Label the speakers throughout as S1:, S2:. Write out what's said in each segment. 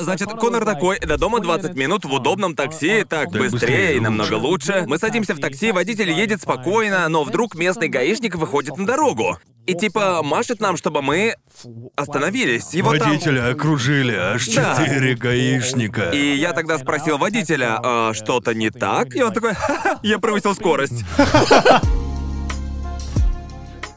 S1: Значит, Конор такой, до дома 20 минут в удобном такси, так
S2: Так быстрее
S1: быстрее,
S2: и
S1: намного
S2: лучше».
S1: лучше. Мы садимся в такси, водитель едет спокойно, но вдруг местный гаишник выходит на дорогу. И типа машет нам, чтобы мы остановились. Его там-
S2: Водителя окружили аж
S1: Да.
S2: четыре гаишника.
S1: И я тогда спросил водителя, «А, что-то не так? И он такой, «Ха-ха, я превысил скорость.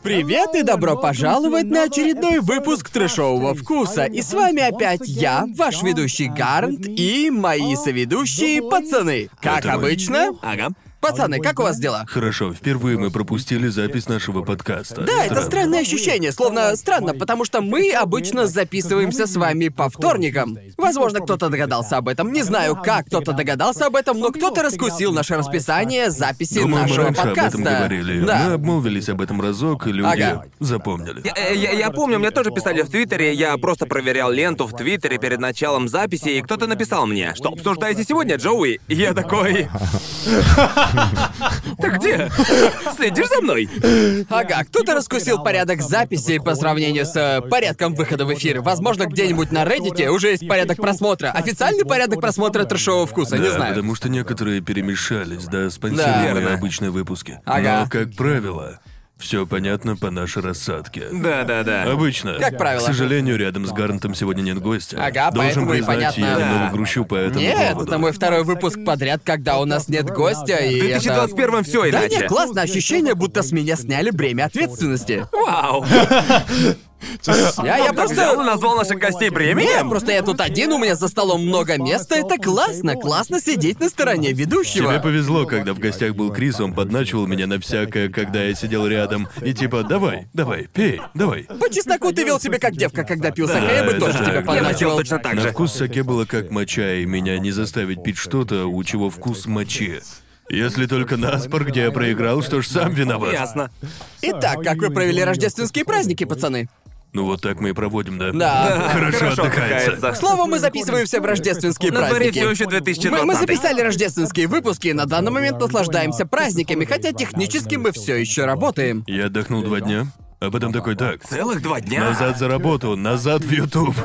S3: Привет и добро пожаловать на очередной выпуск трэшового вкуса. И с вами опять я, ваш ведущий Гарнт и мои соведущие пацаны. Как
S2: Это мы.
S3: обычно.
S1: Ага.
S3: Пацаны, как у вас дела?
S2: Хорошо, впервые мы пропустили запись нашего подкаста.
S3: Да, это странное ощущение, словно странно, потому что мы обычно записываемся с вами по вторникам. Возможно, кто-то догадался об этом, не знаю, как кто-то догадался об этом, но кто-то раскусил наше расписание записи
S2: Думаю, мы
S3: нашего
S2: раньше
S3: подкаста.
S2: об этом говорили. Мы
S3: Да.
S2: обмолвились об этом разок, и люди
S3: Ага.
S2: запомнили.
S1: Э, Я, я помню, мне тоже писали в Твиттере, я просто проверял ленту в Твиттере перед началом записи, и кто-то написал мне, что обсуждаете сегодня, Джоуи? И я такой... Ты где? Следишь за мной?
S3: Ага, кто-то раскусил порядок записи по сравнению с э, порядком выхода в эфир. Возможно, где-нибудь на Reddit уже есть порядок просмотра. Официальный порядок просмотра трешового вкуса, не
S2: Да,
S3: знаю.
S2: потому что некоторые перемешались, да,
S3: Да.
S2: спонсируемые
S1: Верно.
S2: обычные выпуски.
S3: Ага.
S2: Но, как правило, все понятно по нашей рассадке. Э,
S1: Да-да-да.
S2: Обычно.
S3: Как правило.
S2: К сожалению, рядом с Гарнтом сегодня нет гостя.
S3: Ага,
S2: Должен
S3: поэтому и
S2: признать, я
S3: понятно.
S2: немного грущу по этому
S3: Нет,
S2: поводу.
S3: это мой второй выпуск подряд, когда у нас нет гостя,
S1: В
S3: и это-
S1: 2021 все
S3: Да
S1: иначе.
S3: нет, классное ощущение, будто с меня сняли бремя ответственности.
S1: Вау.
S3: Я, я
S1: Я просто
S3: просто...
S1: назвал наших гостей
S3: Нет,
S1: бременем.
S3: просто я тут один, у меня за столом много места, это классно, классно сидеть на стороне
S2: Тебе
S3: ведущего.
S2: повезло, когда в гостях был Крис, он подначивал меня на всякое, когда я сидел рядом. И типа, давай, давай, пей, давай.
S3: По чесноку ты вел себя как девка, когда пил саке, я бы
S2: это
S3: тоже
S2: так.
S3: тебя
S2: Я бы
S3: подначивал.
S1: хотел точно так
S2: на
S1: А же.
S2: вкус саке было как моча, и меня не заставить пить что-то, у чего вкус мочи. Если только наспор, где я проиграл, что ж сам виноват.
S1: Ясно.
S3: Итак, как вы провели рождественские праздники, пацаны?
S2: Ну вот так мы и проводим, да?
S3: Да.
S2: Хорошо, отдыхается.
S1: отдыхается.
S3: К слову, мы записываемся в рождественские
S1: На дворе
S3: праздники.
S1: все еще
S3: Мы,
S1: 2020.
S3: мы записали рождественские выпуски, и на данный момент наслаждаемся праздниками, хотя технически мы все еще работаем.
S2: Я отдохнул два дня, а потом такой, так,
S1: Целых два дня.
S2: назад за работу, назад в Ютуб.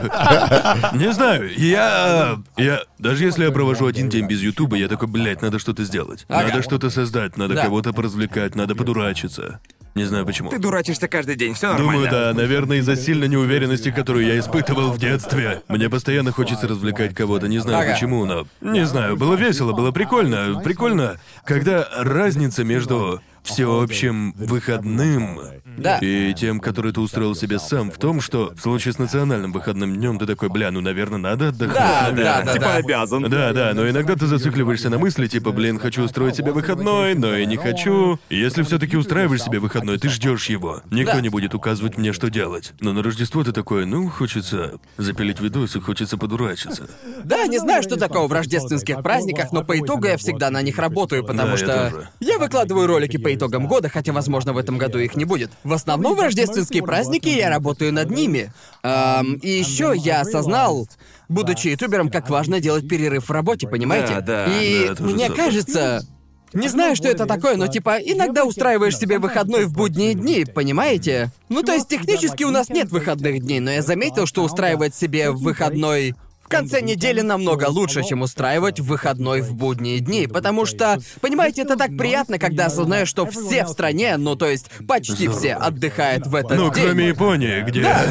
S2: Не знаю, я... Я... Даже если я провожу один день без Ютуба, я такой, блядь, надо что-то сделать.
S3: Ага.
S2: Надо что-то создать, надо
S3: Да.
S2: кого-то поразвлекать, надо подурачиться. Не знаю почему.
S1: Ты дурачишься каждый день, все
S2: Думаю,
S1: нормально.
S2: да, наверное, из-за сильной неуверенности, которую я испытывал в детстве. Мне постоянно хочется развлекать кого-то, не знаю
S3: Ага.
S2: почему, но... Не знаю, было весело, было прикольно. Прикольно, когда разница между всеобщим выходным
S3: Да.
S2: и тем, который ты устроил себе сам, в том, что в случае с национальным выходным днем ты такой, бля, ну, наверное, надо отдохнуть.
S3: Да,
S2: наверное».
S3: да, да,
S1: Типа
S3: да.
S1: обязан.
S2: Да, да, но иногда ты зацикливаешься на мысли, типа, блин, хочу устроить себе выходной, но и не хочу. Если все-таки устраиваешь себе выходной, ты ждешь его. Никто
S3: Да.
S2: не будет указывать мне, что делать. Но на Рождество ты такой, ну, хочется запилить видос и хочется подурачиться.
S3: Да, не знаю, что такого в рождественских праздниках, но по итогу я всегда на них работаю, потому
S2: Да, я
S3: что
S2: тоже.
S3: я выкладываю ролики по итогам года, хотя, возможно, в этом году их не будет. В основном в рождественские праздники я работаю над ними. Эм, и еще я осознал, будучи ютубером, как важно делать перерыв в работе, понимаете?
S1: Да, да.
S3: и
S2: Да, это
S3: мне
S2: ужасно.
S3: кажется, не знаю, что это такое, но типа иногда устраиваешь себе выходной в будние дни, понимаете? Ну то есть технически у нас нет выходных дней, но я заметил, что устраивать себе выходной в конце недели намного лучше, чем устраивать выходной в будние дни, потому что, понимаете, это так приятно, когда осознаешь, что все в стране, ну то есть почти все отдыхают в этот
S2: Ну,
S3: день.
S2: кроме Японии, где...
S1: Да,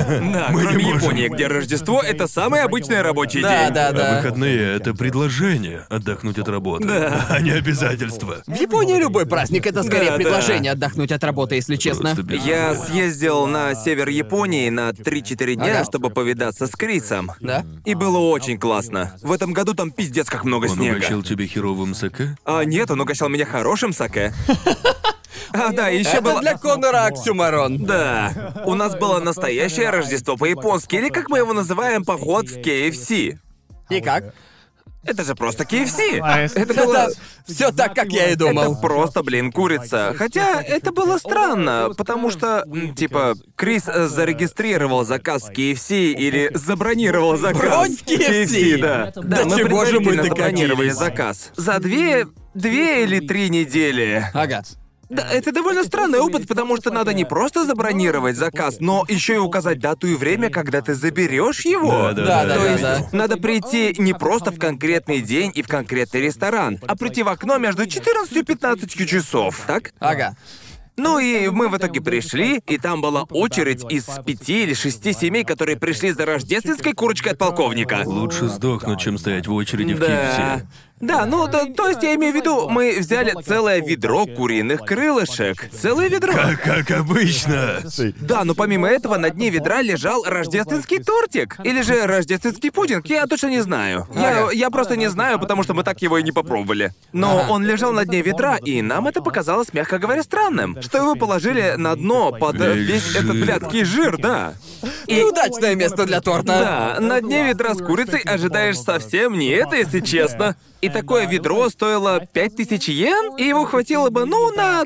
S2: Мы не
S1: кроме
S2: можем.
S1: Японии, где Рождество — это самый обычный рабочий
S3: Да,
S1: день.
S3: да,
S2: А
S3: да.
S2: выходные — это предложение отдохнуть от работы, а не обязательство.
S3: В Японии любой праздник это скорее
S1: Да, да.
S3: предложение отдохнуть от работы, если честно.
S2: Просто без-
S1: Я съездил на север Японии на 3-4 дня,
S3: Ага.
S1: чтобы повидаться с Крисом.
S3: Да?
S1: И было очень классно. В этом году там пиздец как много
S2: Он
S1: снега.
S2: угощал тебе херовым саке?
S1: А нет, он угощал меня хорошим саке. А, да, еще
S3: Это
S1: было...
S3: для Конора Оксюмарон.
S1: Да. У нас было настоящее Рождество по-японски, или как мы его называем, поход в KFC.
S3: И как?
S1: Это же просто KFC.
S3: Это было все так, как я и думал.
S1: Это просто, блин, курица. Хотя это было странно, потому что, м, типа, Крис э, зарегистрировал заказ в KFC или забронировал заказ.
S3: Бронь в KFC,
S1: да.
S4: До
S1: Да, мы
S3: чего же мы
S1: предварительно
S3: докатились?
S1: забронировали заказ. За две... две или три недели.
S3: Ага.
S1: Да,
S2: Эм,
S1: это довольно странный опыт, потому что надо не просто забронировать заказ, но еще и указать дату и время, когда ты заберешь его.
S2: Да, да, Да, да,
S1: То
S2: да,
S1: есть
S3: да.
S1: надо прийти не просто в конкретный день и в конкретный ресторан, а прийти в окно между 14 и 15 часов. Так?
S3: Ага.
S1: Ну и мы в итоге пришли, и там была очередь из пяти или шести семей, которые пришли за рождественской курочкой от полковника.
S2: Лучше сдохнуть, чем стоять в очереди в
S1: Да.
S2: KFC.
S1: Да, ну то, то есть я имею в виду, мы взяли целое ведро куриных крылышек. Целое ведро.
S2: Как, А как обычно.
S1: Да, но помимо этого на дне ведра лежал рождественский тортик. Или же рождественский пудинг, я точно не знаю. Я,
S3: Ага.
S1: я просто не знаю, потому что мы так его и не попробовали. Но
S3: Ага.
S1: он лежал на дне ведра, и нам это показалось, мягко говоря, странным. Что его положили на дно под э,
S2: Весь
S1: весь этот
S2: жир.
S1: блядский жир, да.
S3: Неудачное место для торта.
S1: Да, на дне ведра с курицей ожидаешь совсем не это, если честно. И такое ведро стоило 5000 йен, и его хватило бы, ну, на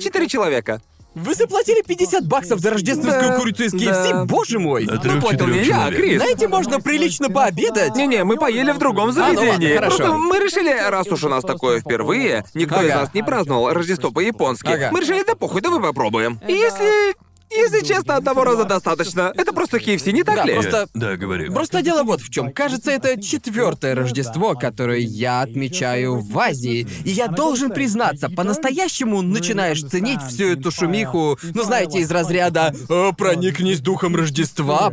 S1: 3-4 человека.
S3: Вы заплатили 50 баксов за рождественскую
S1: Да,
S3: курицу из KFC,
S1: да.
S3: боже мой.
S2: На
S1: Ну, понял
S2: трех-четырех
S1: меня,
S2: человек.
S1: Крис.
S3: Знаете, можно прилично пообедать.
S1: Не-не, мы поели в другом заведении.
S3: А, ну ладно, хорошо.
S1: Просто мы решили, раз уж у нас такое впервые, никто из
S3: Ага.
S1: нас не праздновал Рождество по-японски.
S3: Ага.
S1: Мы решили, да похуй, давай попробуем. И если... Если честно, одного раза достаточно. Это просто KFC, не так
S3: Да,
S1: ли?
S3: просто-
S2: Да, говори.
S3: Просто дело вот в чем. Кажется, это четвертое Рождество, которое я отмечаю в Азии. И я должен признаться, по-настоящему начинаешь ценить всю эту шумиху, ну знаете, из разряда «Э, «Проникнись духом Рождества»,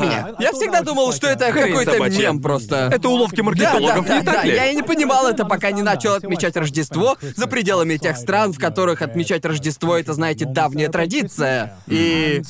S1: Да.
S3: меня? Я всегда думал, что это
S1: Хрень
S3: какой-то
S1: собачья.
S3: мем просто.
S1: Это уловки маркетологов,
S3: да, да,
S1: не
S3: да,
S1: так ли?
S3: Я и не понимал это, пока не начал отмечать Рождество за пределами тех стран, в которых отмечать Рождество это, знаете, давняя традиция. И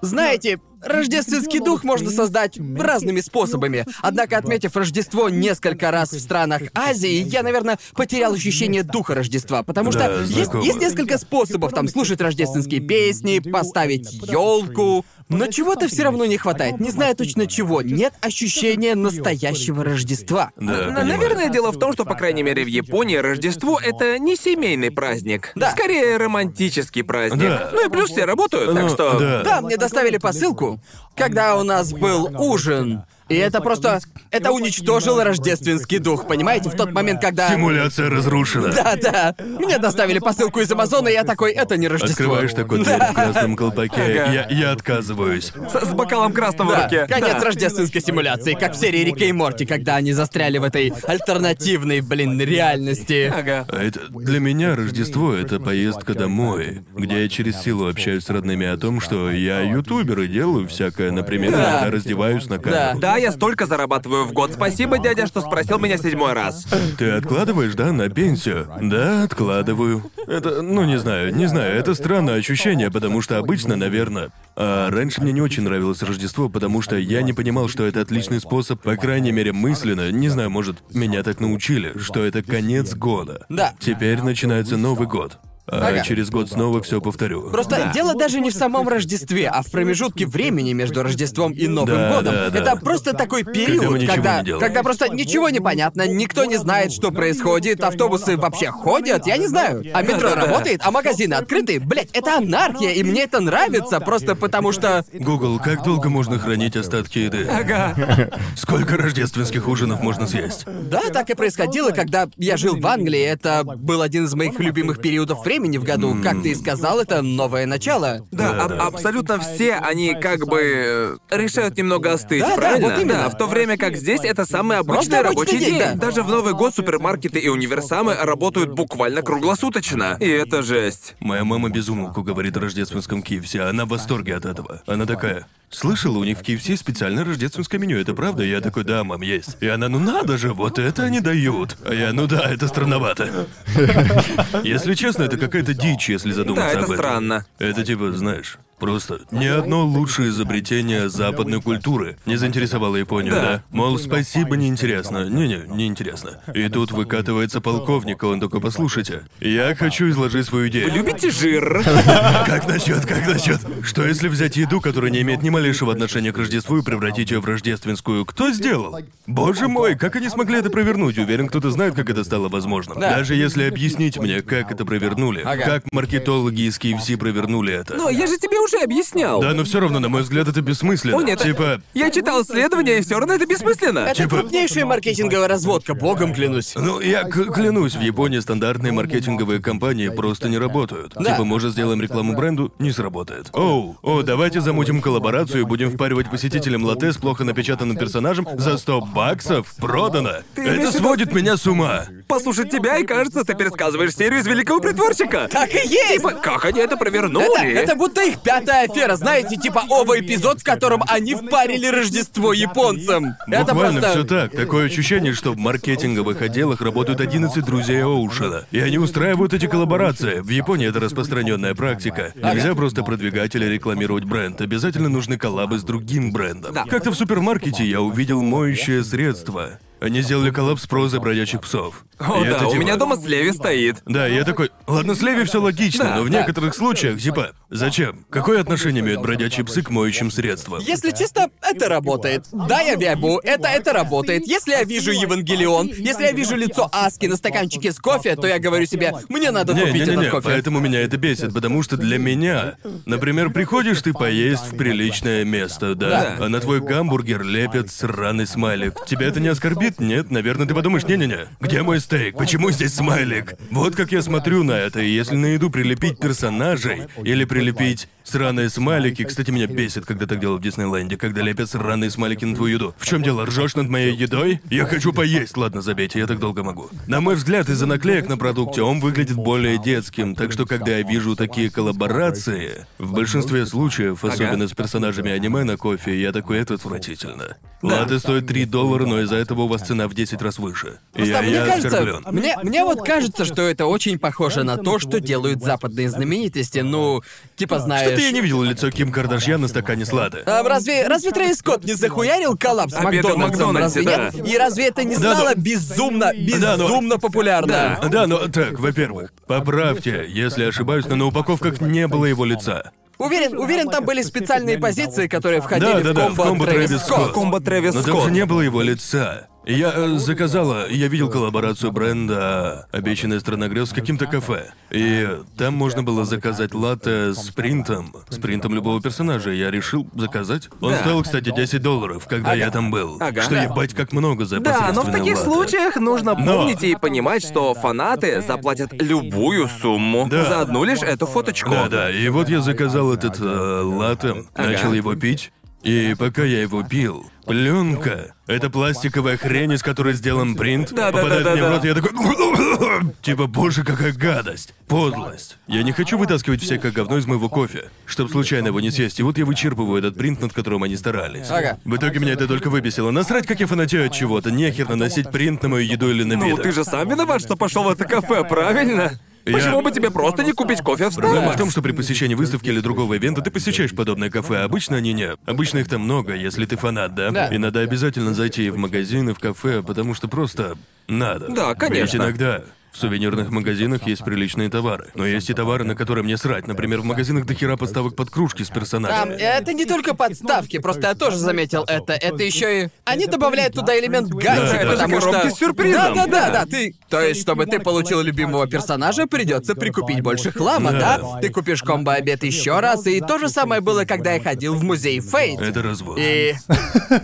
S3: знаете, рождественский дух можно создать разными способами. Однако, отметив Рождество несколько раз в странах Азии, я, наверное, потерял ощущение духа Рождества. Потому что
S2: Да,
S3: есть,
S2: знакомо.
S3: есть несколько способов там слушать рождественские песни, поставить елку. Но чего-то все равно не хватает. Не знаю точно чего. Нет ощущения настоящего Рождства.
S2: Да,
S1: Н-
S2: понимаю.
S1: Наверное, дело в том, что, по крайней мере, в Японии Рождество — это не семейный праздник.
S3: Да.
S1: Скорее, романтический праздник.
S2: Да.
S1: Ну и плюс все работают, так
S2: Ну,
S1: что...
S2: да.
S3: Да, мне доставили посылку, когда у нас был ужин. И это просто... Это уничтожило рождественский дух, понимаете? В тот момент, когда...
S2: Симуляция разрушена.
S3: Да, да. Мне доставили посылку из Амазона, и я такой, это не Рождество.
S2: Открываешь такой дверь в красном колпаке. Я, я отказываюсь.
S1: С, с бокалом красного в
S3: Да,
S1: руке.
S3: конец
S1: Да.
S3: рождественской симуляции, как в серии Рика и Морти, когда они застряли в этой альтернативной, блин, реальности.
S1: Ага.
S2: А это для меня Рождество — это поездка домой, где я через силу общаюсь с родными о том, что я ютубер и делаю всякое, например,
S3: Да.
S2: иногда раздеваюсь на камеру.
S1: Да, я столько зарабатываю в год. Спасибо, дядя, что спросил меня седьмой раз.
S2: Ты откладываешь, да, на пенсию? Да, откладываю. Это, ну не знаю, не знаю, это странное ощущение, потому что обычно, наверное... А раньше мне не очень нравилось Рождество, потому что я не понимал, что это отличный способ, по крайней мере, мысленно, не знаю, может, меня так научили, что это конец года.
S3: Да.
S2: Теперь начинается Новый год. А
S3: Ага.
S2: через год снова все повторю.
S3: Просто
S1: Да.
S3: дело даже не в самом Рождестве, а в промежутке времени между Рождеством и Новым
S2: Да,
S3: годом.
S2: да, да.
S3: Это просто такой период,
S2: мы ничего
S3: когда,
S2: не делаем.
S3: когда просто ничего не понятно, никто не знает, что происходит, автобусы вообще ходят, я не знаю. А метро
S1: Да, да, да.
S3: работает, а магазины открыты. Блять, это анархия, и мне это нравится, просто потому что.
S2: Гугл, как долго можно хранить остатки еды?
S1: Ага.
S2: Сколько рождественских ужинов можно съесть?
S3: Да, так и происходило, когда я жил в Англии. Это был один из моих любимых периодов времени в году. Как ты и сказал, это новое начало.
S1: Да, аб- абсолютно все они как бы э, решают немного остыть,
S3: Да, да,
S1: правильно?
S3: вот именно.
S1: в то время как здесь это самый
S3: Просто
S1: обычный рабочий
S3: обычный день,
S1: день.
S3: да.
S1: Даже в Новый год супермаркеты и универсамы работают буквально круглосуточно. И это жесть.
S2: Моя мама безумолку говорит о рождественском Киевсе, она в восторге от этого. Она такая, слышала, у них в Киевсе специальное рождественское меню, это правда? Я такой, да, мам, есть. И она, ну надо же, вот это они дают. А я, ну да, это странновато. Если честно, это какая-то дичь, если задуматься
S1: Да, это
S2: об этом.
S1: странно.
S2: Это типа, знаешь, просто ни одно лучшее изобретение западной культуры не заинтересовало Японию, да? Мол, спасибо, неинтересно. Не-не, неинтересно. И тут выкатывается полковник, и он такой, послушайте, я хочу изложить свою идею.
S1: Любите жир?
S2: Как насчет, как насчет? Что если взять еду, которая не имеет ни малейшего отношения к Рождеству и превратить ее в рождественскую? Кто сделал? Боже мой, как они смогли это провернуть? Уверен, кто-то знает, как это стало возможным.
S3: Да.
S2: Даже если объяснить мне, как это провернули,
S3: Ага. Ну,
S2: как маркетологи из KFC провернули это.
S1: Но я же тебе уже объяснял.
S2: Да, но все равно, на мой взгляд, это бессмысленно.
S3: ну
S1: О, нет,
S2: типа,
S1: Я читал исследования, и все равно это бессмысленно.
S3: Это крупнейшая маркетинговая разводка, богом клянусь.
S2: ну я к- клянусь, в Японии стандартные маркетинговые компании просто не работают.
S4: Да.
S2: Типа, может, сделаем рекламу бренду, не сработает. Оу, о, давайте замутим коллаборацию и будем впаривать посетителям латте с плохо напечатанным персонажем за 100 баксов продано.
S1: имеешь в
S2: Это
S1: виду-
S2: сводит меня с ума.
S1: Послушать тебя, и кажется, ты пересказываешь серию из великого притворщика.
S3: Так и есть!
S1: Типа, как они это
S2: Ну
S3: Это,
S1: провернули?
S3: это будто их пятая афера, знаете, типа ова эпизод, в котором они впарили Рождество японцам. Это
S2: Буквально
S3: просто...
S2: все так. Такое ощущение, что в маркетинговых отделах работают 11 друзей Оушена. И они устраивают эти коллаборации. В Японии это распространенная практика. Нельзя просто продвигать или рекламировать бренд. Обязательно нужны коллабы с другим брендом.
S1: Да.
S2: Как-то в супермаркете я увидел моющее средство. Они сделали коллаб с прозой бродячих пслов.
S1: О,
S2: И это
S1: да, у
S2: типа-
S1: меня дома с Леви стоит.
S2: Да, я такой, ладно, с Леви все логично,
S1: Да,
S2: но в
S1: да.
S2: некоторых случаях, типа, зачем? Какое отношение имеют бродячие псы к моющим средствам?
S3: Если честно, это работает. Да, я вябу, это это работает. Если я вижу Евангелион, если я вижу лицо Аски на стаканчике с кофе, то я говорю себе, мне надо
S2: Не, не,
S3: купить
S2: не,
S3: этот
S2: не,
S3: кофе.
S2: поэтому меня это бесит, потому что для меня, например, приходишь ты поесть в приличное место, да,
S1: Да.
S2: а на твой гамбургер лепят сраный смайлик. Тебя это не оскорбит? Нет, наверное, ты подумаешь, не-не-не, где мой стейк? Почему здесь смайлик? Вот как я смотрю на это, и если на еду прилепить персонажей или прилепить сраные смайлики, кстати, меня бесит, когда так делают в Диснейленде, когда лепят сраные смайлики на твою еду. В чем дело, ржешь над моей едой? Я хочу поесть, ладно, забейте, я так долго могу. На мой взгляд, из-за наклеек на продукте он выглядит более детским, так что когда я вижу такие коллаборации, в большинстве случаев, особенно с персонажами аниме на кофе, я такой, это отвратительно. Латте стоит 3 доллара, но из-за этого у вас цена в 10 раз выше. И
S3: Просто
S2: я,
S3: мне
S2: я
S3: кажется,
S2: оскорблен.
S3: мне, мне вот кажется, что это очень похоже на то, что делают западные знаменитости. Ну, типа знаешь.
S2: Ты я не видел лицо Ким Кардашьян на стакане с латте.
S3: А разве, разве Трейс Скотт не захуярил коллапс с
S1: Обеды в
S3: Макдональдсом?
S1: Макдональдсе,
S3: разве
S1: да.
S3: нет? И разве это не
S2: Да,
S3: стало
S2: но-
S3: безумно,
S2: Да, но-
S3: безумно популярно?
S2: Да, но так, во-первых, поправьте, если ошибаюсь, но на упаковках не было его лица.
S3: Уверен, уверен, там были специальные позиции, которые входили в
S2: Да-да-да, в
S3: комбо,
S2: комбо
S3: Трэвис
S2: Трэвис
S3: Скотт.
S2: Скотт.
S1: Комбо Трэвис
S2: Но там
S1: Скотт.
S2: же не было его лица. Я э, заказала, я видел коллаборацию бренда «Обещанная страна грез» с каким-то кафе. И там можно было заказать латте с принтом, с принтом любого персонажа. Я решил заказать. Он
S1: Да.
S2: стоил, кстати, 10 долларов, когда я там был.
S1: Ага.
S2: Что
S1: Да.
S2: ебать, как много за
S1: Да, но в
S2: посредственное
S1: таких
S2: латте.
S1: случаях нужно
S2: Но-
S1: помнить и понимать, что фанаты заплатят любую сумму
S2: Да.
S1: за одну лишь эту фоточку.
S2: Да, да. И вот я заказал этот э, латте,
S1: Ага.
S2: начал его пить. И пока я его пил, пленка, эта пластиковая хрень, из которой сделан принт,
S1: Да, да,
S2: попадает
S1: да, да,
S2: мне в рот,
S1: да.
S2: я такой... типа, боже, какая гадость. Подлость. Я не хочу вытаскивать всякое говно из моего кофе, чтобы случайно его не съесть. И вот я вычерпываю этот принт, над которым они старались.
S3: Ага.
S2: В итоге меня это только выбесило. Насрать, как я фанатею от чего-то. Нехер наносить принт на мою еду или
S1: Ну,
S2: напиток.
S1: ты же сам виноват, что пошел в это кафе, правильно?
S2: Я-
S1: Почему бы тебе просто не купить кофе в
S2: Проблема в
S1: Starbucks?
S2: том, что при посещении выставки или другого ивента ты посещаешь подобное кафе, а обычно они не. Обычно их там много, если ты фанат, да?
S3: Да.
S2: И надо обязательно зайти и в магазин, и в кафе, потому что просто надо.
S1: Да, конечно.
S2: Ведь иногда в сувенирных магазинах есть приличные товары. Но есть и товары, на которые мне срать. Например, в магазинах до хера поставок под кружки с
S3: Там, э,
S2: персонажем.
S3: это не только подставки, просто я тоже заметил это. Это еще и. Они добавляют туда элемент
S2: Да,
S3: гаджета,
S2: это же
S3: потому что.
S1: коробки с сюрпризом.
S3: Да, да, да, да. Ты. То есть, чтобы ты получил любимого персонажа, придется прикупить больше хлама, да?
S4: Да.
S3: Ты купишь комбо обед еще раз, и то же самое было, когда я ходил в музей Фейт.
S2: Это развод.
S3: И.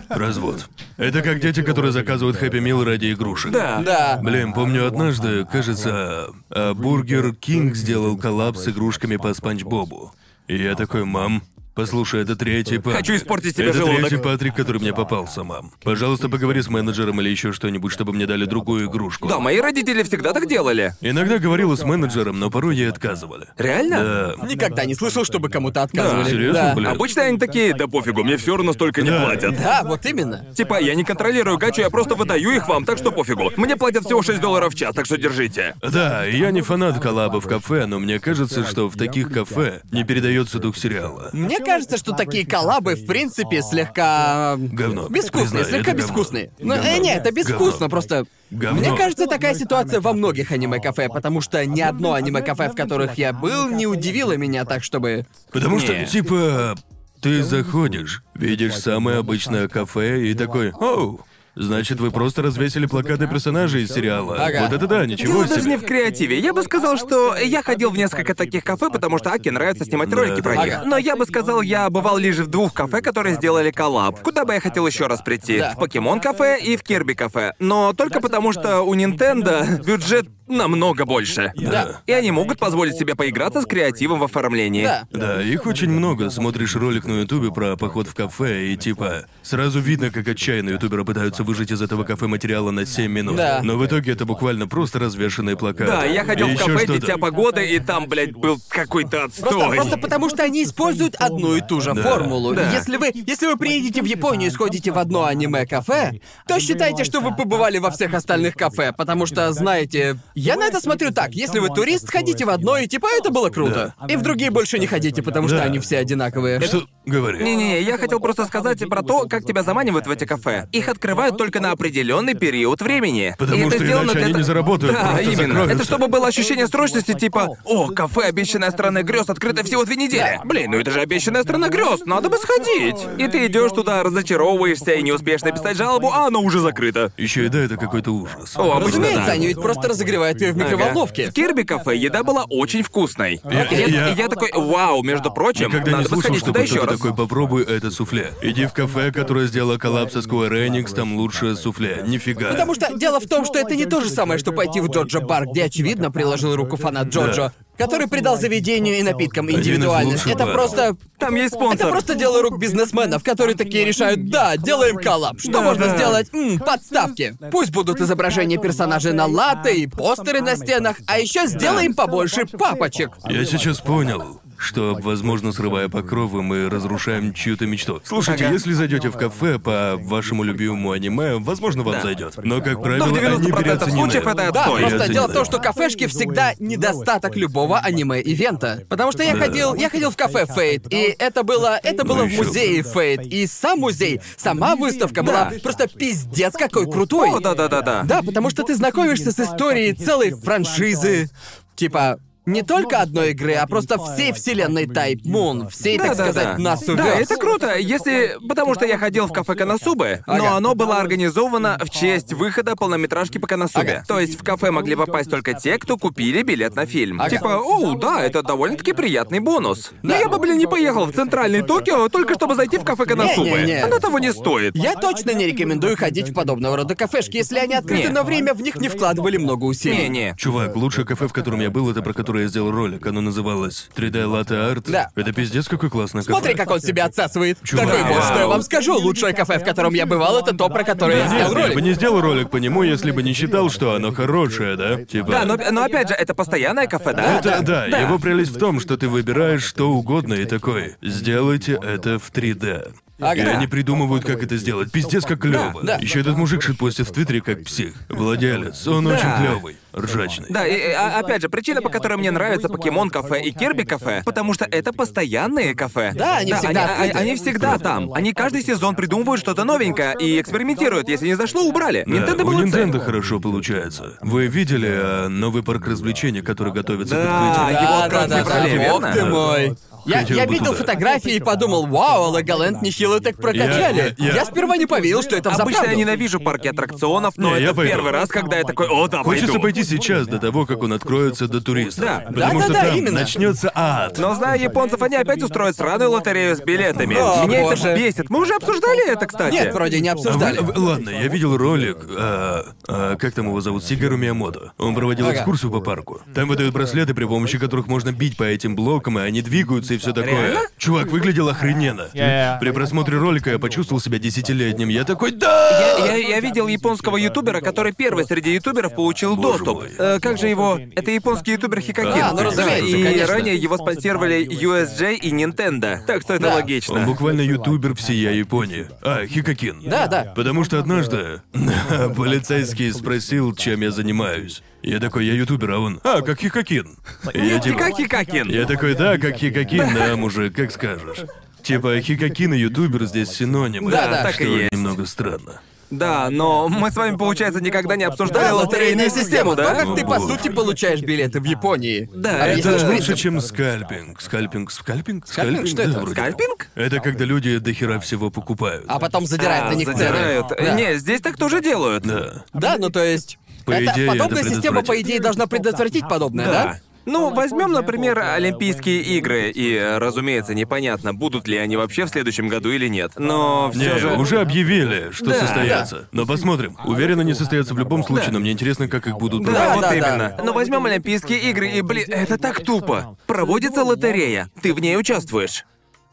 S2: Развод. Это как дети, которые заказывают хэппи мил ради игрушек.
S1: Да.
S3: А, Да.
S2: Блин, помню однажды, кажется, э, Бургер Кинг сделал коллаб с игрушками по Спанч Бобу. И я такой, мам, послушай, это третий Патрик.
S1: Хочу испортить тебе
S2: это
S1: желудок.
S2: третий Патрик, который мне попался, мам. Пожалуйста, поговори с менеджером или еще что-нибудь, чтобы мне дали другую игрушку.
S1: Да, мои родители всегда так делали.
S2: Иногда говорила с менеджером, но порой ей отказывали. Э,
S1: Реально?
S2: Да.
S3: Никогда не слышал, чтобы кому-то отказывали.
S2: Да, серьезно,
S3: да.
S2: блин?
S1: Обычно они такие, да пофигу, мне все равно столько не
S2: Да.
S1: платят.
S3: Да, вот именно.
S1: Типа, я не контролирую гачу, я просто выдаю их вам, так что пофигу. Мне платят всего 6 долларов в час, так что держите.
S2: Да, я не фанат коллаба в кафе, но мне кажется, что в таких кафе не передается дух сериала.
S3: Мне кажется, что такие коллабы, в принципе, слегка... м,
S2: Говно.
S3: Безвкусные,
S2: Признаю,
S3: слегка
S2: это говно.
S3: безвкусные. Ну,
S2: Говно.
S3: э, не, это безвкусно,
S2: Говно.
S3: просто...
S2: Говно.
S3: Мне кажется, такая ситуация во многих аниме-кафе, потому что ни одно аниме-кафе, в которых я был, не удивило меня так, чтобы...
S2: Потому
S1: Не.
S2: что, типа, ты заходишь, видишь самое обычное кафе и такой, оу, Значит, вы просто развесили плакаты персонажей из сериала.
S3: Ага.
S2: Вот это да, ничего
S1: Дело
S2: себе.
S1: даже не в креативе. Я бы сказал, что я ходил в несколько таких кафе, потому что Аки нравится снимать
S2: Да,
S1: ролики
S2: да,
S1: про
S3: да.
S1: них. Но я бы сказал, я бывал лишь в двух кафе, которые сделали коллаб. Куда бы я хотел еще раз прийти?
S3: Да.
S1: В Покемон кафе и в Кирби кафе. Но только потому, что у Nintendo бюджет намного больше.
S3: Да.
S1: И они могут позволить себе поиграться с креативом в оформлении.
S3: Да.
S2: Да, их очень много. Смотришь ролик на Ютубе про поход в кафе и типа сразу видно, как отчаянно ютуберы пытаются выжить из этого кафе материала на 7 минут.
S3: Да.
S2: Но в итоге это буквально просто развешенные плакаты.
S1: Да, я ходил
S2: И
S1: в
S2: ещё
S1: кафе
S2: что-то.
S1: «Дитя погоды», и там, блядь, был какой-то
S3: Просто,
S1: отстой.
S3: просто потому, что они используют одну и ту же
S2: Да.
S3: формулу. И
S1: Да.
S3: Если вы, если вы приедете в Японию и сходите в одно аниме-кафе, то считайте, что вы побывали во всех остальных кафе, потому что, знаете, я на это смотрю так, если вы турист, ходите в одно и типа это было круто.
S4: Да.
S3: И в другие больше не ходите, потому что
S2: Да.
S3: они все одинаковые.
S2: Что? Говори.
S1: Не-не, я хотел просто сказать и про то, как тебя заманивают в эти кафе. Их открывают только на определенный период времени.
S2: Потому
S1: И это
S2: что
S1: сделано
S2: иначе
S1: для
S2: они
S1: то-
S2: не заработают,
S1: Да,
S2: просто
S1: именно.
S2: закроются.
S1: Это чтобы было ощущение срочности, типа, о, кафе обещанная страна грез открыто всего две недели. Блин, ну это же обещанная страна грез, надо бы сходить. И ты идешь туда, разочаровываешься и неуспешно писать жалобу, а оно уже закрыто.
S2: Еще еда это какой-то ужас.
S1: О, обычно
S3: Разумеется,
S1: да.
S3: они ведь просто разогревают ее в
S1: Ага.
S3: микроволновке.
S1: В Кирби кафе еда была очень вкусной. И
S2: Я-
S1: Я,
S2: я-
S1: и я такой, вау, между прочим,
S2: Никогда не
S1: надо бы
S2: слышал,
S1: сходить туда
S2: чтобы
S1: еще
S2: кто-то
S1: раз.
S2: такой «попробуй это суфле». Иди в кафе, которое сделало коллапс со Square Enix, там лучшее суфле. Нифига.
S3: Потому что дело в том, что это не то же самое, что пойти в Джорджа Бар, где, очевидно, приложил руку фанат Джорджо, который придал заведению и напиткам
S2: из
S3: индивидуальность.
S2: лучших
S3: Это
S2: баров.
S3: просто...
S1: Там есть спонсор.
S3: Это просто дело рук бизнесменов, которые такие решают, да, делаем коллап. Что
S1: Да,
S3: можно
S1: да.
S3: сделать? М, подставки. Пусть будут изображения персонажей на латте и постеры на стенах, а еще сделаем побольше папочек.
S2: Я сейчас понял, что, возможно, срывая покровы, мы разрушаем чью-то мечту. Слушайте,
S1: Ага.
S2: если зайдете в кафе по вашему любимому аниме, возможно, вам
S1: Да.
S2: зайдет. Но, как правило,
S1: Но в 90%
S2: они переоценены.
S1: случаев это
S3: Да,
S1: отстой.
S3: просто
S2: Я
S3: дело в том,
S2: оценил.
S3: что кафешки всегда недостаток любого аниме-ивента. Потому что я
S2: Да.
S3: ходил, я ходил в кафе Фейт, и это было, это было
S2: Ну
S3: в
S2: ещё
S3: музее
S4: бы.
S3: Фейт, и сам музей, сама выставка была
S1: Да.
S3: просто пиздец какой крутой.
S1: О, да-да-да-да.
S3: Да, потому что ты знакомишься с историей целой франшизы, типа не только одной игры, а просто всей вселенной Type Moon, всей, так
S1: Да-да-да.
S3: сказать, Насу
S1: Да,
S3: Верс.
S1: это круто, если... Потому что я ходил в кафе Канасубы,
S3: Ага.
S1: но оно было организовано в честь выхода полнометражки по Канасубе.
S3: Ага.
S1: То есть в кафе могли попасть только те, кто купили билет на фильм.
S3: Ага.
S1: Типа, о, да, это довольно-таки приятный бонус. Но я бы, блин, не поехал в центральный Токио только чтобы зайти в кафе Канасубы.
S3: Не-не-не.
S1: Оно того не стоит.
S3: Я точно не рекомендую ходить в подобного рода кафешки, если они
S1: Не.
S3: открыты на время, в них не вкладывали много усилий.
S1: Не-не.
S2: Чувак, лучшее кафе, в котором я был, это про которое я сделал ролик. Оно называлось 3D Latte Art.
S3: Да.
S2: Это пиздец, какой классный кафе.
S3: Смотри, как он себя отсасывает.
S2: Чувак.
S3: Такой вот, что я вам скажу. Лучшее кафе, в котором я бывал, это то, про которое я
S2: Нет,
S3: снял
S2: я бы
S3: ролик.
S2: не сделал ролик по нему, если бы не считал, что оно хорошее, да? Типа...
S1: Да, но, но опять же, это постоянное кафе, да?
S2: Это, да,
S1: Да.
S2: его прелесть в том, что ты выбираешь что угодно и такой. Сделайте это в 3D.
S3: Ага.
S2: И они придумывают, как это сделать. Пиздец, как клево.
S3: да.
S2: Еще этот мужик шитпостит в Твиттере как псих. Владелец, он очень клевый, ржачный.
S1: Да, и, и, а- опять же, причина, по которой мне нравится Покемон кафе и Кирби кафе, потому что это постоянные кафе.
S3: Да, они всегда
S1: а- а-
S3: открыты.
S1: они всегда там. Они каждый сезон придумывают что-то новенькое и экспериментируют. Если не зашло, убрали.
S2: Да,
S1: Nintendo
S2: у
S1: молодцы.
S2: Nintendo хорошо получается. Вы видели э, новый парк развлечений, который готовится к
S1: Да,
S2: открытию?
S1: его
S3: Да,
S1: открыл
S3: да, да,
S1: в феврале,
S3: бог
S1: верно?
S3: ты мой. Я,
S2: Хотел
S3: я
S2: бы
S3: видел
S2: туда.
S3: фотографии и подумал, вау, Логоленд нехило так прокачали.
S2: Я- я- я-
S3: Я сперва не поверил, что это
S1: Обычно
S3: взаправду.
S1: я ненавижу парки аттракционов, но
S2: Не, я
S1: это
S2: пойду.
S1: первый раз, когда я такой, о, да,
S2: Хочется
S1: пойду».
S2: пойти сейчас, до того, как он откроется до туристов.
S1: Да.
S2: Потому
S3: Да,
S2: что
S3: да, да,
S2: там
S3: именно.
S2: начнется ад.
S1: Но зная японцев, они опять устроят сраную лотерею с билетами.
S3: О,
S1: Меня
S3: боже.
S1: это бесит. Мы уже обсуждали это, кстати.
S3: Нет, вроде не
S2: А вы-
S3: обсуждали.
S2: вы- ладно, я видел ролик, а, а, как там его зовут, Сигару Миямото. Он проводил
S3: Ага.
S2: экскурсию по парку. Там выдают браслеты, при помощи которых можно бить по этим блокам, и они двигаются и все такое. Чувак, выглядел охрененно.
S4: Я-
S2: При просмотре ролика я почувствовал себя десятилетним. Я такой, да!
S1: Я, я видел японского ютубера, который первый среди ютуберов получил
S2: Боже
S1: доступ.
S2: мой.
S1: Э, как же его? Это японский ютубер Хикакин.
S3: А, ну, разумеется,
S1: и
S3: конечно.
S1: ранее его спонсировали USJ и Nintendo. Так что это
S3: Да.
S1: логично.
S2: Он буквально ютубер всея Японии. А, Хикакин.
S3: Да, да.
S2: Потому что однажды полицейский спросил, чем я занимаюсь. Я такой, я ютубер, а он, а, как Хикакин. И я типа,
S1: Хикак Хикакин.
S2: Я такой, да, как Хикакин, да, мужик, как скажешь. Типа, Хикакин и ютубер здесь синонимы.
S3: Да, да.
S2: что
S1: Так и есть.
S2: немного странно.
S1: Да, но мы с вами, получается, никогда не обсуждали
S3: Да,
S1: лотерейную систему, да?
S3: То, как ты, по сути, получаешь билеты в Японии. А
S1: Да,
S3: Объяснишь
S2: Это лучше,
S3: принцип?
S2: чем скальпинг. Скальпинг, скальпинг?
S3: Скальпинг? Ну, Что это?
S2: Да, вроде.
S1: Скальпинг?
S2: Это когда люди дохера всего покупают.
S3: А потом задирают
S1: А,
S3: на них цены.
S1: задирают.
S3: Да.
S2: Э,
S1: Не, здесь так тоже делают.
S2: Да.
S3: Да, ну то есть...
S2: По
S3: это-
S2: идее, это
S3: подобная система, по
S2: предотвратить.
S3: идее, должна предотвратить подобное, да?
S1: Да. Ну, возьмем, например, Олимпийские игры, и, э, разумеется, непонятно, будут ли они вообще в следующем году или нет. Но все
S2: Не,
S1: же.
S2: уже объявили, что
S1: Да,
S2: состоятся. Но посмотрим. Уверен, они состоятся в любом случае, но мне интересно, как их будут
S1: Да,
S2: проводить.
S1: вот
S3: да, да.
S1: именно. Но возьмем Олимпийские игры, и, блин, это так тупо. Проводится лотерея, ты в ней участвуешь.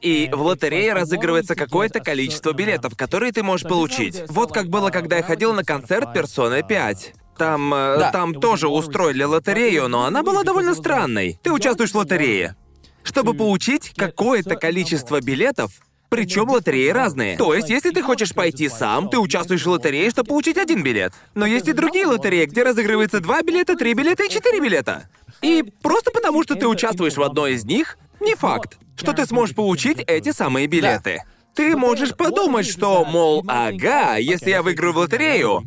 S1: И в лотерее разыгрывается какое-то количество билетов, которые ты можешь получить. Вот как было, когда я ходил на концерт Персоны 5. Там, э,
S3: Да.
S1: там тоже устроили лотерею, но она была довольно странной. Ты участвуешь в лотерее. Чтобы получить какое-то количество билетов, причем лотереи разные. То есть, если ты хочешь пойти сам, ты участвуешь в лотерее, чтобы получить один билет. Но есть и другие лотереи, где разыгрывается два билета, три билета и четыре билета. И просто потому, что ты участвуешь в одной из них, не факт, что ты сможешь получить эти самые билеты. Ты можешь подумать, что, мол, ага, если я выиграю в лотерею,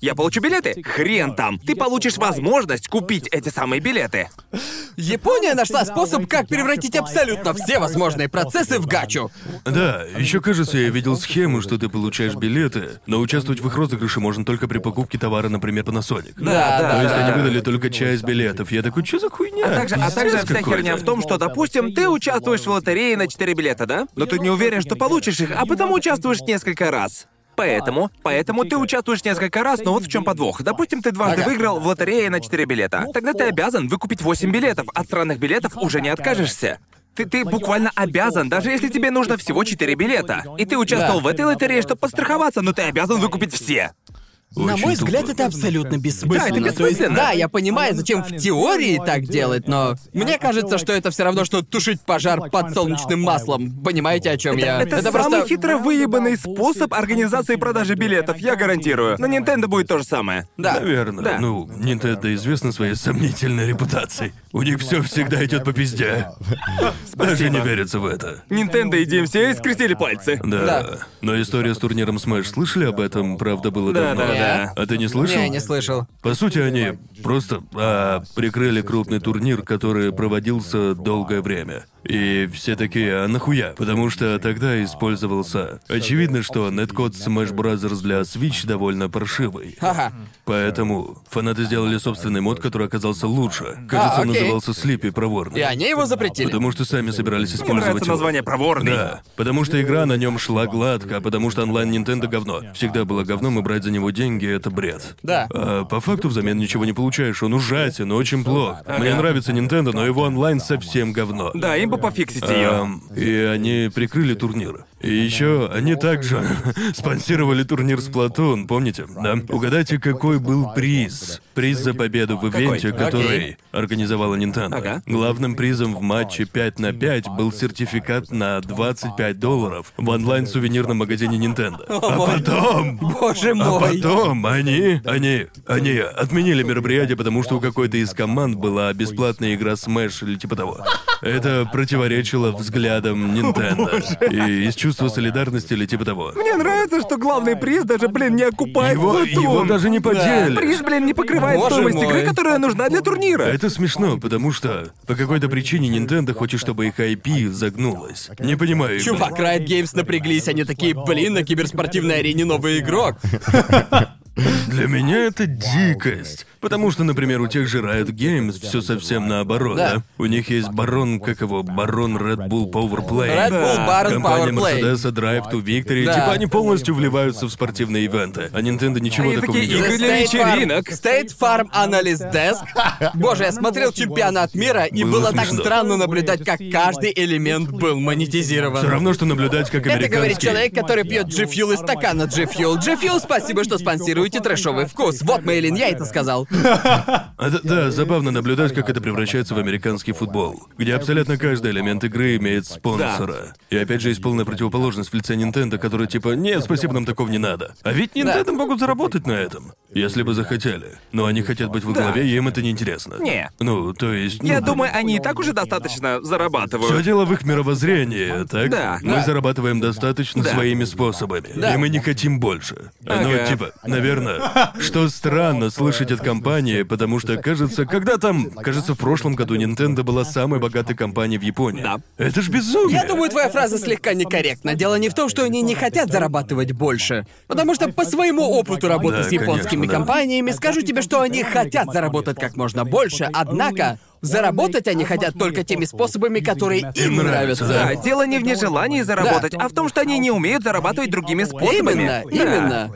S1: я получу билеты? Хрен там. Ты получишь возможность купить эти самые билеты.
S3: Япония нашла способ, как превратить абсолютно все возможные процессы в гачу.
S2: Да, еще кажется, я видел схему, что ты получаешь билеты, но участвовать в их розыгрыше можно только при покупке товара, например, Panasonic.
S3: Да,
S2: То
S3: да,
S2: есть
S3: да.
S2: они выдали только часть билетов. Я такой, что за хуйня?
S1: А также, а также
S2: Пиздец
S1: вся
S2: какой-то».
S1: херня в том, что, допустим, ты участвуешь в лотерее на 4 билета, да? Но ты не уверен, что получишь их, а потому участвуешь несколько раз. Поэтому, поэтому ты участвуешь несколько раз, но вот в чем подвох. Допустим, ты дважды
S3: Ага.
S1: выиграл в лотерее на 4 билета. Тогда ты обязан выкупить 8 билетов. От странных билетов уже не откажешься. Ты, ты буквально обязан, даже если тебе нужно всего 4 билета. И ты участвовал
S3: Да.
S1: в этой лотерее, чтобы постраховаться, но ты обязан выкупить все.
S3: На
S2: Очень
S3: мой взгляд,
S2: тупо.
S3: это абсолютно бессмысленно.
S1: Да, это
S3: То есть,
S1: бессмысленно.
S3: да, я понимаю, зачем в теории так делать, но мне кажется, что это все равно, что тушить пожар подсолнечным маслом. Понимаете, о чем я?
S1: Это, самый
S3: просто
S1: хитро выебанный способ организации и продажи билетов, я гарантирую. На Nintendo будет то же самое.
S3: Да.
S2: Наверное.
S1: Да.
S2: Ну, Nintendo известна своей сомнительной репутацией. У них все всегда идет по пизде. Даже не верится в это.
S1: Nintendo и DMCA скрестили пальцы.
S2: Да.
S3: Да.
S2: Но история с турниром Smash слышали об этом, правда, было
S1: Да,
S2: давно.
S1: да,
S3: да.
S2: А ты не слышал?
S3: Не, не слышал.
S2: По сути, они просто а, прикрыли крупный турнир, который проводился долгое время. И все такие, а нахуя? Потому что тогда использовался... Очевидно, что неткод Smash Bros. для Switch довольно паршивый.
S3: Ага.
S2: Поэтому фанаты сделали собственный мод, который оказался лучше. Кажется, он
S3: окей.
S2: назывался Слиппи Проворный.
S3: И они его запретили.
S2: Потому что сами собирались использовать
S1: Мне нравится
S2: его.
S1: название проворный.
S2: Да, потому что игра на нем шла гладко, а потому что онлайн Nintendo говно. Всегда было говном, и брать за него деньги — это бред.
S3: Да.
S2: А по факту взамен ничего не получаешь, он ужасен, очень плох. Мне нравится Nintendo, но его онлайн совсем говно.
S1: Да, им бы пофиксить ее.
S2: Эм, и они прикрыли турнир. И еще они также спонсировали турнир Сплатун, помните? Да? Угадайте, какой был приз. Приз за победу в ивенте,
S3: Какой?
S2: который организовала Nintendo.
S1: Ага.
S2: Главным призом в матче 5 на 5 был сертификат на 25 долларов в онлайн-сувенирном магазине Nintendo. А потом...
S3: Боже
S2: А
S3: мой.
S2: потом они, они, они отменили мероприятие, потому что у какой-то из команд была бесплатная игра Smash или типа того. Это противоречило взглядам Nintendo. И из чувства солидарности или типа того.
S1: Мне нравится, что главный приз даже, блин, не окупает
S2: Его,
S1: Платон.
S2: его даже не поделили.
S1: Приз, блин, не покрывает
S3: Боже
S1: стоимость
S3: мой.
S1: игры, которая нужна для турнира.
S2: Это смешно, потому что по какой-то причине Nintendo хочет, чтобы их IP загнулось. Не понимаю. их.
S3: Чувак, Riot Games напряглись, они такие, блин, на киберспортивной арене новый игрок.
S2: Для меня это дикость. Потому что, например, у тех же Riot Games все совсем наоборот, да?
S3: Да.
S2: У них есть барон, как его, барон Red Bull Power Play.
S3: Red Bull
S2: Да.
S3: Baron
S2: Компания
S3: Power Play.
S2: Mercedes Drive to Victory.
S3: Да.
S2: Типа они полностью вливаются в спортивные ивенты. А Nintendo ничего
S1: Они
S2: такого
S1: такие
S2: не делает.
S1: игры для
S3: State Farm-
S1: вечеринок.
S3: State Farm Analyst Desk. Боже, я смотрел чемпионат мира, и
S2: Было
S3: было так
S2: смешно.
S3: странно наблюдать, как каждый элемент был монетизирован.
S2: Все равно, что наблюдать, как
S3: Это говорит
S2: американский.
S3: человек, который пьет G-Fuel из стакана G-Fuel. G-Fuel, спасибо, что спонсируете трэшовый вкус. Вот Мейлин, я это сказал.
S2: А, да, да, забавно наблюдать, как это превращается в американский футбол, где абсолютно каждый элемент игры имеет спонсора. И опять же есть полная противоположность в лице Nintendo, который типа «Нет, спасибо, нам такого не надо». А ведь Nintendo могут заработать на этом. Если бы захотели. Но они хотят быть во
S1: Да.
S2: главе, и им это неинтересно.
S1: Не.
S2: Ну, то есть...
S1: Я
S2: ну,
S1: думаю, они и так уже достаточно
S2: Все
S1: зарабатывают.
S2: дело в их мировоззрении, так?
S1: Да,
S2: Мы
S1: да.
S2: зарабатываем достаточно
S1: Да.
S2: своими способами.
S3: Да.
S2: И мы не хотим больше.
S1: Ага.
S2: Ну, типа, наверное, что странно слышать от компании, потому что, кажется, когда там... Кажется, в прошлом году Nintendo была самой богатой компанией в Японии.
S1: Да.
S2: Это ж безумие.
S3: Я думаю, твоя фраза слегка некорректна. Дело не в том, что они не хотят зарабатывать больше. Потому что по своему опыту работы
S2: Да,
S3: с
S2: конечно,
S3: японскими
S2: да.
S3: компаниями скажу тебе, что они хотят заработать как можно больше, однако заработать они хотят только теми способами, которые им
S2: Им нравятся,
S3: нравятся.
S1: Да, дело не в нежелании заработать, а в том, что они не умеют зарабатывать другими способами.
S3: Именно,
S1: Да.
S3: именно.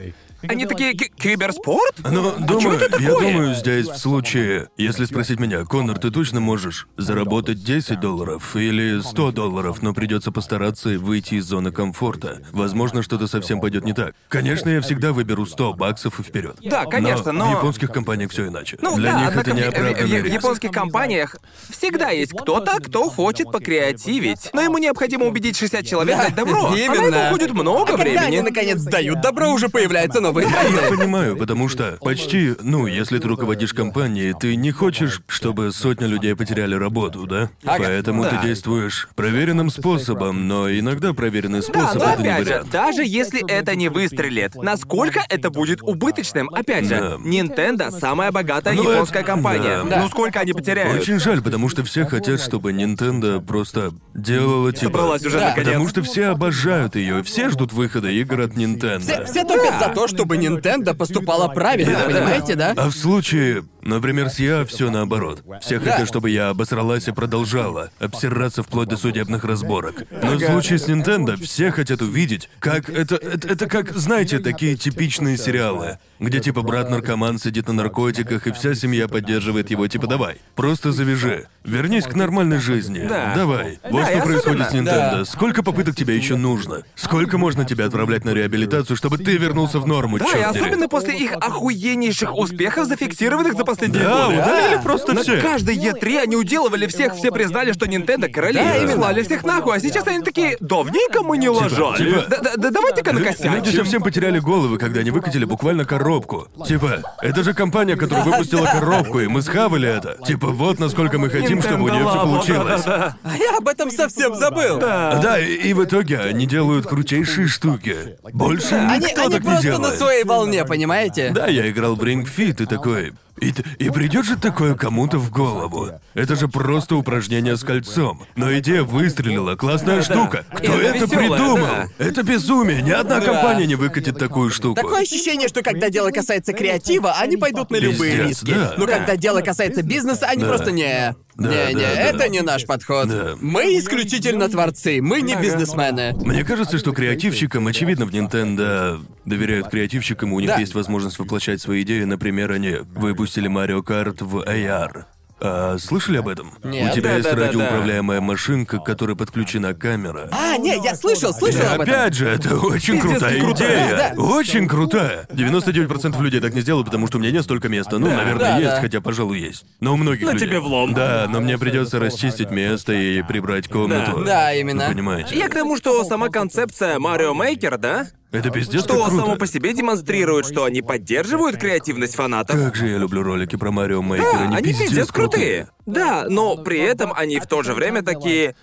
S1: Они такие «Ки- киберспорт?
S2: Ну,
S1: А чё
S2: думаю,
S1: это
S2: я
S1: такое?
S2: думаю, здесь в случае, если спросить меня, Конор, ты точно можешь заработать 10 долларов или 100 долларов, но придется постараться и выйти из зоны комфорта. Возможно, что-то совсем пойдет не так. Конечно, я всегда выберу 100 баксов и вперед.
S1: Да, конечно, но-
S2: В японских компаниях все иначе.
S1: Ну
S2: Для
S1: да,
S2: них
S1: однако
S2: это
S1: в-
S2: не
S1: в-
S2: оправданный
S1: в- в
S2: риск.
S1: японских компаниях всегда есть кто-то, кто хочет покреативить, но ему необходимо убедить 60 человек дать добро. А на это
S3: Именно.
S1: уходит
S3: А
S1: много
S3: когда они
S1: времени.
S3: наконец дают добро, уже появляются новые
S2: Я
S3: тренды.
S2: понимаю, потому что почти, ну, если ты руководишь компанией, ты не хочешь, чтобы сотня людей потеряли работу, да?
S3: Ага.
S2: Поэтому
S1: Да.
S2: ты действуешь проверенным способом, но иногда проверенный
S1: Да,
S2: способ
S1: но
S2: это не
S1: опять же,
S2: вариант.
S1: даже если это не выстрелит, насколько это будет убыточным? Опять же,
S2: Да.
S1: Nintendo самая богатая
S2: Ну, это-
S1: японская компания.
S2: да.
S1: Ну сколько они потеряют?
S2: Очень жаль, потому что все хотят, чтобы Nintendo просто делала типа.
S1: Собралась уже
S3: Да.
S1: наконец.
S2: Потому что все обожают ее, все ждут выхода игр от Nintendo.
S3: Все, все топят за то, чтобы Nintendo поступала правильно,
S2: Да, да.
S3: понимаете, да?
S2: А в случае, например, с я все наоборот. Все хотят, чтобы я обосралась и продолжала обсираться вплоть до судебных разборок. Но в случае с Nintendo все хотят увидеть, как это, это, это как, знаете, такие типичные сериалы, где типа брат наркоман сидит на наркотиках и вся семья поддерживает его, типа давай, просто завяжи, вернись к нормальной жизни,
S1: Да.
S2: давай. Вот
S1: Да, и
S2: что происходит с
S1: особенно-
S2: Nintendo.
S3: Да.
S2: Сколько попыток тебе еще нужно? Сколько можно тебя отправлять на реабилитацию, чтобы ты вернулся в норму?
S1: Да, и
S2: чёрт дери?
S1: особенно после их охуеннейших успехов, зафиксированных за последние
S2: Да,
S1: годы.
S2: удалили просто
S1: На
S2: всех.
S1: каждой Е3 они уделывали всех, все признали, что Nintendo короли.
S3: Да,
S1: и
S3: именно.
S1: слали всех нахуй, а сейчас они такие, давненько мы не ложали.
S2: типа-
S1: Да, да, да давайте-ка
S2: Люди
S1: накосячим.
S2: совсем потеряли головы, когда они выкатили буквально коробку. Типа, это же компания, которая выпустила коробку, и мы схавали это. Типа, вот насколько мы хотим, чтобы у нее все
S1: Nintendo Labo,
S2: получилось.
S1: да-да-да.
S3: А я об этом совсем забыл.
S2: Да, и, и в итоге они делают крутейшие штуки. Больше
S3: Они,
S2: никто
S3: они
S2: так не
S3: просто
S2: делает.
S3: на своей волне, понимаете?
S2: Да, я играл в Ring Fit и такой. И, т- и придет же такое кому-то в голову. Это же просто упражнение с кольцом. Но идея выстрелила, классная штука. Кто
S3: ну
S1: И она
S2: это
S1: весёлая,
S2: придумал?
S1: да.
S2: Это безумие. Ни одна компания не выкатит такую штуку.
S3: Такое ощущение, что когда дело касается креатива, они пойдут на любые
S2: Пиздец,
S3: риски.
S2: да.
S3: Но
S2: Да.
S3: когда дело касается бизнеса, они просто не.
S2: Да,
S3: не, не,
S2: да, да.
S3: это не наш подход.
S2: Да.
S3: Мы исключительно творцы, мы не бизнесмены.
S2: Мне кажется, что креативщикам, очевидно, в Nintendo доверяют креативщикам, и у них
S3: Да.
S2: есть возможность воплощать свои идеи. Например, они выпустили Марио Карт в AR. А, слышали об этом?
S3: Нет.
S2: У тебя
S1: Да,
S2: есть
S1: да, да, да.
S2: радиоуправляемая машинка, к которой подключена камера.
S3: А, не, я слышал, слышал
S2: Да,
S3: об этом.
S2: опять же, это очень
S1: Пиздец,
S2: крутая
S1: крутая.
S2: идея.
S3: Да.
S2: Очень крутая. 99% людей так не сделают, потому что у меня нет столько места. Ну, наверное,
S3: Да,
S2: есть,
S3: да.
S2: хотя, пожалуй, есть. Но у многих людей.
S1: Ну, тебе в лом.
S2: Да, но мне придется расчистить место и прибрать комнату.
S3: Да, именно.
S2: Ну, понимаете?
S1: Я к тому, что сама концепция Марио Мейкер, да?
S2: Это пиздец как
S1: Что
S2: круто.
S1: само по себе демонстрирует, что они поддерживают креативность фанатов.
S2: Как же я люблю ролики про Марио Мейкера,
S1: Да,
S2: они,
S1: А, они пиздец крутые. Да, но при этом они в то же время такие...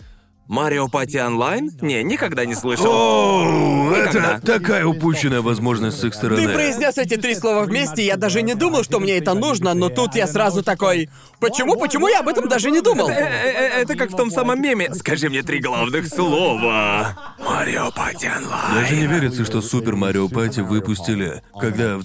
S1: Марио Пати Онлайн? Не, никогда не слышал.
S2: Оу,
S1: Никогда.
S2: это такая упущенная возможность с их стороны.
S3: Ты произнес эти три слова вместе, я даже не думал, что мне это нужно, но тут я сразу такой. Почему, почему я об этом даже не думал?
S1: Э, э, э, Это как в том самом меме. Скажи мне три главных слова. Марио Пати Онлайн.
S2: Даже не верится, что Супер Марио Пати выпустили, когда в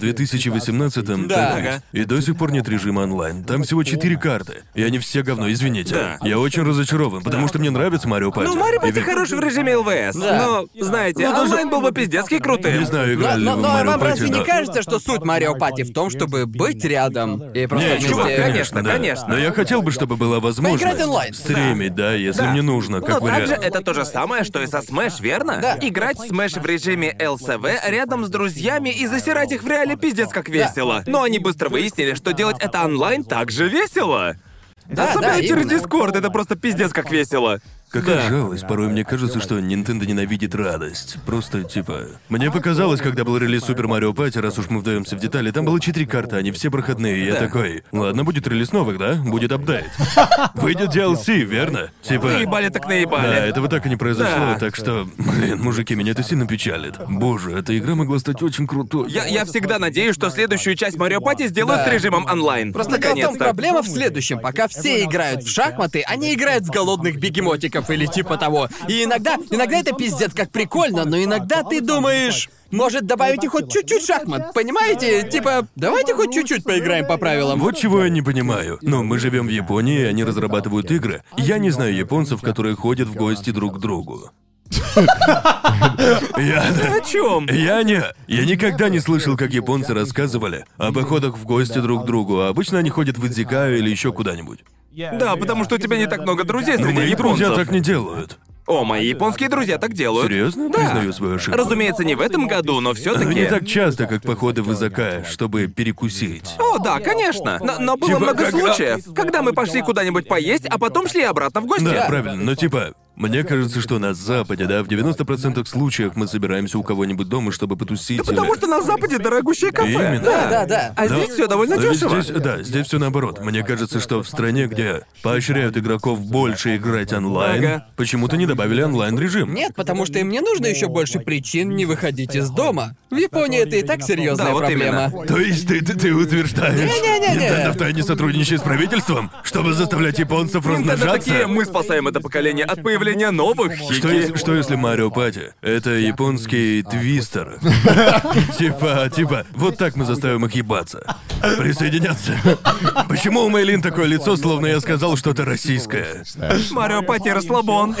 S2: 2018-м
S3: Да.
S2: так ведь, и до сих пор нет режима онлайн. Там всего четыре карты, и они все говно, извините. Я очень разочарован, потому что мне нравится Марио Пати.
S1: Ну, Марио
S2: И
S1: Пати
S2: ведь-
S1: хорош в режиме ЛВС,
S3: Да.
S1: но, знаете, онлайн был бы пиздецкий крутым.
S2: Не знаю,
S3: Но,
S2: играли ли
S3: но-
S2: вы в
S3: но
S2: Марио
S3: вам
S2: Пати,
S3: разве
S2: но-
S3: не кажется, что суть Марио Пати в том, чтобы быть рядом и просто
S2: Не,
S3: вместе-
S2: чувак,
S1: конечно,
S2: конечно, да.
S1: конечно.
S2: Но я хотел бы, чтобы была возможность
S3: Поиграть онлайн, да.
S2: стримить, да, если
S1: Да.
S2: мне нужно, как
S1: Но
S2: вариант.
S1: Ну, также это то же самое, что и со Smash, верно?
S3: Да.
S1: Играть в Smash в режиме ЛСВ рядом с друзьями и засирать их в реале пиздец как весело. Но они быстро выяснили, что делать это онлайн так же весело.
S3: Да,
S1: Особенно
S3: да,
S1: через
S3: именно.
S1: Дискорд, это просто пиздец как весело.
S2: Какая
S1: Да.
S2: жалость, порой мне кажется, что Nintendo ненавидит радость. Просто типа. Мне показалось, когда был релиз Супер Марио Пати, раз уж мы вдаемся в детали, там было четыре карты, они все проходные. и Я
S1: Да.
S2: такой. Ладно, будет релиз новых, да? Будет апдейт. Выйдет DLC, верно? Типа.
S1: Наебали так наебали.
S2: Да, этого так и не произошло,
S1: Да.
S2: так что, блин, мужики, меня это сильно печалит. Боже, эта игра могла стать очень крутой.
S1: Я, я всегда надеюсь, что следующую часть Марио Пати сделают
S3: Да.
S1: с режимом онлайн.
S3: Просто дело в том, проблема в следующем. Пока все играют в шахматы, они играют с голодных бегемотиков или типа того. И иногда, иногда это пиздец как прикольно, но иногда ты думаешь... Может, добавите хоть чуть-чуть шахмат, понимаете? Типа, давайте хоть чуть-чуть поиграем по правилам.
S2: Вот чего я не понимаю. Но мы живем в Японии, и они разрабатывают игры. Я не знаю японцев, которые ходят в гости друг к другу. Я,
S1: О чем?
S2: я не... Я никогда не слышал, как японцы рассказывали о походах в гости друг к другу. А Обычно они ходят в Идзикаю или еще куда-нибудь.
S1: Да, потому что у тебя не так много друзей
S2: Но
S1: среди
S2: мои
S1: японцев.
S2: друзья так не делают.
S1: О, мои японские друзья так делают.
S2: Серьезно? Признаю свою ошибку.
S1: Разумеется, не в этом году, но
S2: Но
S1: все-таки.
S2: не так часто, как походы в Изакая, чтобы перекусить.
S1: О, да, конечно. Но, но было
S2: Типа,
S1: много
S2: как-
S1: случаев, когда мы пошли куда-нибудь поесть, а потом шли обратно в гости.
S2: Да, правильно, но типа, мне кажется, что на Западе, да, в 90% случаев мы собираемся у кого-нибудь дома, чтобы потусить.
S1: Потому
S2: или-
S1: что на Западе дорогущее кафе.
S2: Именно.
S1: Да,
S3: Да, да.
S1: А
S2: Да.
S1: здесь все довольно
S2: Но ведь
S1: дешево.
S2: здесь- да, здесь все наоборот. Мне кажется, что в стране, где поощряют игроков больше играть онлайн,
S1: Ага.
S2: почему-то не добавили онлайн-режим.
S3: Нет, потому что им не нужно еще больше причин не выходить из дома. В Японии это и так серьезная
S1: Да, вот
S3: проблема.
S1: именно.
S2: То есть ты, ты, ты утверждаешь,
S3: Не-не-не-не.
S2: Nintendo втайне сотрудничает с правительством, чтобы заставлять японцев
S1: Nintendo
S2: размножаться?
S1: такие, мы спасаем это поколение от появления новых
S2: Что,
S1: хики».
S2: если- что если Марио Пати? Это японский твистер. Типа, типа, вот так мы заставим их ебаться. Присоединяться. Почему у Мэйлин такое лицо, словно я сказал что-то российское?
S1: Марио Пати расслабон.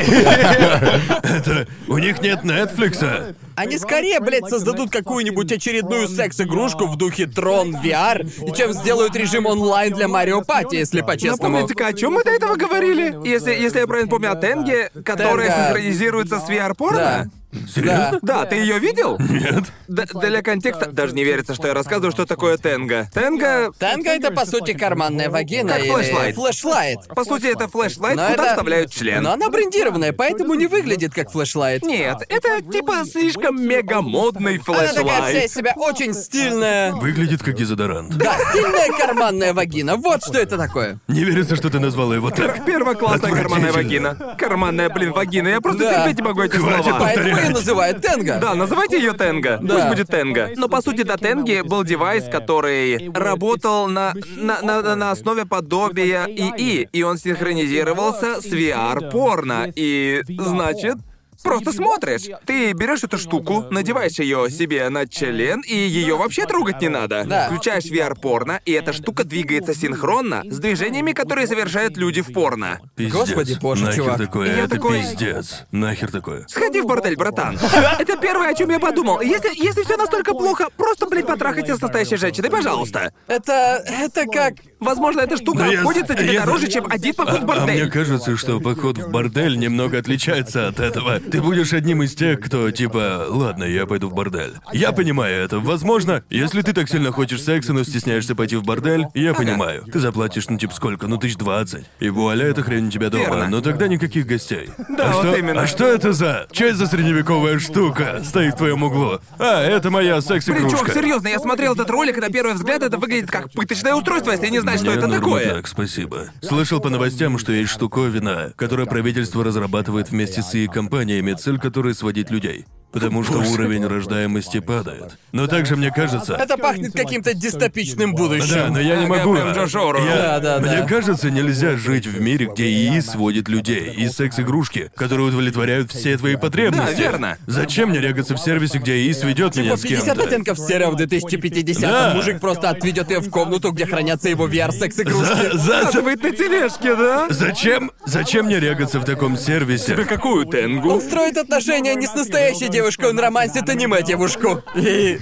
S2: Это... У них нет Нетфликса.
S3: Они скорее, блядь, создадут какую-нибудь очередную секс-игрушку в духе Трон VR, и чем сделают режим онлайн для Марио Пати, если по-честному.
S1: Напомните-ка, о чем мы до этого говорили? Если, если я правильно помню о Тенге, которая
S3: Тенга.
S1: синхронизируется с VR-порно?
S2: Серьезно?
S1: Да, ты ее видел?
S2: Нет.
S1: Д- для контекста даже не верится, что я рассказываю, что такое Тенга. Тенга,
S3: Танго это, по сути, карманная вагина
S1: Как
S3: или
S1: флешлайт.
S3: флешлайт.
S1: по сути, это флешлайт,
S3: Но
S1: куда
S3: это-
S1: вставляют член.
S3: Но она брендированная, поэтому не выглядит как флешлайт.
S1: Нет, это типа слишком мегамодный
S3: Она такая вся
S1: флешлайт.
S3: из себя очень стильная.
S2: Выглядит как дезодорант.
S3: Да, стильная карманная вагина. Вот что это такое.
S2: Не верится, что ты назвала его так.
S1: Первоклассная карманная
S2: Отвратительно.
S1: вагина. Карманная, блин, вагина. Я просто
S3: Да.
S1: терпеть не могу эти
S2: Хватит
S1: слова.
S2: повторять.
S3: Поэтому ее называют Тенго.
S1: Да, называйте ее Тенга.
S3: Да.
S1: Пусть будет Тенга. Но по сути до Тенги был девайс, который работал на, на, на, на основе подобия ИИ, и он синхронизировался с VR-порно. И значит, Просто смотришь. Ты берешь эту штуку, надеваешь ее себе на член, и ее вообще трогать не надо.
S4: Да.
S1: Включаешь VR-порно, и эта штука двигается синхронно с движениями, которые совершают люди в порно.
S2: Пиздец.
S3: Господи боже,
S2: Нахер
S3: чувак.
S2: такое,
S1: Я
S2: это
S1: такой-
S2: пиздец. Нахер такое.
S1: Сходи в бордель, братан. Это первое, о чем я подумал. Если, если все настолько плохо, просто, блядь, потрахайтесь с настоящей женщиной, пожалуйста.
S3: Это... это как...
S1: Возможно, эта штука
S2: Да я-
S1: обходится тебе
S2: я-
S1: дороже, чем один
S2: А,
S1: поход в
S2: а мне
S1: типа бордель.
S2: кажется, что поход в бордель немного отличается от этого. Ты будешь одним из тех, кто типа, ладно, я пойду в бордель. Я понимаю это. Возможно, если ты так сильно хочешь секса, но стесняешься пойти в бордель, я понимаю. Ты заплатишь, ну типа сколько, ну тысяч двадцать. И вуаля, эта хрень у тебя дома.
S1: Верно.
S2: Но тогда никаких гостей.
S1: Да,
S2: а
S1: вот
S2: что,
S1: именно.
S2: А что это за? Что это за средневековая штука стоит в твоем углу? А, это моя
S1: Блин,
S2: секс-игрушка.
S1: чувак, серьезно, я смотрел этот ролик, и на первый взгляд это выглядит как пыточное устройство, если не знаешь, что
S2: Мне
S1: это
S2: норм
S1: такое.
S2: Так, спасибо. Слышал по новостям, что есть штуковина, которую правительство разрабатывает вместе с и компаниями, цель которой сводить людей. Потому что уровень рождаемости падает. Но также мне кажется.
S3: Это пахнет каким-то дистопичным
S2: Да,
S3: будущим.
S2: но я не
S1: Ага,
S2: могу.
S1: прям Джордж Оруэлл.
S2: Я-
S3: Да, да,
S2: мне
S3: да.
S2: кажется, нельзя жить в мире, где ИИ сводит людей и секс-игрушки, которые удовлетворяют все твои потребности.
S1: Да, верно.
S2: Зачем мне рягаться в сервисе, где ИИ сведет меня с
S3: 50
S2: кем-то?
S3: Типа оттенков серого в 2050
S2: Да.
S3: мужик просто отведет ее в комнату, где хранятся его VR-секс-игрушки.
S2: За- за- за-
S1: Сказывает на тележке, да?
S2: зачем? Зачем мне рягаться в таком сервисе?
S1: Какую тенгу?
S3: Он строит отношения не с настоящей девушку, он романсит аниме-девушку. И...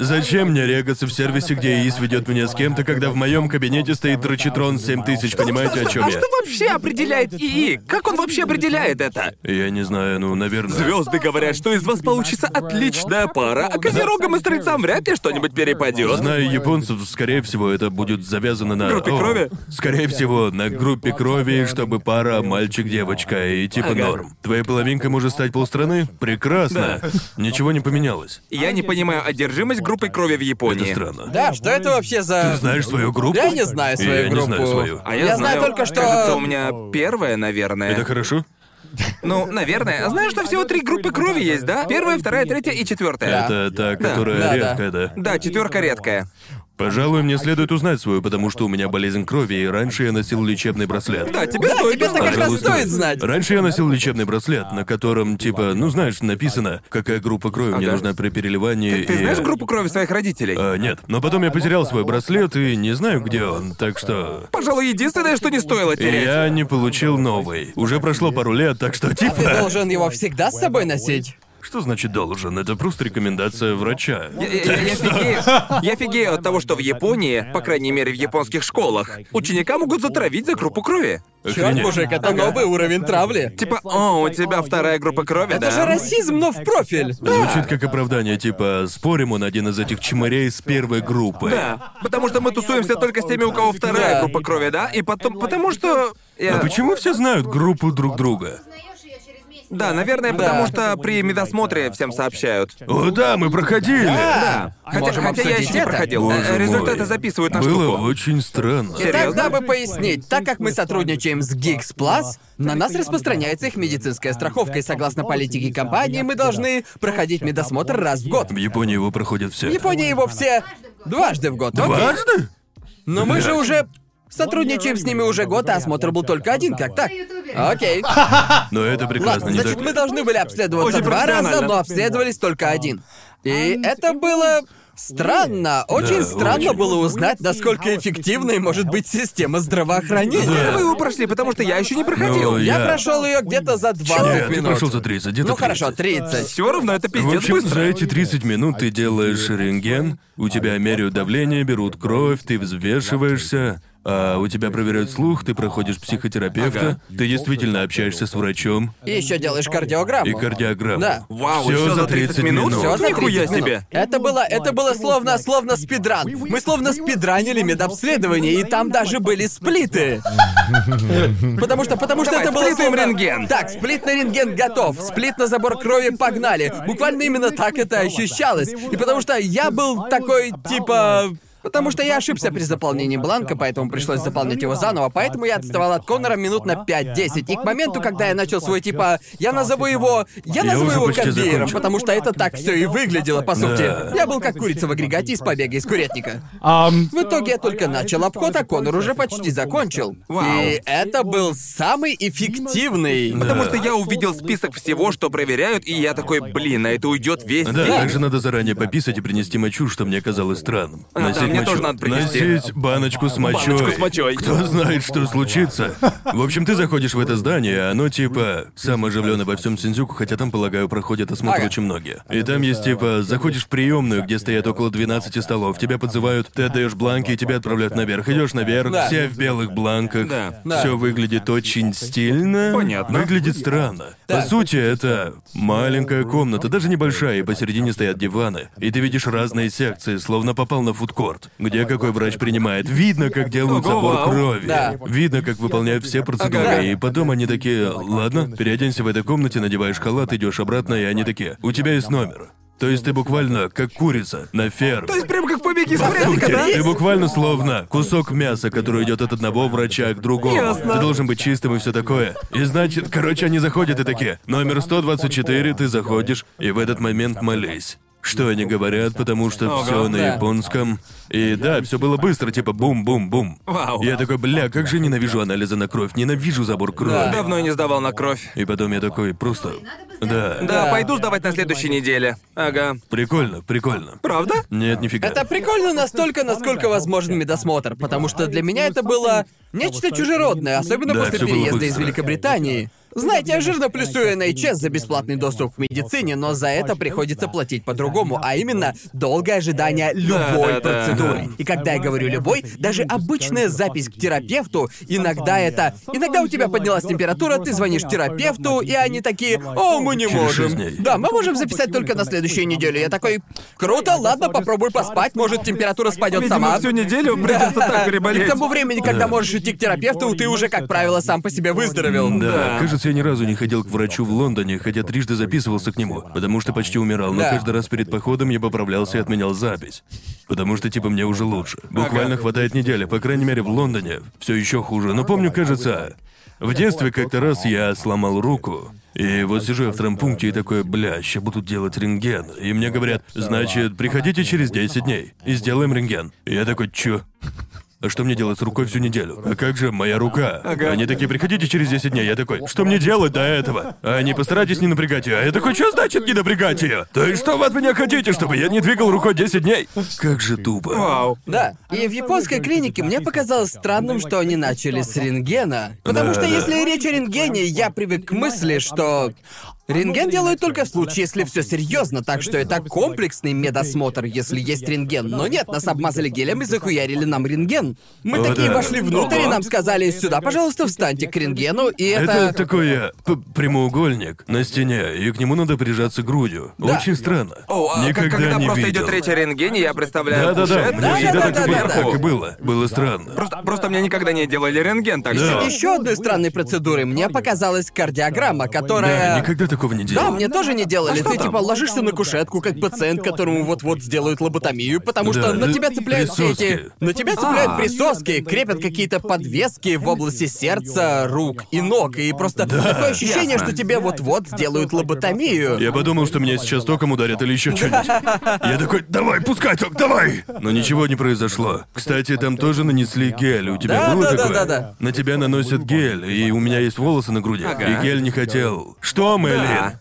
S2: Зачем мне регаться в сервисе, где ИИС ведет меня с кем-то, когда в моем кабинете стоит Рочитрон 7000, понимаете, о чем
S1: а
S2: я?
S1: что вообще определяет ИИ? Как он вообще определяет это?
S2: Я не знаю, ну, наверное.
S1: Звезды говорят, что из вас получится отличная пара, а козерогам и стрельцам вряд ли что-нибудь перепадет.
S2: Знаю японцев, скорее всего, это будет завязано на...
S1: Группе
S2: О,
S1: крови?
S2: Скорее всего, на группе крови, чтобы пара мальчик-девочка, и типа
S1: Ага.
S2: норм. Твоя половинка может стать полстраны? Прекрасно. Ничего не поменялось.
S1: Я не понимаю одержимость группой крови в
S2: Это
S1: Японии.
S2: странно.
S3: Да, что это вообще за...
S2: Знаешь свою группу?
S3: Я не знаю свою
S2: Я не
S3: группу.
S2: знаю свою.
S1: А
S3: Я знаю только, что-
S1: Кажется, у меня первая, наверное.
S2: Это хорошо?
S1: Ну, наверное. А Знаешь, что всего три группы крови есть, да? Первая, вторая, третья и четвертая.
S2: Это та,
S1: Да.
S2: которая
S3: Да, да.
S2: редкая, да.
S1: Да, четверка редкая.
S2: Пожалуй, мне следует узнать свою, потому что у меня болезнь крови, и раньше я носил лечебный браслет.
S1: Да, тебе стоит узнать.
S3: тебе-то типа, как раз
S2: Пожалуй,
S3: стоит знать.
S2: Раньше я носил лечебный браслет, на котором, типа, ну знаешь, написано, какая группа крови мне
S1: Ага.
S2: нужна при переливании.
S1: Ты
S2: и-
S1: знаешь группу крови своих родителей?
S2: А, нет. Но потом я потерял свой браслет и не знаю, где он, так что...
S1: Пожалуй, единственное, что не стоило
S2: И
S1: терять.
S2: я не получил новый. Уже прошло пару лет, так что
S3: А Ты
S2: типа...
S3: должен его всегда с собой носить.
S2: Что значит должен? Это просто рекомендация врача.
S3: Э,
S1: Я- Я я- я офигею. Я офигею от того, что в Японии, по крайней мере в японских школах, ученика могут затравить за группу крови.
S3: Чёрт,
S2: Охренеть.
S3: мужик, это новый уровень травли.
S1: Типа, о, у тебя вторая группа крови, да?
S3: Это же расизм, но в профиль.
S2: Звучит как оправдание, типа, спорим, он один из этих чмырей с первой группы.
S1: Да, потому что мы тусуемся только с теми, у кого вторая
S3: Да.
S1: группа крови, да? И потом, потому что... я-
S2: А почему все знают группу друг друга?
S4: Узнаешь ее через месяц.
S1: Да, наверное,
S3: Да.
S1: потому что при медосмотре всем сообщают.
S2: О, да, мы проходили!
S1: Да. Хотя,
S3: Можем
S1: хотя я
S3: обсудить
S1: еще не
S3: это?
S1: проходил.
S2: Боже
S1: Э, Результаты
S2: мой.
S1: записывают на
S2: Было
S1: штуку.
S2: очень странно.
S1: Серьёзно?
S3: Тогда бы пояснить, так как мы сотрудничаем с Geeks Plus, на нас распространяется их медицинская страховка, и согласно политике компании мы должны проходить медосмотр раз в год.
S2: В Японии его проходят все.
S3: В Японии его все дважды в год. окей.
S2: Дважды?
S3: Но мы же уже сотрудничаем с ними уже год, а осмотр был только один, как так?
S4: На Ютубе.
S3: Окей.
S2: Но это прекрасно,
S3: Ладно,
S2: не
S3: значит,
S2: так ли?
S3: мы должны были обследоваться
S1: Очень
S3: два раза,
S1: профессионально.
S3: но обследовались только один. И это было странно. Очень
S2: Да,
S3: странно
S2: очень.
S3: было узнать, насколько эффективной может быть система здравоохранения.
S1: Это Вы его прошли, потому что я еще не проходил.
S2: Ну,
S3: Я
S2: Я-
S3: прошел ее где-то за 20
S2: Нет, ты
S3: минут.
S2: прошел за 30, где-то
S3: Ну хорошо,
S2: 30.
S3: 30.
S1: Все равно это
S2: В
S1: пиздец
S2: общем, за
S1: быстро.
S2: эти 30 минут ты делаешь рентген, у тебя меряют давление, берут кровь, ты взвешиваешься, а у тебя проверяют слух, ты проходишь психотерапевта, ты действительно общаешься с врачом
S3: И еще делаешь
S2: и
S3: кардиограмму.
S2: кардиограмму.
S3: Да.
S1: Вау,
S2: Всё
S1: всё
S2: за 30 Ну минут?
S3: Всё за
S1: Нихуя
S3: 30 минут.
S1: себе.
S3: Это было, это было словно, словно спидран. Мы словно спидранили медобследование, и там даже были сплиты. Потому что, потому что
S1: Давай,
S3: это было
S1: сплитуем
S3: словно...
S1: рентген.
S3: Так, сплит на рентген готов, сплит на забор крови погнали. Буквально именно так это ощущалось. И потому что я был такой, типа... Потому что я ошибся при заполнении бланка, поэтому пришлось заполнять его заново, поэтому я отставал от Коннора минут на 5-10. И к моменту, когда я начал свой типа, я назову его,
S2: Я
S3: я назову
S2: уже
S3: его
S2: почти
S3: конвейером,
S2: закончил.
S3: потому что это так все и выглядело, по сути.
S2: Да.
S3: Я был как курица в агрегате из побега из курятника. В
S5: В
S3: итоге я только начал обход, а Конор уже почти закончил.
S1: Вау.
S3: И это был самый эффективный.
S1: Потому что я увидел список всего, что проверяют, и я такой, блин, на это уйдет весь
S2: Да,
S1: день.
S2: также надо заранее пописать и принести мочу, что мне казалось странным.
S1: А, да, мне тоже надо принести.
S2: Носить баночку с мочой.
S1: Баночку с мочой.
S2: а Кто знает, что случится. В общем, ты заходишь в это здание, а оно типа самое оживленное во всем Синдзюку, хотя там, полагаю, проходят осмотр
S3: Ага.
S2: очень многие. И там есть типа, заходишь в приемную, где стоят около 12 столов, тебя подзывают, ты отдаешь бланки, и тебя отправляют наверх. Идешь наверх,
S3: Да.
S2: все в белых бланках.
S1: Да.
S3: Да.
S2: Все выглядит очень стильно.
S1: Понятно.
S2: Выглядит странно.
S3: Да.
S2: По сути, это маленькая комната, даже небольшая, и посередине стоят диваны. И ты видишь разные секции, словно попал на фудкорт, где какой врач принимает. Видно, как делают
S1: Ого,
S2: забор
S1: вау.
S2: крови.
S3: Да.
S2: Видно, как выполняют все процедуры.
S1: Ага.
S2: И потом они такие, ладно, переоденься в этой комнате, надеваешь халат, идешь обратно, и они такие, у тебя есть номер. То есть ты буквально как курица на ферме.
S1: То есть прям как в побеге из
S2: Сути,
S1: порядка, да?
S2: Ты буквально словно кусок мяса, который идет от одного врача к другому.
S1: Ясно.
S2: Ты должен быть чистым и все такое. И значит, короче, они заходят и такие. Номер 124, ты заходишь, и в этот момент молись. Что они говорят, потому что
S1: Ого.
S2: все на
S3: Да.
S2: японском. И да, все было быстро, типа бум-бум-бум.
S1: Вау.
S2: Я такой, бля, как же ненавижу анализы на кровь, ненавижу забор крови.
S3: Да.
S1: Давно я не сдавал на кровь.
S2: И потом я такой, просто. Да.
S1: Да,
S3: Да.
S1: пойду сдавать на следующей неделе. Ага.
S2: Прикольно, прикольно.
S1: Правда?
S2: Нет, нифига.
S3: Это прикольно настолько, насколько возможен медосмотр, потому что для меня это было нечто чужеродное, особенно
S2: Да,
S3: после
S2: всё было
S3: переезда из
S2: быстро.
S3: Великобритании. Знаете, я жирно плюсую NHS за бесплатный доступ к медицине, но за это приходится платить по-другому, а именно долгое ожидание любой
S1: Да, да, да.
S3: процедуры. И когда я говорю любой, даже обычная запись к терапевту, иногда это... Иногда у тебя поднялась температура, ты звонишь терапевту, и они такие, о, мы не
S2: Через шесть
S3: можем.
S2: дней.
S3: Да, мы можем записать только на следующей неделе. Я такой, круто, Ну ладно, попробуй поспать, может температура спадет
S1: Видимо,
S3: сама.
S1: всю неделю придется так
S3: И к
S1: переболеть.
S3: тому времени, когда
S2: Да.
S3: можешь идти к терапевту, ты уже, как правило, сам по себе выздоровел.
S2: Да,
S1: Да.
S2: кажется, я ни разу не ходил к врачу в Лондоне, хотя трижды записывался к нему, потому что почти умирал, но
S3: Да.
S2: каждый раз перед походом я поправлялся и отменял запись. Потому что, типа, мне уже лучше. Буквально хватает недели, по крайней мере, в Лондоне. Все еще хуже, но помню, кажется, в детстве как-то раз я сломал руку. И вот сижу я в травмпункте и такой, бля, ща будут делать рентген. И мне говорят, значит, приходите через 10 дней и сделаем рентген. И я такой, чё? А что мне делать с рукой всю неделю? А как же моя рука? Они такие, приходите через 10 дней. Я такой, что мне делать до этого? А Они, постарайтесь не напрягать ее. А я такой, что значит не напрягать ее? То есть что вы от меня хотите, чтобы я не двигал рукой 10 дней? Как же тупо.
S1: Вау.
S3: Да. И в японской клинике мне показалось странным, что они начали с рентгена. Потому
S2: Да,
S3: что
S2: да.
S3: если речь о рентгене, я привык к мысли, что рентген делают только в случае, если все серьезно, так что это комплексный медосмотр, если есть рентген. Но нет, нас обмазали гелем и захуярили нам рентген. Мы
S2: О,
S3: такие
S2: да.
S3: вошли внутрь, и нам сказали, сюда, пожалуйста, встаньте к рентгену, и
S2: Это такой э, п- прямоугольник на стене, и к нему надо прижаться грудью. Очень странно.
S1: О, а
S2: Никогда
S1: когда
S2: не
S1: просто э,
S2: видел.
S1: идет речь о рентгене, я представляю
S2: Да-да-да,
S1: кушетку
S2: мне
S1: и
S2: всегда
S1: так
S2: так и было.
S1: сверху.
S2: Так и было. Было странно.
S1: Просто, просто мне никогда не делали рентген, так
S2: Да.
S1: что...
S3: Еще одной странной процедурой мне показалась кардиограмма, которая.
S1: э,
S2: Да, никогда такого не делал.
S3: Да, мне тоже не делали.
S1: ну А что
S3: Ты
S1: там? Ну
S3: типа ложишься на кушетку, как пациент, которому вот-вот сделают лоботомию, потому
S2: Да,
S3: что на
S2: да,
S3: тебя цепляют все эти...
S2: присоски.
S3: На тебя цепляют
S1: А.
S3: присоски, крепят какие-то подвески в области сердца, рук и ног, и просто такое ощущение,
S1: Ясно.
S3: что тебе вот-вот сделают лоботомию.
S2: Я подумал, что меня сейчас током ударят или еще что-нибудь. Я такой, давай, пускай ток, давай! Но ничего не произошло. Кстати, там тоже нанесли гель. У тебя
S3: Да,
S2: было
S3: да, да,
S2: такое?
S3: да, да.
S2: На тебя наносят гель, и у меня есть волосы на груди.
S1: Ага.
S2: И гель не хотел. Что, Мэйлин?
S1: Да.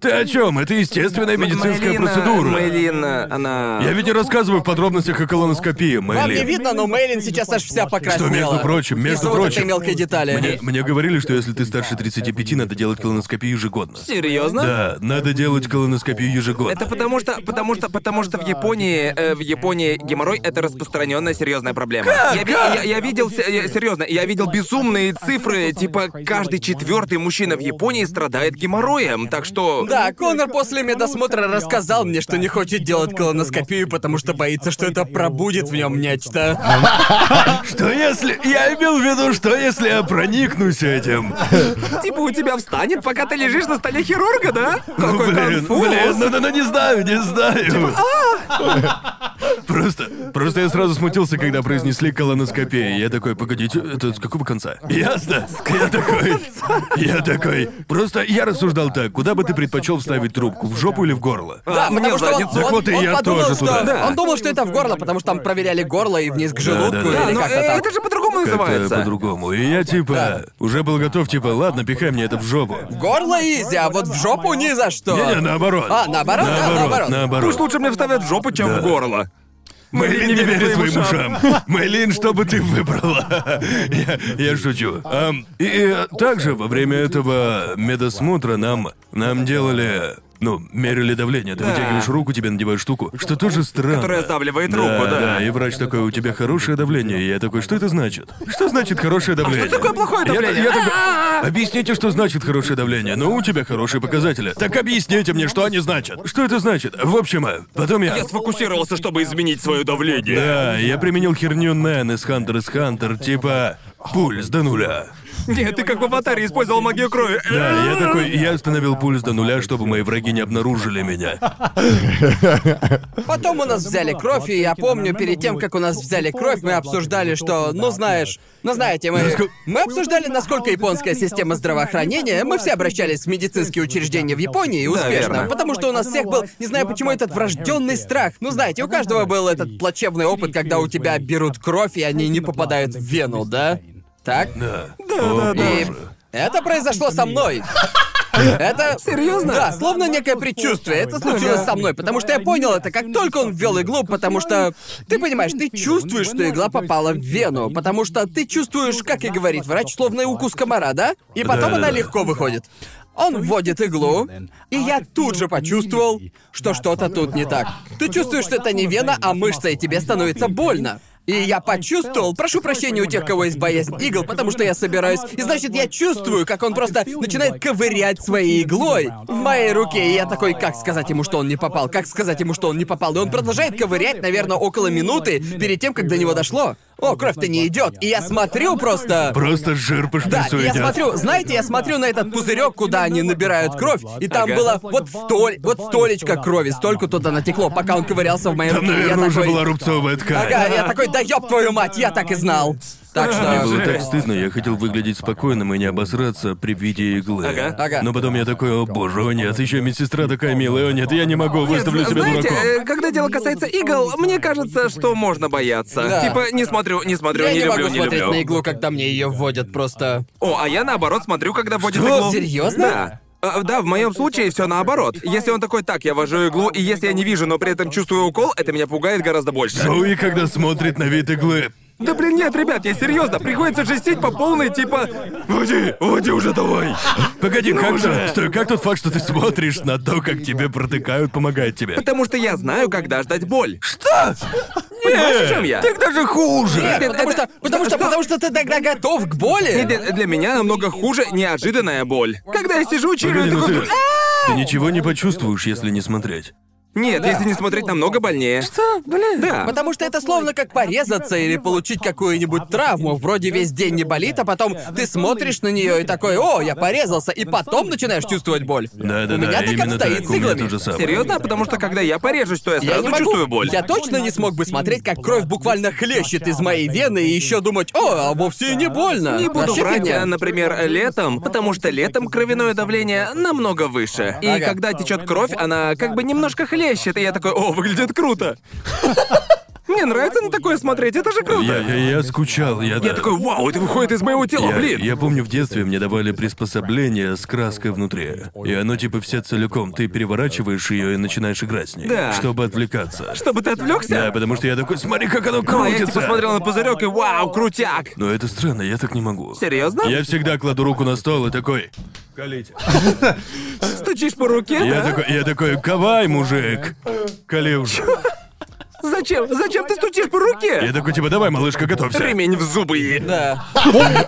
S2: Ты о чем? Это естественная медицинская
S1: Мэйлин, э,
S2: процедура.
S1: Мэйлин, э, она...
S2: Я ведь не рассказываю в подробностях о колоноскопии, Мэйлин.
S3: Вам не видно, но Мэйлин сейчас аж вся
S2: Что,
S3: покраснела.
S2: между прочим, между
S3: Из-за вот этой
S2: прочим,
S3: мелкой детали.
S2: Мне, мне говорили, что если ты старше 35, надо делать колоноскопию ежегодно.
S1: Серьезно?
S2: Да, надо делать колоноскопию ежегодно.
S1: Это потому что, потому что, потому что в Японии, э, в Японии геморрой это распространенная серьезная проблема. Я, ви- я- я видел, се- я- серьезно, я видел безумные цифры, типа каждый четвертый мужчина в Японии страдает геморроем, так что.
S3: Да, Конор после медосмотра рассказал мне, что не хочет делать колоноскопию, потому что боится, что это пробудет в нем нечто.
S2: Что если... Я имел в виду, что если я проникнусь этим?
S1: Типа у тебя встанет, пока ты лежишь на столе хирурга, да?
S2: Ну,
S1: Какой
S2: блин,
S1: конфуз.
S2: блин, ну, ну, ну, не знаю, не знаю. Просто, просто я сразу смутился, когда произнесли колоноскопия. Я такой, погодите, это с какого конца? Ясно. Я такой, я такой. Просто я рассуждал так, куда бы ты предпочел вставить трубку, в жопу или в горло?
S1: Да,
S3: Да,
S1: мне
S3: потому
S1: в
S3: что он,
S1: задницу.
S2: Так
S3: он-
S2: вот и
S3: он
S2: я
S3: подумал,
S2: тоже
S3: что...
S2: туда.
S1: Да.
S3: Он думал, что это в горло, потому что там проверяли горло и вниз к желудку
S2: да, да. ну,
S1: Да,
S3: или
S1: но э,
S3: как-то так.
S1: это же по-другому
S2: Как-то
S1: называется.
S2: по-другому. И я типа уже был готов, типа, ладно, пихай мне это в жопу.
S3: Горло изи, а вот в жопу ни за что.
S2: Не-не, наоборот.
S3: А, наоборот, да, наоборот.
S2: Наоборот, наоборот.
S1: Пусть лучше мне вставят в жопу, чем в горло.
S2: Мэйлин не
S1: верит
S2: верит своим
S1: своим
S2: ушам. Мэйлин, что бы ты выбрала? Я, я шучу. Ам, и, э, также во время этого медосмотра нам, нам делали... Ну, мерили давление. Ты вытягиваешь руку, тебе надевают штуку. Что тоже странно.
S1: Которая сдавливает
S2: Да,
S1: руку, да.
S2: Да, и врач такой, у тебя хорошее давление. И я такой, что это значит? Что значит хорошее давление?
S1: А что такое плохое
S2: Я-
S1: давление?
S2: я такой, Объясните, что значит хорошее давление. Ну, у тебя хорошие показатели. Так объясните мне, что они значат. Что это значит? В общем, э, потом
S1: Я сфокусировался, чтобы изменить свое давление.
S2: да, я применил херню Нэн из Хантер из Хантер, типа пульс до нуля.
S1: Нет, ты как в аватаре использовал магию крови.
S2: Да, я такой, я остановил пульс до нуля, чтобы мои враги не обнаружили меня.
S3: Потом у нас взяли кровь, и я помню, перед тем, как у нас взяли кровь, мы обсуждали, что, ну знаешь, ну знаете, мы, мы обсуждали, насколько японская система здравоохранения, мы все обращались в медицинские учреждения в Японии успешно,
S1: верно.
S3: потому что у нас всех был, не знаю почему, этот врожденный страх. Ну знаете, у каждого был этот плачевный опыт, когда у тебя берут кровь, и они не попадают в вену, да? Так?
S2: Да. Да,
S3: И это произошло со мной. Это...
S1: Серьезно?
S3: Да, словно некое предчувствие. Это случилось со мной, потому что я понял это, как только он ввел иглу, потому что... Ты понимаешь, ты чувствуешь, что игла попала в вену, потому что ты чувствуешь, как и говорит врач, словно укус комара, да? И потом
S2: Да-да-да.
S3: она легко выходит. Он вводит иглу, и я тут же почувствовал, что что-то тут не так. Ты чувствуешь, что это не вена, а мышца, и тебе становится больно. И я почувствовал, прошу прощения у тех, у кого есть боязнь игл, потому что я собираюсь. И значит, я чувствую, как он просто начинает ковырять своей иглой в моей руке. И я такой, как сказать ему, что он не попал? Как сказать ему, что он не попал? И он продолжает ковырять, наверное, около минуты перед тем, как до него дошло. О, кровь-то не идет. И я смотрю просто...
S2: Просто жир по
S3: Да,
S2: шприцу
S3: и я
S2: идёт.
S3: смотрю, знаете, я смотрю на этот пузырек, куда они набирают кровь, и там
S1: Ага.
S3: было вот столь, вот столечко крови, столько туда натекло, пока он ковырялся в моем
S2: Там,
S3: руке. Я
S2: наверное, уже
S3: такой,
S2: была рубцовая ткань.
S3: Ага, я такой, да ёб твою мать, я так и знал. Так
S2: Мне было
S3: что...
S2: так стыдно, я хотел выглядеть спокойным и не обосраться при виде иглы.
S1: Ага.
S3: Ага.
S2: Но потом я такой, о боже, о нет, еще медсестра такая милая, о нет, я не могу, выставлю себя
S1: Знаете,
S2: дураком.
S1: э, когда дело касается игл, мне кажется, что можно бояться.
S3: Да.
S1: Типа, не смотрю, не смотрю,
S3: Я
S1: не,
S3: не
S1: люблю,
S3: могу
S1: не
S3: смотреть
S1: люблю.
S3: на иглу, когда мне ее вводят, просто...
S1: О, а я наоборот смотрю, когда вводит
S3: Что?
S1: иглу.
S3: Серьёзно?
S1: Да. А, Да, в моем случае все наоборот. Если он такой, так, я вожу иглу, и если я не вижу, но при этом чувствую укол, это меня пугает гораздо больше.
S2: Зои, когда смотрит на вид иглы.
S1: Да блин, нет, ребят, я серьезно, приходится жестить по полной, типа.
S2: Уйди, уйди уже давай. Погоди,
S1: Ну
S2: как же? Стой, как тот факт, что ты смотришь на то, как тебе протыкают, помогает тебе?
S1: Потому что я знаю, когда ждать боль. Что? Понимаешь, о чем я?
S2: Так даже хуже.
S3: Нет,
S1: это-
S3: потому что... Потому что... Потому что ты тогда готов к боли.
S1: Нет, Для, для меня намного хуже неожиданная боль. Когда я сижу, чирю и
S2: Погоди, ну
S1: такой...
S2: ты...
S1: «А!»
S2: Ты ничего не почувствуешь, если не смотреть.
S1: Нет, если не смотреть, намного больнее. Что? Блин. Да.
S3: Потому что это словно как порезаться или получить какую-нибудь травму. Вроде весь день не болит, а потом ты смотришь на нее и такой, о, я порезался, и потом начинаешь чувствовать боль.
S2: Да, да,
S3: У меня
S2: да,
S3: так
S2: именно
S3: обстоит
S2: так.
S3: с
S2: У меня
S3: иглами.
S2: то же самое.
S1: Серьезно? Потому что когда я порежусь, то я сразу
S3: я не могу.
S1: чувствую боль.
S3: Я точно не смог бы смотреть, как кровь буквально хлещет из моей вены и еще думать, о, а вовсе и не больно.
S1: Не буду
S3: Вообще
S1: врать,
S3: фигня.
S1: а, например, летом, потому что летом кровяное давление намного выше. И
S3: Ага.
S1: когда течет кровь, она как бы немножко хлещет, и я такой, о, выглядит круто. Мне нравится на такое смотреть, это же
S2: Я,
S1: круто.
S2: я, я скучал, я,
S1: Я такой, вау, это выходит из моего тела,
S2: Я,
S1: блин.
S2: я помню, в детстве мне давали приспособление с краской внутри. И оно типа все целиком. Ты переворачиваешь ее и начинаешь играть с ней.
S1: Да.
S2: Чтобы отвлекаться.
S1: Чтобы ты
S2: Да,
S1: отвлекся?
S2: потому что я такой, смотри, как оно
S1: Ну, а я типа
S2: крутится.
S1: смотрел на пузырек и вау, крутяк.
S2: Но это странно, я так не могу.
S1: Серьезно?
S2: Я всегда кладу руку на стол и такой.
S1: Стучишь по руке?
S2: Я
S1: да?
S2: такой, я такой, кавай, мужик! Кали уже.
S1: Зачем? Зачем ты стучишь по руке?
S2: Я такой, типа, давай, малышка, готовься.
S1: Ремень в зубы. ей.
S3: Да.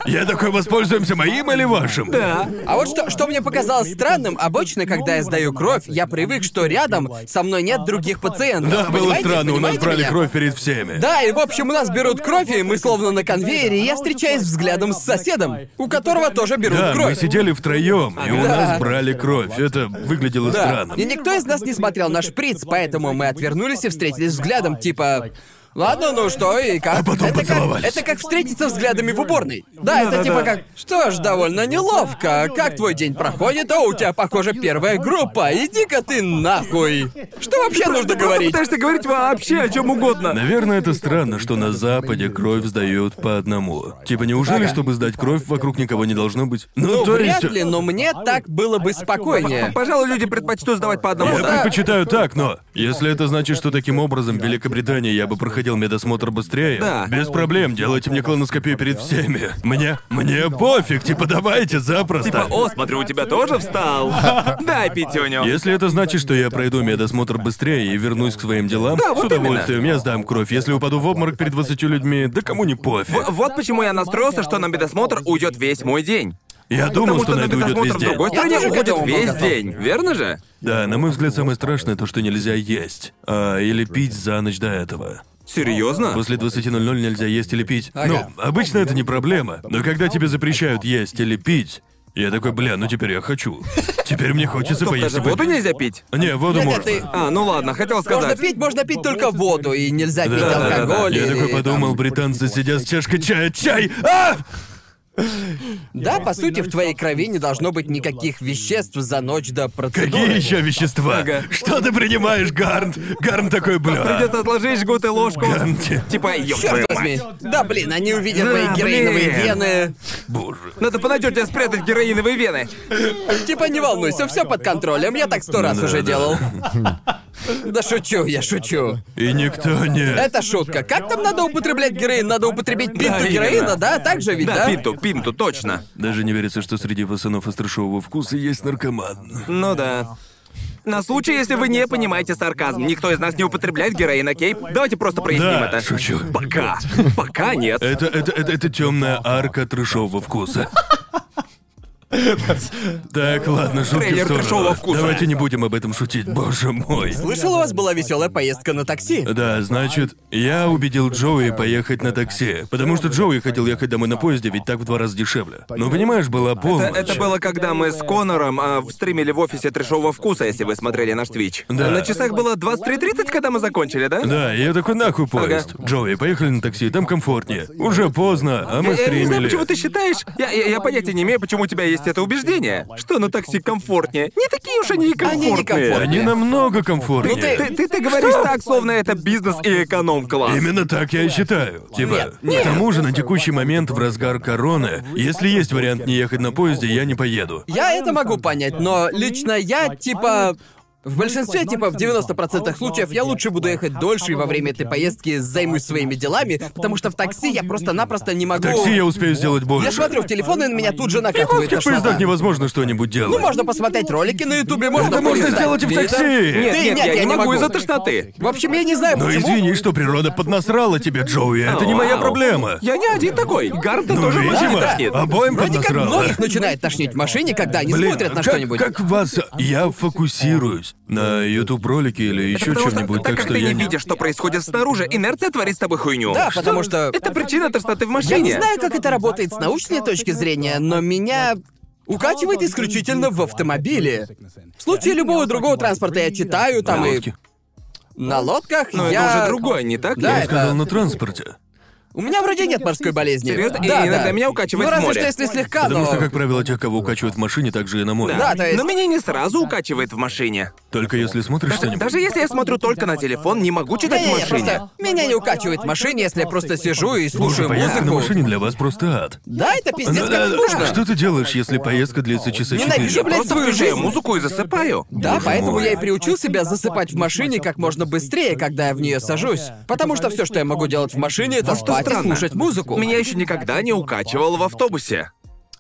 S2: Я такой, воспользуемся моим или вашим?
S1: Да.
S3: А вот что, что мне показалось странным, обычно, когда я сдаю кровь, я привык, что рядом со мной нет других пациентов.
S2: Да, было
S3: Понимаете?
S2: странно, у нас
S3: Понимаете
S2: брали
S3: меня?
S2: кровь перед всеми.
S3: Да, и в общем у нас берут кровь, и мы словно на конвейере, и я встречаюсь взглядом с соседом, у которого тоже берут
S2: Да, мы
S3: кровь.
S2: сидели втроем, и у
S3: Да.
S2: нас брали кровь. Это выглядело
S3: Да.
S2: странно.
S3: И никто из нас не смотрел на шприц, поэтому мы отвернулись и встретились взглядом, типа... Ладно, ну что, и как?
S2: А потом
S3: это как,
S2: поцеловались.
S3: это как встретиться взглядами в уборной. Да, это типа как... Что ж, довольно неловко. Как твой день проходит? О, у тебя, похоже, первая группа. Иди-ка ты нахуй. Что вообще нужно
S1: Ты
S3: говорить?
S1: пытаешься говорить вообще о чем угодно.
S2: Наверное, это странно, что на Западе кровь сдают по одному. Типа, неужели,
S3: Ага.
S2: чтобы сдать кровь, вокруг никого не должно быть? Ну, то
S3: Вряд
S2: есть...
S3: ли, но мне так было бы спокойнее.
S1: Пожалуй, люди предпочтут сдавать по одному,
S2: Я
S1: да?
S2: предпочитаю так, но если это значит, что таким образом в Великобритании я бы проходил медосмотр быстрее,
S1: Да.
S2: без проблем, делайте мне колоноскопию перед всеми. Мне, мне пофиг, типа давайте запросто.
S1: Типа, О, смотрю, у тебя тоже встал. Дай пятюню.
S2: Если это значит, что я пройду медосмотр быстрее и вернусь к своим делам,
S1: Да, вот
S2: с удовольствием я сдам кровь. Если упаду в обморок перед 20 людьми, да кому не пофиг.
S1: Вот почему я настроился, что на медосмотр уйдет весь мой день.
S2: Я думал,
S1: Потому
S2: что
S1: что
S2: на
S1: на
S2: это уйдет
S1: медосмотр в
S2: везде.
S1: другой
S3: Я
S1: стране
S3: тоже
S1: уходит
S3: готов был
S1: весь
S3: готов.
S1: день, верно же?
S2: Да, на мой взгляд, самое страшное то, что нельзя есть. А, или пить за ночь до этого.
S1: Серьезно?
S2: После 20.00 нельзя есть или пить.
S3: Ага.
S2: Ну, обычно это не проблема. Но когда тебе запрещают есть или пить, я такой, бля, ну теперь я хочу. Теперь мне хочется поесть.
S1: Даже
S2: и выпить».
S1: воду нельзя пить?
S2: Не, воду
S3: Нет,
S2: можно.
S3: нет, ты-
S1: А, ну ладно, хотел
S3: Можно
S1: сказать.
S3: пить, можно пить только воду, и нельзя пить
S2: Да-да-да-да.
S3: алкоголь.
S2: Я
S3: или
S2: такой
S3: там-
S2: подумал, британцы сидят с чашкой чая. Чай! А!
S3: Да, по сути, в твоей крови не должно быть никаких веществ за ночь до процедуры.
S2: Какие еще вещества?
S1: Ага.
S2: Что ты принимаешь, Гарнт? Гарнт такой, бля.
S1: Придется отложить жгут и ложку.
S2: Гарнт.
S1: Типа, ёб твою
S3: Черт
S1: мать.
S3: возьми! Да блин, они увидят
S1: Да,
S3: мои героиновые
S1: блин.
S3: вены.
S2: Боже.
S1: Надо понадежнее спрятать героиновые вены.
S3: Типа не волнуйся, все под контролем. Я так сто раз
S2: Да,
S3: уже
S2: да.
S3: делал. Да шучу, я шучу.
S2: И никто не...
S3: Это шутка. Как там надо употреблять героин? Надо употребить пинту
S1: именно.
S3: героина, да? Так же ведь, да?
S1: Да, пинту, пинту, точно.
S2: Даже не верится, что среди пацанов острошового вкуса есть наркоман.
S1: Ну да. На случай, если вы не понимаете сарказм, никто из нас не употребляет героин, окей? Давайте просто проясним
S2: Да,
S1: это.
S2: шучу. Э,
S1: Пока. Пока нет.
S2: Это, это, это, это темная арка трешового вкуса. Так, ладно, шутки
S1: Трейлер
S2: в сторону.
S1: трэшового вкуса.
S2: Давайте не будем об этом шутить, боже мой.
S3: Слышал, у вас была веселая поездка на такси?
S2: Да, значит, я убедил Джоуи поехать на такси, потому что Джоуи хотел ехать домой на поезде, ведь так в два раза дешевле. Ну, понимаешь, была полночь.
S1: Это, это было, когда мы с Конором а, стримили в офисе трешового вкуса, если вы смотрели наш твич.
S2: Да.
S1: На часах было 23.30, когда мы закончили, да?
S2: Да, я такой нахуй поезд. Джоуи, поехали на такси, там комфортнее. Уже поздно, а
S1: Я, я Э,
S2: мы
S1: не знаю,
S2: стримили.
S1: почему ты считаешь. Я, я, я понятия не имею, почему у тебя есть это убеждение. Что на такси комфортнее. Не такие уж они и
S3: Они
S1: комфортные.
S3: не комфортные.
S2: Они намного
S1: Ты,
S2: комфортнее.
S1: Ну ты, ты- ты говоришь
S3: Что?
S1: так, словно это бизнес и эконом-класс.
S2: Именно так я и считаю. Типа, к тому же на текущий момент в разгар короны, если есть вариант не ехать на поезде, я не поеду.
S3: Я это могу понять, но лично я, типа... В большинстве, типа, в 90% случаев я лучше буду ехать дольше и во время этой поездки займусь своими делами, потому что в такси я просто-напросто не могу...
S2: В А такси я успею сделать больше.
S3: Я смотрю в телефон, и на меня тут же накатывает
S2: В таких поездах
S3: тошнота.
S2: невозможно что-нибудь делать.
S3: Ну, можно посмотреть ролики на ютубе, можно...
S2: Это можно
S3: полистать
S2: сделать и в
S3: твиттер.
S2: такси.
S1: Нет, нет,
S3: Ты-
S1: я, не могу из-за тошноты.
S3: В общем, я не знаю,
S2: Но
S3: почему...
S2: извини, что природа поднасрала тебе, Джоуи. Это не моя
S1: Вау.
S2: проблема.
S1: Я не один такой. Гарда
S2: Ну,
S1: тоже в машине
S2: видимо,
S1: тошнит.
S2: обоим
S3: Вроде как
S2: поднасрало.
S3: многих начинает тошнить в машине, когда они
S2: Блин,
S3: смотрят на
S2: как-
S3: что-нибудь.
S2: Как вас... Я фокусируюсь на YouTube-ролике или еще
S1: Потому что
S2: чем-нибудь, так
S1: как
S2: что
S1: ты
S2: я...
S1: не видишь, что происходит снаружи, инерция творит с тобой хуйню.
S3: Да, потому что-
S1: Это причина тошноты в
S3: Я
S1: машине.
S3: не знаю, как это работает с научной точки зрения, но меня укачивает исключительно в автомобиле. В случае любого другого транспорта я читаю там и...
S2: Лодки.
S3: На лодках
S1: Но
S3: я...
S1: Ну, это уже другое, не так?
S3: Да,
S1: ли?
S2: Я
S3: это-
S2: сказал на транспорте.
S3: У меня вроде нет морской болезни.
S1: Серьезно? И
S3: Да,
S1: иногда
S3: да.
S1: меня укачивает в
S3: Ну, разве
S1: море.
S3: что если слегка,
S2: Потому
S3: но...
S2: что, как правило, тех, кого укачивают в машине, так же и на море.
S3: Да, то есть...
S1: Но меня не сразу укачивает в машине.
S2: Только если смотришь что-нибудь.
S1: Даже если я смотрю только на телефон, не могу читать в
S3: Не-не-не,
S1: машине.
S3: просто меня не укачивает в машине, если я просто сижу и
S2: Боже,
S3: слушаю
S2: поездка на
S3: музыку.
S2: машине для вас просто ад.
S3: Да, это
S2: Да,
S3: пиздец
S2: да,
S3: как скучно.
S2: Что ты делаешь, если поездка длится часа
S3: Ненавижу,
S2: четыре?
S3: блядь,
S1: Просто
S3: твою
S1: включаю
S3: жизнь.
S1: музыку и засыпаю.
S3: Да,
S2: Боже
S3: поэтому
S2: мой.
S3: я и приучил себя засыпать в машине как можно быстрее, когда я в нее сажусь. Потому что все, что я могу делать в машине, это спать и
S1: Ну странно.
S3: слушать музыку.
S1: Меня еще никогда не укачивало в автобусе.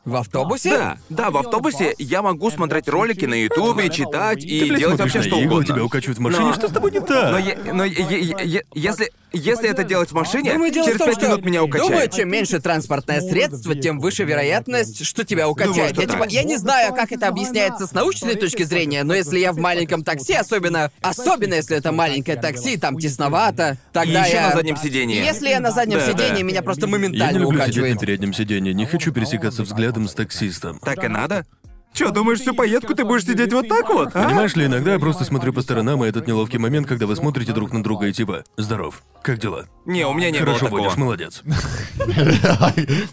S3: В автобусе?
S1: Да, да, в автобусе я могу смотреть ролики на Ютубе, читать и
S2: Ты, блядь,
S1: делать
S2: смотришь
S1: вообще
S2: на
S1: что
S2: иглы, тебя
S1: угодно.
S2: укачивают в машине,
S1: Но-
S2: что с тобой не так?
S1: Но, е- но е- е- е- если, если это делать в машине,
S3: Думаю, дело
S1: через
S3: в том,
S1: пять
S3: что...
S1: минут меня укачает.
S3: Думаю, чем меньше транспортное средство, тем выше вероятность, что тебя
S1: Думаю,
S3: укачает.
S1: что
S3: я, типа,
S1: так.
S3: я не знаю, как это объясняется с научной точки зрения, но если я в маленьком такси, особенно... Особенно, если это маленькое такси, там тесновато,
S1: И
S3: тогда
S1: еще
S3: я...
S1: на заднем сидении.
S3: Если я на заднем
S1: Да,
S3: сидении,
S1: да.
S3: меня
S2: Я
S3: просто
S2: не
S3: моментально
S2: люблю сидеть на
S3: укачивает.
S2: переднем сиденье, не хочу пересекаться взглядом с таксистом.
S1: Так и надо. Че, думаешь, всю поездку ты будешь сидеть вот так вот, а?
S2: Понимаешь ли, иногда я просто смотрю по сторонам, и этот неловкий момент, когда вы смотрите друг на друга и типа «Здоров, как дела?»
S1: Не, у меня не
S2: Хорошо
S1: было такого.
S2: водишь, молодец.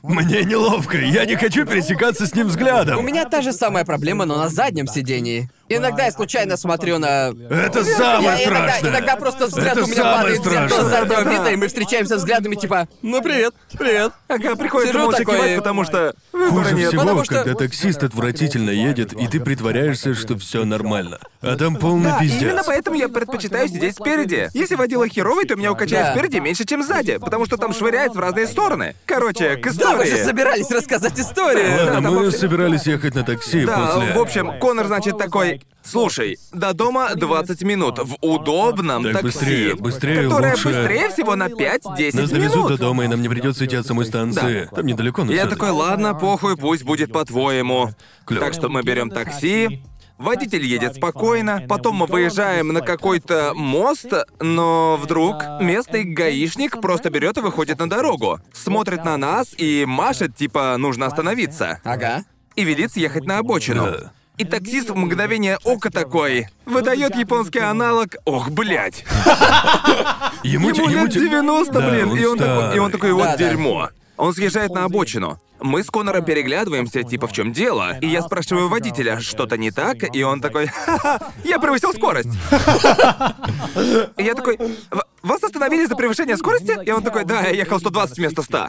S2: Мне неловко, я не хочу пересекаться с ним
S3: У
S2: взглядом.
S3: меня та же самая проблема, но на заднем сидении. Иногда я случайно смотрю на...
S2: Это
S3: Я
S2: самое
S3: иногда,
S2: страшное.
S3: иногда просто взгляд
S2: Это
S3: у меня
S2: самое
S3: падает в зеркало
S2: страшное.
S3: заднего
S1: Да.
S3: вида, и мы встречаемся взглядами типа «Ну привет, привет».
S1: Ага, приходится
S3: Сижу
S1: молча
S3: такой-
S1: кивать, потому что выбора
S2: Хуже
S1: нет.
S2: всего,
S3: потому что-
S2: когда таксист отвратительно едет, и ты притворяешься, что все нормально. А там полный
S1: Да,
S2: пиздец.
S1: именно поэтому я предпочитаю сидеть спереди. Если водила херовый, то меня укачает
S3: Да.
S1: спереди меньше, чем сзади, потому что там швыряет в разные стороны. Короче, к
S3: Да, вы же
S1: истории.
S3: собирались рассказать историю.
S2: Ладно,
S1: Да, там
S2: мы
S1: вообще-
S2: собирались ехать на такси
S1: Да,
S2: после.
S1: в общем, Конор, значит, такой... Слушай, до дома 20 минут в удобном
S2: Так
S1: такси,
S2: быстрее, быстрее,
S1: которое
S2: лучше.
S1: быстрее всего на 5-10
S2: Нас довезут до
S1: минут.
S2: дома, и нам не придется идти от самой станции. Там недалеко, но
S1: Я
S2: всё-таки.
S1: такой, ладно, похуй, пусть будет по-твоему.
S2: Клёво.
S1: Так что мы берем такси, водитель едет спокойно, потом мы выезжаем на какой-то мост, но вдруг местный гаишник просто берет и выходит на дорогу, смотрит на нас и машет, типа, нужно остановиться,
S3: Ага.
S1: и велит съехать на обочину.
S2: Да.
S1: И таксист в мгновение ока такой выдает японский аналог «Ох, блядь».
S2: Ему, те-
S1: Ему
S2: ему
S1: лет
S2: те-
S1: 90,
S2: Да,
S1: блин, и, он такой,
S2: старый.
S1: и он такой, вот
S3: Да, да.
S1: дерьмо. Он съезжает на обочину. Мы с Конором переглядываемся, типа, в чем дело. И я спрашиваю водителя, что-то не так, и он такой, ха-ха, я превысил скороорость. И я такой, «В- вас остановили за превышение скорости? И он такой, да, я ехал 120 вместо 100.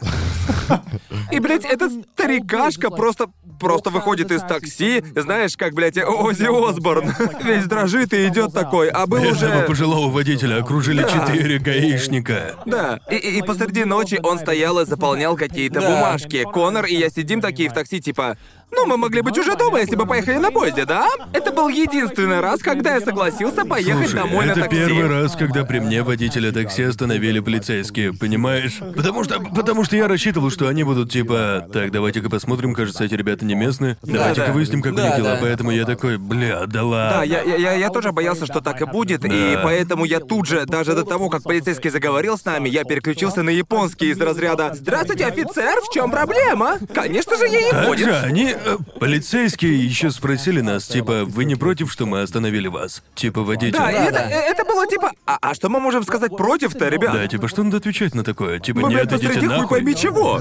S1: И, блядь, этот старикашка просто... Просто выходит из такси, знаешь, как, блядь, Ози Осборн. Весь дрожит и идет такой, а был
S2: Бедного
S1: уже...
S2: пожилого водителя окружили четыре гаишника.
S1: Да, и, и- и посреди ночи он стоял и заполнял какие-то
S3: Да.
S1: бумажки. Конор и я сидим такие в такси, типа, ну, мы могли быть уже дома, если бы поехали на поезде, да? Это был единственный раз, когда я согласился поехать
S2: Слушай,
S1: домой
S2: это
S1: на такси.
S2: первый раз, когда при мне водителя такси остановили полицейские, понимаешь? Потому что, потому что я рассчитывал, что они будут типа, так, давайте-ка посмотрим, кажется, эти ребята не местные, давайте-ка
S1: да.
S2: выясним, как у
S3: Да,
S2: них дела,
S3: да.
S2: поэтому я такой, бля, да ладно.
S1: Да, я, я- я, я тоже боялся, что так и будет, и
S2: Да.
S1: поэтому я тут же, даже до того, как полицейский заговорил с нами, я переключился на японский из разряда «Здравствуйте, офицер, в чем проблема?» Конечно же, я японец.
S2: Также они, э, полицейские, еще спросили нас, типа, вы не против, что мы остановили вас? Типа, водитель.
S1: Да, и это,
S3: да.
S1: э, это было типа, а, а что мы можем сказать против-то, ребят?
S2: Да, типа, что надо отвечать на такое? Типа,
S1: Мы, блядь,
S2: нет,
S1: посреди
S2: идите
S1: хуй
S2: нахуй.
S1: пойми чего.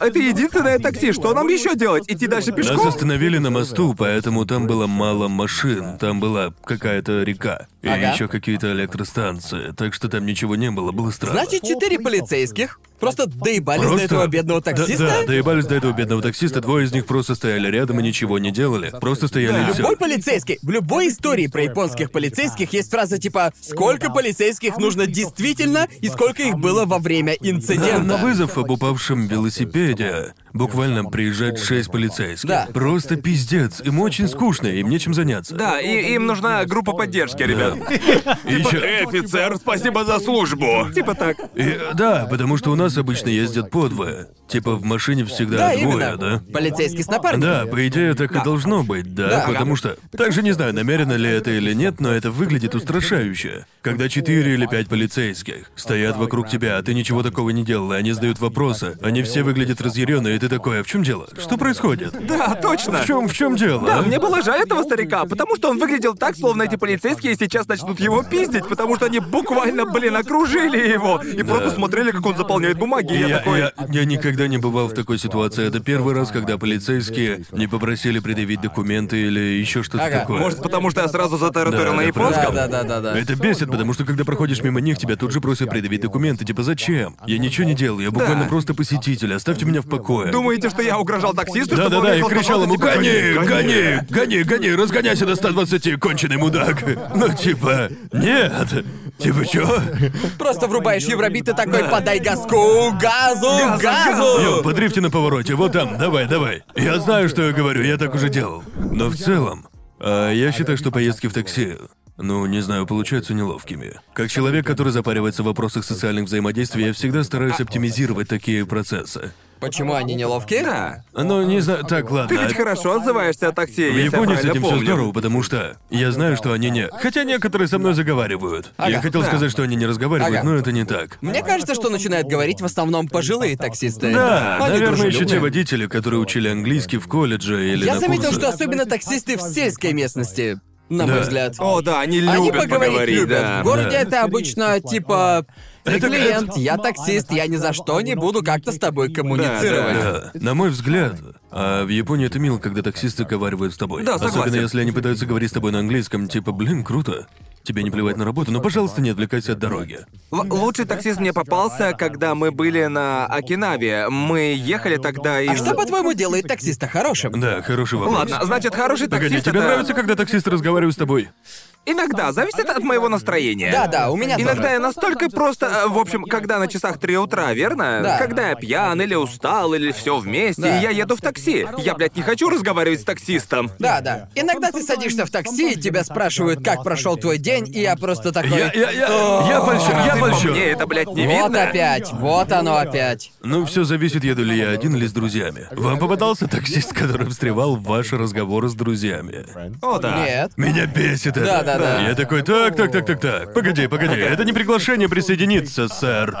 S1: Это единственное такси, что нам еще делать? Идти дальше
S2: Нас
S1: пешком?
S2: остановили на мосту, поэтому там было мало машин. Там была какая-то река. И
S3: Ага.
S2: еще какие-то электростанции. Так что там ничего не было, было странно.
S3: Значит, четыре полицейских просто доебались до этого бедного
S2: Да-
S3: таксиста?
S2: Да, доебались до этого бедного таксиста, двое из них просто стояли рядом и ничего не делали. Просто стояли и все.
S3: Любой полицейский, в любой истории про японских полицейских есть фраза типа «Сколько полицейских нужно действительно и сколько их было во время
S2: На, на
S3: инцидента?»
S2: вызов об упавшем велосипеде буквально приезжает шесть полицейских.
S3: Да.
S2: Просто пиздец. Им очень скучно, им нечем заняться.
S1: Да, и им нужна группа поддержки, ребят.
S2: И ещё-
S1: Э, офицер, спасибо за службу. Типа так.
S2: и- да, потому что у нас обычно ездят по двое. Типа в машине всегда
S3: Да,
S2: двое,
S3: именно.
S2: да?
S3: Полицейский с напарником.
S2: Да, по идее так и должно быть, да,
S3: Да.
S2: потому что... Также не знаю, намеренно ли это или нет, но это выглядит устрашающе. Когда четыре или пять полицейских стоят вокруг тебя, а ты ничего такого не делал, и они задают вопросы, они все выглядят разъяренные, и ты такой, а в чем дело? Что происходит?
S1: Да, точно.
S2: В чем, в чем дело?
S1: Да,
S2: а?
S1: мне было жаль этого старика, потому что он выглядел так, словно эти полицейские сейчас начнут его пиздить, потому что они буквально, блин, окружили его и просто смотрели, как он заполняет бумаги. И я,
S2: Я,
S1: такой...
S2: я- я никогда не бывал в такой ситуации. Это первый раз, когда полицейские не попросили предъявить документы или еще что-то
S3: Ага.
S2: такое.
S1: Может, потому что я сразу затараторил
S2: Да,
S1: на
S2: да,
S1: японском?
S3: Да, да, да, да.
S2: Это бесит, потому что когда проходишь мимо них, тебя тут же просят предъявить документы. Типа, зачем? Я ничего не делал, я буквально
S1: Да.
S2: просто посетитель, оставьте меня в покое.
S1: Думаете, что я угрожал таксисту, чтобы он
S2: Да-да-да, и
S1: ехал
S2: кричал
S1: ко мне,
S2: ему,
S1: типа,
S2: гони, гони, гони, гони, разгоняйся до 120, конченый мудак. Ну, типа, нет. Типа, чё?
S3: Просто врубаешь Евробит и такой «Подай газку, газу,
S2: Йо,
S3: газу!»
S2: подрифти на повороте, вот там, давай, давай. Я знаю, что я говорю, я так уже делал. Но в целом, а, я считаю, что поездки в такси, ну, не знаю, получаются неловкими. Как человек, который запаривается в вопросах социальных взаимодействий, я всегда стараюсь оптимизировать такие процессы.
S3: Почему они неловкие?
S1: Да.
S2: Ну, не знаю, так, ладно.
S1: Ты ведь хорошо отзываешься о такси,
S2: В
S1: если я
S2: Японии с
S1: правильно
S2: этим все
S1: помню.
S2: здорово, потому что я знаю, что они не... Хотя некоторые со мной заговаривают. Я хотел
S1: да.
S2: сказать, что они не разговаривают,
S3: Ага.
S2: но это не так.
S3: Мне кажется, что начинают говорить в основном пожилые таксисты.
S2: Да,
S3: Они
S2: наверное, еще те
S3: дружелюбные.
S2: водители, которые учили английский в колледже или
S3: Я
S2: на
S3: заметил,
S2: курсах.
S3: что особенно таксисты в сельской местности, на мой
S2: Да.
S3: взгляд.
S1: О, да, они любят
S3: Они поговорить
S1: поговорить,
S3: любят.
S1: да.
S3: В городе
S2: Да.
S3: это обычно типа ты
S2: Это-
S3: клиент, я таксист, я ни за что не буду как-то с тобой коммуницировать.
S2: Да, Э, на мой взгляд, а в Японии это мило, когда таксисты говаривают с тобой.
S1: Да, согласен.
S2: Особенно если они пытаются говорить с тобой на английском, типа, блин, круто. Тебе не плевать на работу, но, пожалуйста, не отвлекайся от дороги.
S1: Л- лучший таксист мне попался, когда мы были на Окинаве. Мы ехали тогда из...
S3: А что, по-твоему, делает таксиста хорошим?
S2: Да, хороший вопрос.
S1: Ладно, значит, хороший
S2: Погоди,
S1: таксист
S2: тебе
S1: это-
S2: нравится, когда таксист разговаривает с тобой?
S1: Иногда, зависит от моего настроения.
S3: Да, да, у меня
S1: Иногда
S3: тоже.
S1: я настолько просто, э, в общем, когда на часах 3 утра, верно?
S3: Да.
S1: Когда я пьян или устал, или все вместе,
S3: Да.
S1: и я еду в такси. Я, блядь, не хочу разговаривать с таксистом.
S3: Да, да. Иногда ты садишься в такси, и тебя спрашивают, как прошел твой день, и я просто такой.
S2: Я, я, я, я польщен, я
S1: Разве по
S2: польщен.
S1: мне это, блядь, не
S3: вот
S1: видно?
S3: опять, вот оно опять.
S2: Ну, все зависит, еду ли я один или с друзьями. Вам попадался таксист, который встревал в ваши разговоры с друзьями?
S1: О,
S2: А,
S1: да.
S3: Нет.
S2: Меня бесит это.
S3: Да, да, да.
S2: Я такой, так, так, так, так, так. Погоди, погоди, это не приглашение присоединиться, сэр.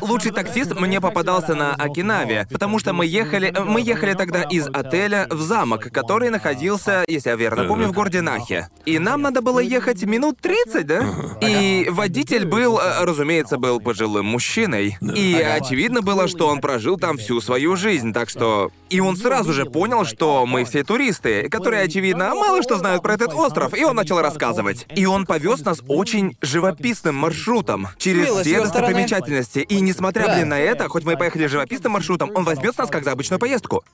S1: Лучший таксист мне попадался на Окинаве, потому что мы ехали, э, мы ехали тогда из отеля в замок, который находился, если я верно помню, в городе Нахе. И нам надо было ехать минут 30, да? И водитель был, э, разумеется, был пожилым мужчиной. И очевидно было, что он прожил там всю свою жизнь, так что... И он сразу же понял, что мы все туристы, которые, очевидно, мало что знают про этот остров, и он начал рассказывать. И он повез нас очень живописным маршрутом через
S3: Мило с
S1: все
S3: его стороны.
S1: достопримечательности. И несмотря,
S3: Да.
S1: блин, на это, хоть мы и поехали живописным маршрутом, он возьмет нас как за обычную поездку.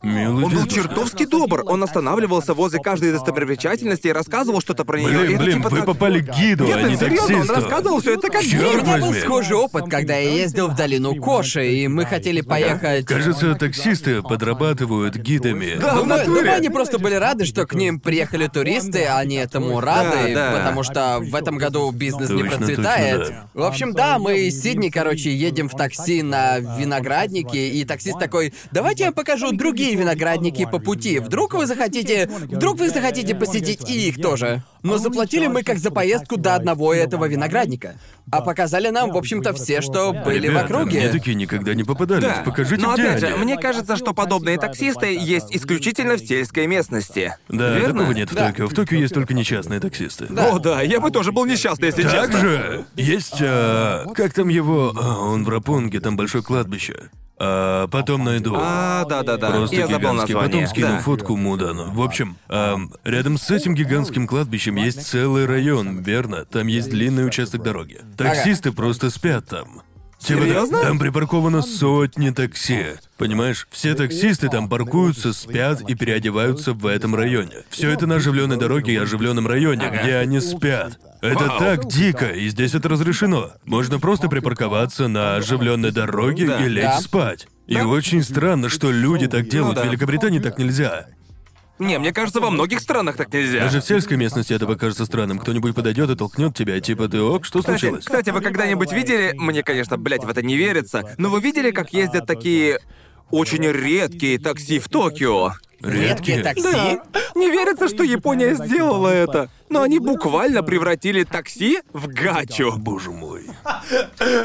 S2: Милый
S1: Он был
S2: дедушка.
S1: чертовски добр. Он останавливался возле каждой достопримечательности и рассказывал что-то про нее.
S2: Блин, блин, вы попали к гиду,
S1: типа Нет,
S2: а не
S1: серьезно, он
S2: таксисту.
S1: рассказывал все это как
S2: Чёрт
S1: гид.
S3: У меня был
S2: возьми.
S3: схожий опыт, когда я ездил в долину Коши, и мы хотели поехать...
S2: Кажется, таксисты подрабатывают гидами.
S1: Да. в
S3: Думаю,
S1: натуре.
S3: думаю, они просто были рады, что к ним приехали туристы, а они этому рады,
S1: Да, да.
S3: потому что в этом году бизнес не
S2: Точно,
S3: процветает.
S2: точно,
S3: В общем, да, мы из Сидни, короче, едем в такси на винограднике, и таксист такой, давайте я покажу другие виноградники по пути, вдруг вы захотите, вдруг вы захотите посетить и их тоже. Но заплатили мы как за поездку до одного этого виноградника. А показали нам, в общем-то, все, что были в
S2: Ребята, мне
S3: округе.
S2: такие никогда не попадались.
S1: Да.
S2: Покажите,
S1: Но
S2: где
S1: опять же,
S2: они.
S1: мне кажется, что подобные таксисты есть исключительно в сельской местности.
S2: Да,
S1: Верно?
S2: такого нет в
S3: Да.
S2: Токио. В Токио есть только нечастные таксисты.
S1: О, да, я бы тоже был несчастный, если честно.
S2: Также есть, а, как там его, а, он в Рапунге, там большое кладбище. А, потом найду.
S1: А, да-да-да.
S2: Просто
S1: я забыл
S2: гигантский. Потом
S1: название.
S2: скину
S1: да.
S2: фотку Мудану. В общем, ам, рядом с этим гигантским кладбищем есть целый район, верно? Там есть длинный участок дороги. Таксисты просто спят там. Типа, да,
S1: Серьезно?
S2: Там припарковано сотни такси. Понимаешь, все таксисты там паркуются, спят и переодеваются в этом районе. Все это на оживленной дороге и оживленном районе, где они спят. Это так дико, и здесь это разрешено. Можно просто припарковаться на оживленной дороге
S1: Да.
S2: и лечь
S3: Да.
S2: спать. И очень странно, что люди так делают.
S1: Ну да.
S2: В Великобритании так нельзя.
S1: Не, мне кажется, во многих странах так нельзя.
S2: Даже в сельской местности это покажется странным. Кто-нибудь подойдет и толкнет тебя, типа ты ок, что
S1: Кстати,
S2: случилось?
S1: кстати, вы когда-нибудь видели, мне, конечно, блядь, в это не верится, но вы видели, как ездят такие очень редкие такси в Токио?
S3: Редкие такси.
S1: Да. Не верится, что Япония сделала это. Но они буквально превратили такси в гачу.
S2: Боже мой.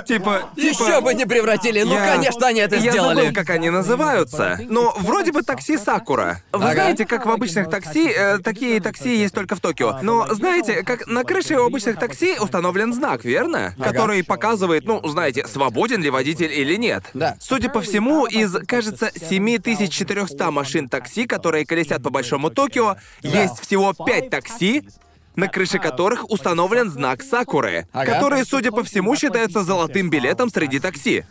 S1: Типа, типа...
S3: Еще бы не превратили, ну,
S1: Я-
S3: конечно, они это
S1: я
S3: сделали.
S1: забыл, как они называются. Но вроде бы такси Сакура. Вы
S3: Ага.
S1: знаете, как в обычных такси, э, такие такси есть только в Токио. Но знаете, как на крыше у обычных такси установлен знак, верно? Который показывает, ну, знаете, свободен ли водитель или нет.
S3: Да.
S1: Судя по всему, из, кажется, 7400 машин такси, которые колесят по большому Токио, есть всего 5 такси, на крыше которых установлен знак Сакуры,
S3: Ага.
S1: который, судя по всему, считается золотым билетом среди такси.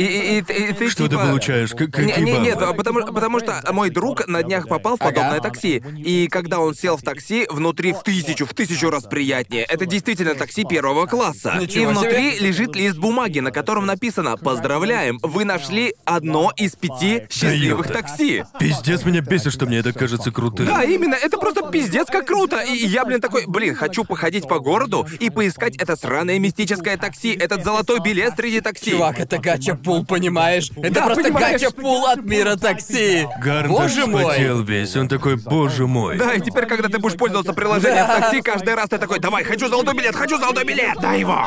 S1: И, и- и- и ты
S2: Что ты
S1: типа-
S2: получаешь? Как-
S1: Не-
S2: какие
S1: не-
S2: бабы?
S1: нет, а потому, потому что мой друг на днях попал в подобное
S3: Ага.
S1: такси. И когда он сел в такси, внутри в тысячу, в тысячу раз приятнее. Это действительно такси первого класса. и
S3: Ничего
S1: внутри
S3: себе.
S1: лежит лист бумаги, на котором написано «Поздравляем, вы нашли одно из пяти счастливых
S2: ёпта.
S1: такси».
S2: Пиздец меня бесит, что мне это кажется крутым.
S1: Да, именно, это просто пиздец как круто. И я, блин, такой, блин, хочу походить по городу и поискать это сраное мистическое такси, этот золотой билет среди такси.
S3: Чувак, это гача-пул, понимаешь? Это
S1: Да,
S3: просто
S1: понимаешь.
S3: гача-пул от мира такси.
S2: Гарн так
S3: Боже мой.
S2: вспотел весь, он такой, боже мой.
S1: Да, и теперь, когда ты будешь пользоваться приложением
S3: Да.
S1: такси, каждый раз ты такой, давай, хочу золотой билет, хочу золотой билет, дай его!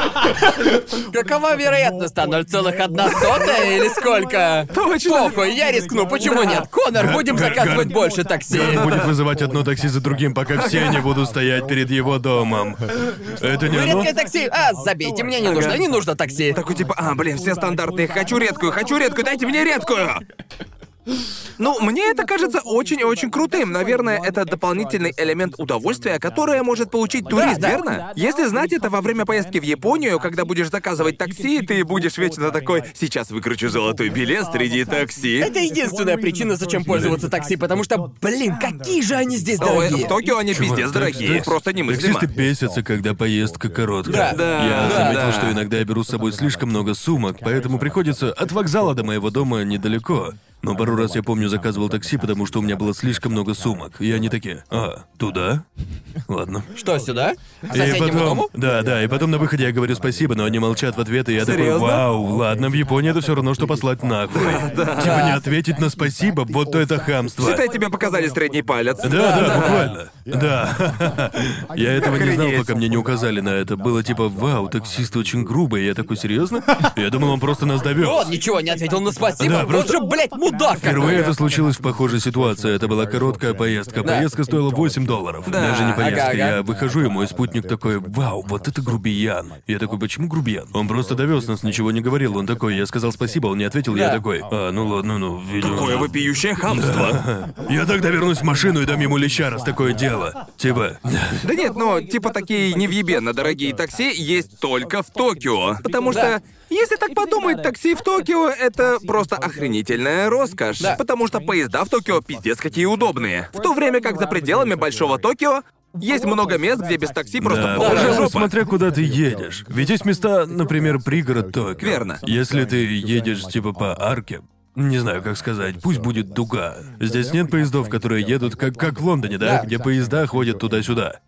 S3: Какова вероятность? А 0,1 сотая или сколько?
S1: Точно.
S3: Похуй, я рискну, почему нет? Конор, будем
S2: Гар-
S3: заказывать
S2: Гар-
S3: больше такси.
S2: Гарн будет вызывать одно такси за другим, пока все не будут стоять перед его домом. Это не
S3: Вы
S2: оно?
S3: редкое такси? А, забейте, мне не нужно, не нужно такси.
S1: Такой типа, а, блин, все стандартные, хочу редкую, хочу редкую, дайте мне редкую! Ну, мне это кажется очень-очень крутым. Наверное, это дополнительный элемент удовольствия, которое может получить турист,
S3: да.
S1: верно? Если знать это во время поездки в Японию, когда будешь заказывать такси, ты будешь вечно такой «Сейчас выкручу золотой билет среди такси».
S3: Это единственная причина, зачем пользоваться такси, потому что, блин, какие же они здесь
S1: О, э, в
S2: а
S3: дорогие.
S1: Токио они
S2: Чувак,
S1: пиздец
S2: такс-
S1: дорогие,
S2: такс-
S1: просто немыслимо.
S2: Таксисты бесятся, когда поездка короткая.
S3: Да. Да,
S2: Я
S1: да,
S2: заметил,
S1: да.
S2: что иногда я беру с собой слишком много сумок, поэтому приходится от вокзала до моего дома недалеко. Но пару раз я помню заказывал такси, потому что у меня было слишком много сумок. И они такие, а, туда? Ладно.
S3: Что, сюда? К
S2: И
S3: соседнему
S2: потом,
S3: дому?
S2: да, да, и потом на выходе я говорю спасибо, но они молчат в ответ, и я такой,
S1: Серьезно?
S2: вау, ладно, в Японии это все равно, что послать нахуй. Типа не ответить на спасибо, вот то это хамство.
S1: Считай, тебе показали средний палец.
S2: Да, да, буквально. Да. Я этого не знал,
S1: Охренеть.
S2: пока мне не указали на это. Было типа, вау, таксист очень грубый. Я такой, серьезно? Я думал, он просто нас довез.
S3: Он ничего не ответил на спасибо.
S2: Да,
S3: Он
S2: просто-
S3: же, блядь, мудак
S2: Впервые
S3: какой.
S2: это случилось в похожей ситуации. Это была короткая поездка.
S3: Да.
S2: Поездка стоила 8 долларов.
S1: Да,
S2: Даже не
S3: ага,
S2: поездка.
S3: ага.
S2: Я выхожу, и мой спутник такой, вау, вот это грубиян. Я такой, почему грубиян? Он просто довез нас, ничего не говорил. Он такой, я сказал спасибо, он не ответил, я
S3: Да.
S2: такой, а, ну ладно, ну, видимо.
S1: Такое вопиющее хамство.
S2: Я тогда вернусь в машину и дам ему леща, раз такое дело. Типа,
S1: Да нет, но типа такие невъебенно дорогие такси есть только в Токио. Потому
S3: Да.
S1: что, если так подумать, такси в Токио — это просто охренительная роскошь.
S3: Да.
S1: Потому что поезда в Токио пиздец какие удобные. В то время как за пределами Большого Токио есть много мест, где без такси просто
S2: Да,
S1: полная
S2: пожалуй,
S1: жопа.
S2: смотря куда ты едешь. Ведь есть места, например, пригород Токио.
S1: Верно.
S2: Если ты едешь типа по арке, не знаю, как сказать, пусть будет дуга. Здесь нет поездов, которые едут как, как в Лондоне, да?
S3: Да.
S2: Где поезда ходят туда-сюда.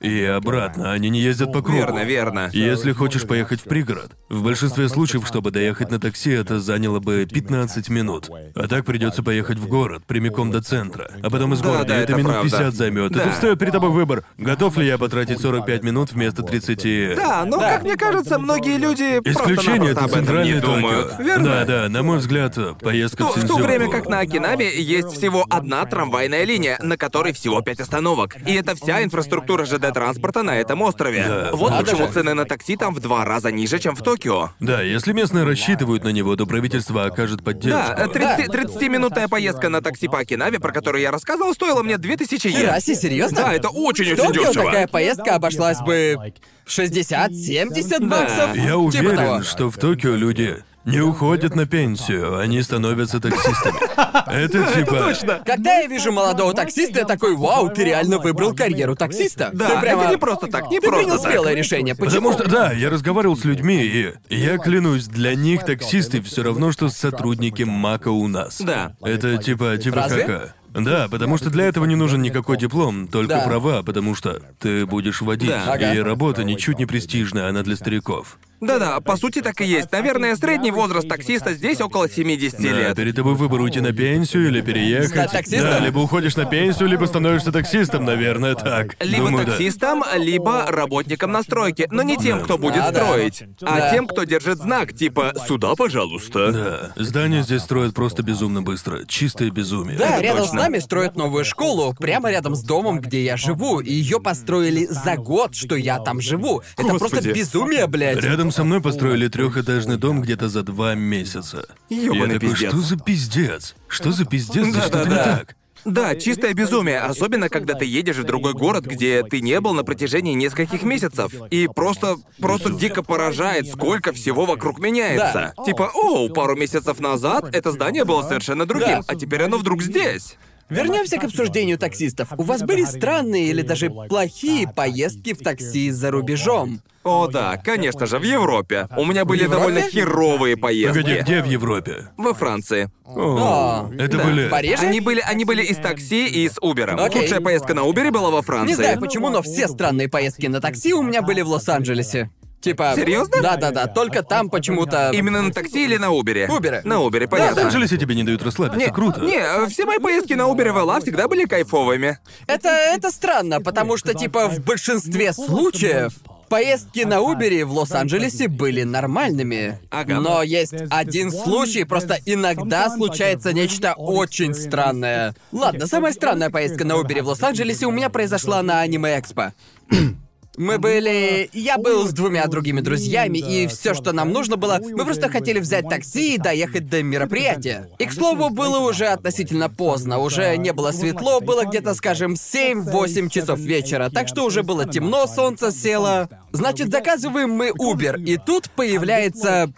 S2: И обратно, они не ездят по кругу.
S1: Верно, верно.
S2: Если хочешь поехать в пригород, в большинстве случаев, чтобы доехать на такси, это заняло бы 15 минут. А так придется поехать в город, прямиком до центра. А потом из
S1: Да,
S2: города
S1: да,
S2: это,
S1: это
S2: минут
S1: правда.
S2: 50 займет. И
S1: Да.
S2: тут стоит перед тобой выбор, готов ли я потратить 45 минут вместо 30.
S1: Да, но, как мне кажется, многие люди
S2: Исключение
S1: просто
S2: это
S1: об этом не
S2: центральный
S1: думают.
S2: Токио.
S1: Верно?
S2: Да, да, на мой взгляд, поездка
S1: Ну,
S2: в
S1: в то
S2: Синдзюку.
S1: время как на Окинаве есть всего одна трамвайная линия, на которой всего пять остановок. И это вся инфраструктура ЖД-транспорта на этом острове.
S2: Да, А
S1: вот
S2: надо
S1: почему
S3: же.
S1: цены на такси там в два раза ниже, чем в Токио.
S2: Да, если местные рассчитывают на него, то правительство окажет поддержку.
S1: Да, э, 30 30-минутная поездка на такси по Окинаве, про которую я рассказывал, стоила мне 2000 йен.
S3: Хераси, а серьезно?
S1: Да, это очень-очень
S3: В Токио
S1: дешево.
S3: такая поездка обошлась бы 60-70 баксов.
S2: Я
S3: Типа того.
S2: уверен, что в Токио люди не уходят на пенсию, они становятся таксистами. Это типа...
S3: Когда я вижу молодого таксиста, я такой, вау, ты реально выбрал карьеру таксиста.
S1: Да,
S3: ты прямо...
S1: это не просто так, не
S3: Ты
S1: просто
S3: принял
S1: так.
S3: смелое решение. Почему?
S2: Потому что, да, я разговаривал с людьми, и я клянусь, для них таксисты все равно, что сотрудники Мака у нас.
S1: Да.
S2: Это типа, типа
S3: Разве?
S2: как... Да, потому что для этого не нужен никакой диплом, только
S3: Да.
S2: права, потому что ты будешь водить,
S1: Да.
S2: и
S3: Ага.
S2: работа ничуть не престижная, она для стариков.
S1: Да-да, по сути так и есть. Наверное, средний возраст таксиста здесь около 70
S2: Да,
S1: лет.
S2: перед тобой выбор уйти на пенсию или переехать.
S3: Стать таксистом?
S2: Да, либо уходишь на пенсию, либо становишься таксистом, наверное, так.
S1: Либо
S2: Думаю, да.
S1: таксистам, либо работникам на стройке. Но не тем, кто будет
S3: Да-да.
S1: строить, а
S3: Да.
S1: тем, кто держит знак, типа «Сюда, пожалуйста».
S2: Да, здания здесь строят просто безумно быстро. Чистое безумие.
S3: Да,
S2: Это
S3: рядом с
S2: точно.
S3: нами строят новую школу, прямо рядом с домом, где я живу, и ее построили за год, что я там живу. Это
S1: Господи.
S3: просто безумие, блядь.
S2: Рядом со мной построили трехэтажный дом где-то за два месяца. Я
S1: Ёбаный
S2: такой,
S1: пиздец.
S2: что за пиздец? Что за пиздец? Да, что-то не
S1: Да-да-да.
S2: так.
S1: Да, чистое безумие, особенно когда ты едешь в другой город, где ты не был на протяжении нескольких месяцев. И просто, просто дико поражает, сколько всего вокруг меняется.
S4: Да.
S1: Типа, о, пару месяцев назад это здание было совершенно другим,
S3: Да.
S1: а теперь оно вдруг здесь.
S3: Вернемся к обсуждению таксистов. У вас были странные или даже плохие поездки в такси за рубежом?
S1: О да, конечно же, в Европе. У меня были
S3: Европе?
S1: довольно херовые поездки.
S2: Погоди, а где в Европе?
S1: Во Франции.
S2: О,
S3: А,
S2: это
S1: да.
S2: были...
S3: Париж? Реже?
S1: Они были, они были из такси и из Убера.
S3: Окей.
S1: Лучшая поездка на Убере была во Франции.
S3: Не знаю почему, но все странные поездки на такси у меня были в Лос-Анджелесе. Типа...
S1: Серьезно?
S3: Да-да-да, только там почему-то...
S1: Именно на такси или на Убере?
S3: Убере.
S1: На Убере,
S2: В
S1: понятно.
S2: Лос-Анджелесе тебе не дают расслабиться, круто.
S1: Не, э, все мои поездки на Убере в ЛА всегда были кайфовыми.
S3: Это, это странно, потому что, типа, в большинстве случаев поездки на Убере в Лос-Анджелесе были нормальными.
S1: Ага.
S3: Но есть один случай, просто иногда случается нечто очень странное. Ладно, самая странная поездка на Убере в Лос-Анджелесе у меня произошла на аниме-экспо. Мы были... Я был с двумя другими друзьями, и все, что нам нужно было, мы просто хотели взять такси и доехать до мероприятия. И, к слову, было уже относительно поздно, уже не было светло, было где-то, скажем, 7-8 часов вечера, так что уже было темно, солнце село. Значит, заказываем мы Uber, и тут появляется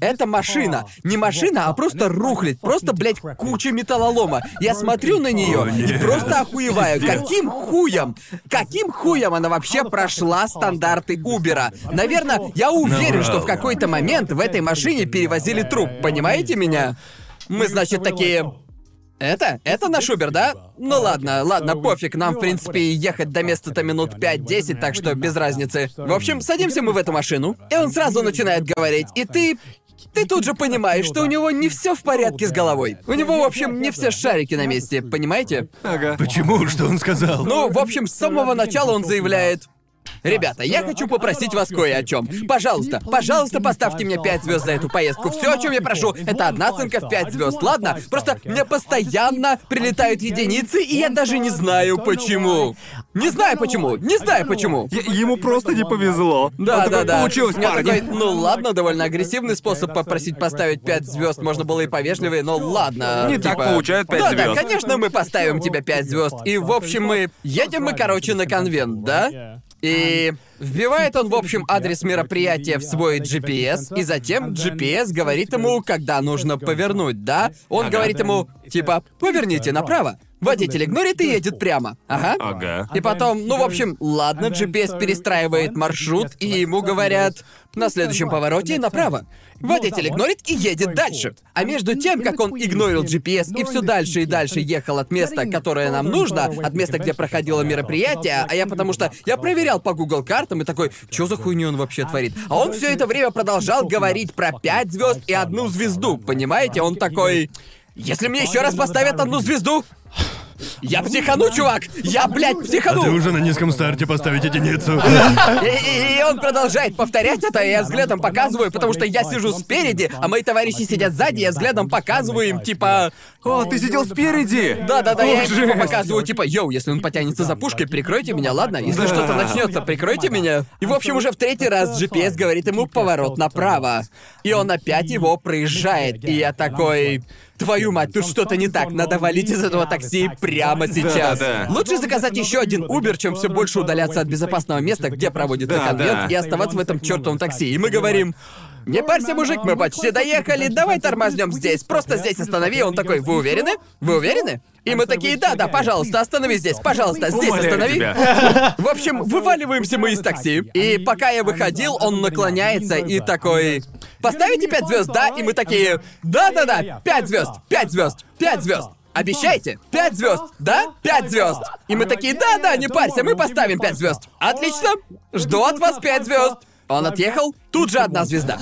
S3: это машина. Не машина, а просто рухлит. Просто, блядь, куча металлолома. Я смотрю на нее и просто охуеваю. Каким хуем? Каким хуем она вообще прошла стандарты Убера? Наверное, я уверен, что в какой-то момент в этой машине перевозили труп. Понимаете меня? Мы, значит, такие... Это? Это наш Убер, да? Ну ладно, ладно, пофиг, нам, в принципе, и ехать до места-то минут 5-10, так что без разницы. В общем, садимся мы в эту машину, и он сразу начинает говорить, и ты... Ты тут же понимаешь, что у него не все в порядке с головой. У него, в общем, не все шарики на месте, понимаете?
S1: Ага.
S2: Почему? Что он сказал?
S3: Ну, в общем, с самого начала он заявляет... Ребята, я хочу попросить вас кое о чем. Пожалуйста, пожалуйста, поставьте мне 5 звезд за эту поездку. Все, о чем я прошу, это одна оценка в 5 звезд, ладно? Просто мне постоянно прилетают единицы, и я даже не знаю почему. Не знаю почему, не знаю почему.
S1: Е- ему просто не повезло.
S3: Да,
S1: а
S3: да,
S1: такой,
S3: да.
S1: Получилось,
S3: Я
S1: парни.
S3: такой, ну ладно, довольно агрессивный способ попросить поставить 5 звезд. Можно было и повежливее, но ладно. типа.
S1: Не так получают пять
S3: да,
S1: звёзд.
S3: Да, конечно, мы поставим тебе 5 звезд. И в общем мы едем мы, короче, на конвент, да? И вбивает он, в общем, адрес мероприятия в свой GPS, и затем GPS говорит ему, когда нужно повернуть, да? Он говорит ему, типа, поверните направо. Водитель игнорит и едет прямо. Ага.
S1: Ага.
S3: И потом, ну, в общем, ладно, GPS перестраивает маршрут, и ему говорят, на следующем повороте направо. Водитель игнорит и едет дальше. А между тем, как он игнорил GPS и все дальше и дальше ехал от места, которое нам нужно, от места, где проходило мероприятие, а я потому что я проверял по Google картам и такой, что за хуйню он вообще творит? А он все это время продолжал говорить про пять звезд и одну звезду, понимаете? Он такой, если мне еще раз поставят одну звезду, я психану, чувак! Я,
S2: А ты
S3: блядь,
S1: ну.
S3: психану!
S2: уже на низком старте поставить единицу.
S3: И, и- и он продолжает повторять это, и я взглядом показываю, потому что я сижу спереди, а мои товарищи сидят сзади, я взглядом показываю им, типа...
S1: О, А, ты сидел спереди!
S3: Да-да-да, я
S1: О,
S3: им типа
S1: жесть.
S3: показываю, типа, йоу, если он потянется за пушкой, прикройте меня, ладно? Если
S1: Да.
S3: что-то начнется, прикройте меня. И, в общем, уже в третий раз GPS говорит ему поворот направо. И он опять его проезжает. И я такой... Твою мать, тут что-то не так. Надо валить из этого такси прямо сейчас.
S1: Да-да-да.
S3: Лучше заказать еще один Uber, чем все больше удаляться от безопасного места, где проводится
S1: Да,
S3: конвент,
S1: да.
S3: и оставаться в этом чертовом такси. И мы говорим. Не парься, мужик, мы почти доехали, давай тормознем здесь, просто здесь останови. Он такой, вы уверены? Вы уверены? И мы такие, да, да, пожалуйста, останови здесь, пожалуйста, здесь
S1: Умоляю
S3: останови.
S1: тебя.
S3: В общем, вываливаемся мы из такси. И пока я выходил, он наклоняется и такой... Поставите 5 звезд, да? И мы такие... Да-да-да, 5 звезд, 5 звезд, 5 звезд. Обещайте! 5 звезд, да? 5 звезд! И мы такие, да-да, не парься, мы поставим 5 звезд. Отлично! Жду от вас 5 звезд! Он отъехал, тут же одна звезда.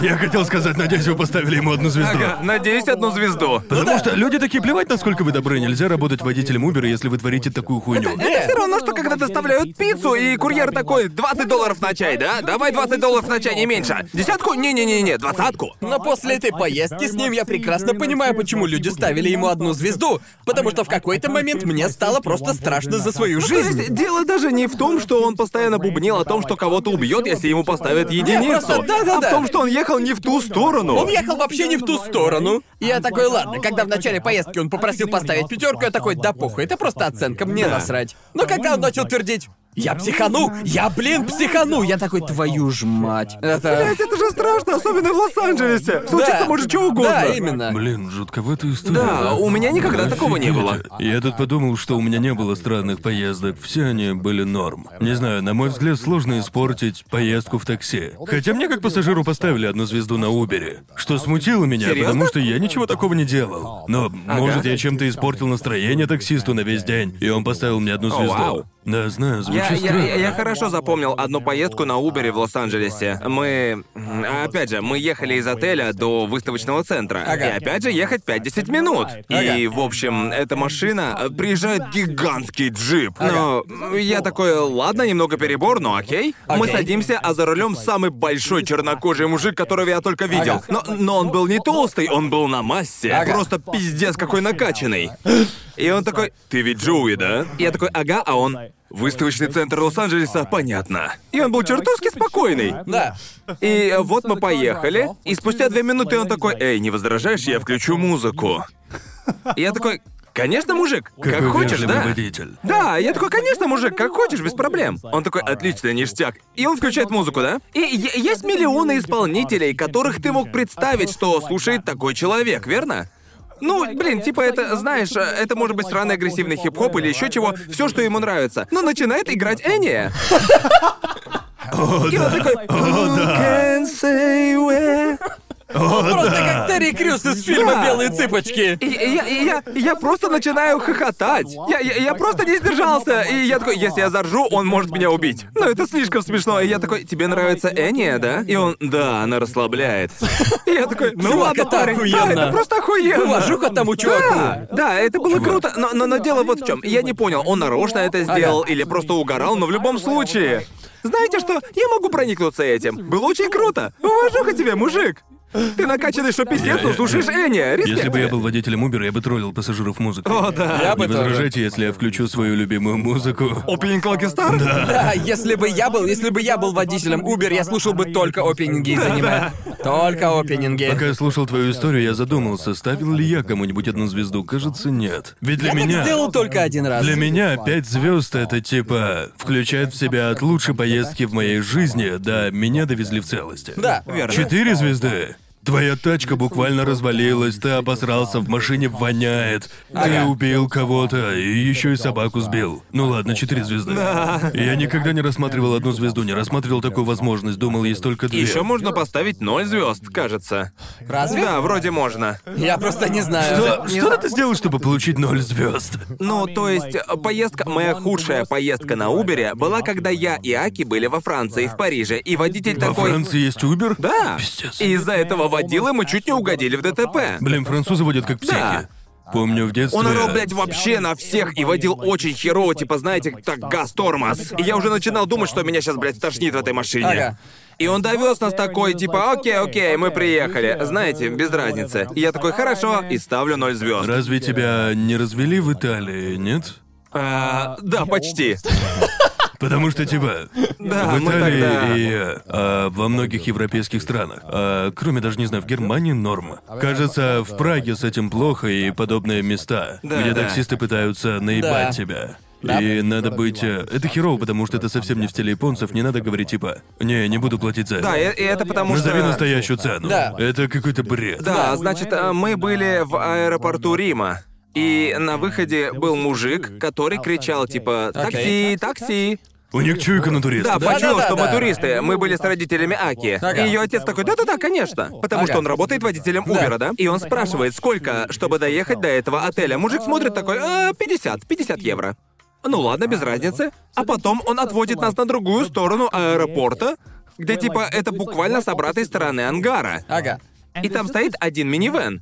S2: Я хотел сказать, надеюсь, вы поставили ему одну звезду.
S1: Ага, Ну надеюсь, одну звезду.
S2: Потому что люди такие плевать, насколько вы добры, нельзя работать водителем Uber, если вы творите такую хуйню.
S3: Э.
S1: Это э, все равно, что когда доставляют пиццу, и курьер такой, 20 долларов на чай, да? Давай 20 долларов на чай, не меньше. Десятку? Не-не-не-не, двадцатку.
S3: Но после этой поездки с ним я прекрасно понимаю, почему люди ставили ему одну звезду. Потому что в какой-то момент мне стало просто страшно за свою
S1: То
S3: жизнь.
S1: есть дело даже не в том, что он постоянно бубнил о том, что кого-то убьет, если ему поставят единицу.
S3: просто да-да-да.
S1: А в том, что он ехал не в ту сторону.
S3: Он ехал вообще не в ту сторону. И я такой, ладно, когда в начале поездки он попросил поставить пятерку, я такой, да похуй, это просто оценка, мне насрать. Но когда он начал твердить, я психану, я, блин, психану, я такой, твою ж мать. Это...
S1: Блядь, это же страшно, особенно в Лос-Анджелесе. Случится
S3: Да.
S1: может что угодно.
S3: Да, именно.
S2: Блин, жутковатая история.
S1: Да, у меня никогда такого не было.
S2: Я тут подумал, что у меня не было странных поездок, все они были норм. Не знаю, на мой взгляд, сложно испортить поездку в такси. Хотя мне как пассажиру поставили одну звезду на Убере, что смутило меня,
S1: Серьёзно?
S2: потому что я ничего такого не делал. Но, может, я чем-то испортил настроение таксисту на весь день, и он поставил мне одну звезду.
S1: вау.
S2: Да, знаю, звучит
S1: Я, я,
S2: странно.
S1: я- я хорошо запомнил одну поездку на Убере в Лос-Анджелесе. Мы... м, Опять же, мы ехали из отеля до выставочного центра. И опять же ехать 5-10 минут. И, в общем, эта машина... э, Приезжает гигантский джип. Но м, я такой, ладно, немного перебор, но окей. Мы
S3: Окей.
S1: садимся, а за рулем самый большой чернокожий мужик, которого я только видел. Но, но он был не толстый, он был на массе.
S3: Ага.
S1: Просто пиздец какой накачанный. И он такой, ты ведь Джоуи, да? Я такой, ага, а он... Выставочный центр Лос-Анджелеса, понятно. И он был чертовски спокойный.
S3: Да.
S1: И э, вот мы поехали, и спустя две минуты он такой, эй, не возражаешь, я включу музыку. И я такой, конечно, мужик, как
S2: Какой
S1: хочешь,
S2: вежливый
S1: да?
S2: водитель.
S1: Да, я такой, конечно, мужик, как хочешь, без проблем. Он такой, отлично, ништяк. И он включает музыку, да? И е- есть миллионы исполнителей, которых ты мог представить, что слушает такой человек, верно? Ну, блин, типа это, знаешь, э, это может быть странный агрессивный хип-хоп или еще чего, все, что ему нравится. Но начинает играть Эния. И он такой, «You can say where».
S3: Просто как Терри Крюс из фильма «Белые цыпочки».
S1: И, и я, и я, и я просто начинаю хохотать. Я, я, я просто не сдержался. И я такой, если я заржу, он может меня убить. Но это слишком смешно. И я такой, тебе нравится Эния, да? И он, да, она расслабляет. И я такой, ну
S3: Чувак,
S1: ладно,
S3: это
S1: парень, да,
S3: охуенно. Ну,
S1: это просто охуенно.
S3: Уважуха тому
S1: Да,
S3: чуваку.
S1: да, это было круто, но, но, но дело вот в чем. Я не понял, он нарочно это сделал или просто угорал, но в любом случае. Знаете что? Я могу проникнуться этим. Было очень круто. Уважуха тебе, мужик. Ты накачанный, что пиздец, но слушаешь Эня. Респект.
S2: Если бы я был водителем Uber, я бы троллил пассажиров музыкой.
S1: О, да.
S3: Я
S2: Не
S3: бы тоже.
S2: возражайте, если я включу свою любимую музыку.
S1: Opening Clock is Start?
S3: Да, если бы я был, если бы я был водителем Uber, я слушал бы только опенинги из аниме. Только опенинги.
S2: Пока я слушал твою историю, я задумался, ставил ли я кому-нибудь одну звезду. Кажется, нет. Ведь для
S3: Я
S2: меня...
S3: так сделал только один раз.
S2: Для меня пять звезд это типа включает в себя от лучшей поездки в моей жизни, да, меня довезли в целости.
S3: Да.
S1: Верно.
S2: Четыре звезды. Твоя тачка буквально развалилась, ты обосрался, в машине воняет, ты
S3: Ага.
S2: убил кого-то и еще и собаку сбил. Ну ладно, четыре звезды. Я никогда не рассматривал одну звезду, не рассматривал такую возможность, думал, есть только две.
S1: Еще можно поставить ноль звезд, кажется.
S3: Разве?
S1: Да, вроде можно.
S3: Я просто не знаю.
S2: Что, что ты сделал, чтобы получить ноль звезд?
S1: Ну, то есть, э, поездка, моя худшая поездка на Убере была, когда я и Аки были во Франции, в Париже, и водитель
S2: Во
S1: такой...
S2: Франции есть Uber?
S1: Да.
S2: Пиздец.
S1: И из-за этого водилы мы чуть не угодили в ДТП.
S2: Блин, французы водят как психи.
S1: Да.
S2: Помню в детстве.
S1: Он орал, блядь, вообще на всех и водил очень херово, типа, знаете, так газ-тормоз. И я уже начинал думать, что меня сейчас, блядь, тошнит в этой машине.
S3: Ага.
S1: И он довез нас такой, типа, окей, окей, мы приехали. Знаете, без разницы. И я такой, хорошо, и ставлю ноль звезд.
S2: Разве тебя не развели в Италии, нет?
S1: Э, да, почти.
S2: Потому что типа
S1: Да,
S2: в
S1: мы
S2: Италии
S1: тогда-
S2: и э, а, во многих европейских странах, а, кроме даже не знаю, в Германии норма. Кажется, в Праге с этим плохо и подобные места,
S1: Да,
S2: где
S1: да.
S2: таксисты пытаются наебать
S3: Да.
S2: тебя. И надо быть... э, Это херово, потому что это совсем не в стиле японцев, не надо говорить типа «Не, не буду платить за это».
S1: Да, и, и это потому что...
S2: Назови настоящую цену.
S3: Да.
S2: Это какой-то бред.
S1: Да, значит, э, мы были в аэропорту Рима. И на выходе был мужик, который кричал типа «такси, такси».
S2: У них чуйка на
S1: Да,
S2: туристов.
S1: почуял,
S3: да,
S1: что мы
S3: да.
S1: туристы. Мы были с родителями Аки.
S3: Ага.
S1: И ее отец такой, да-да-да, конечно. Потому
S3: Ага.
S1: что он работает водителем Убера, да? И он спрашивает, сколько, чтобы доехать до этого отеля. Мужик смотрит такой, «А, 50, 50 евро. Ну ладно, без разницы. А потом он отводит нас на другую сторону аэропорта, где типа это буквально с обратной стороны ангара.
S3: Ага.
S1: И там стоит один минивэн.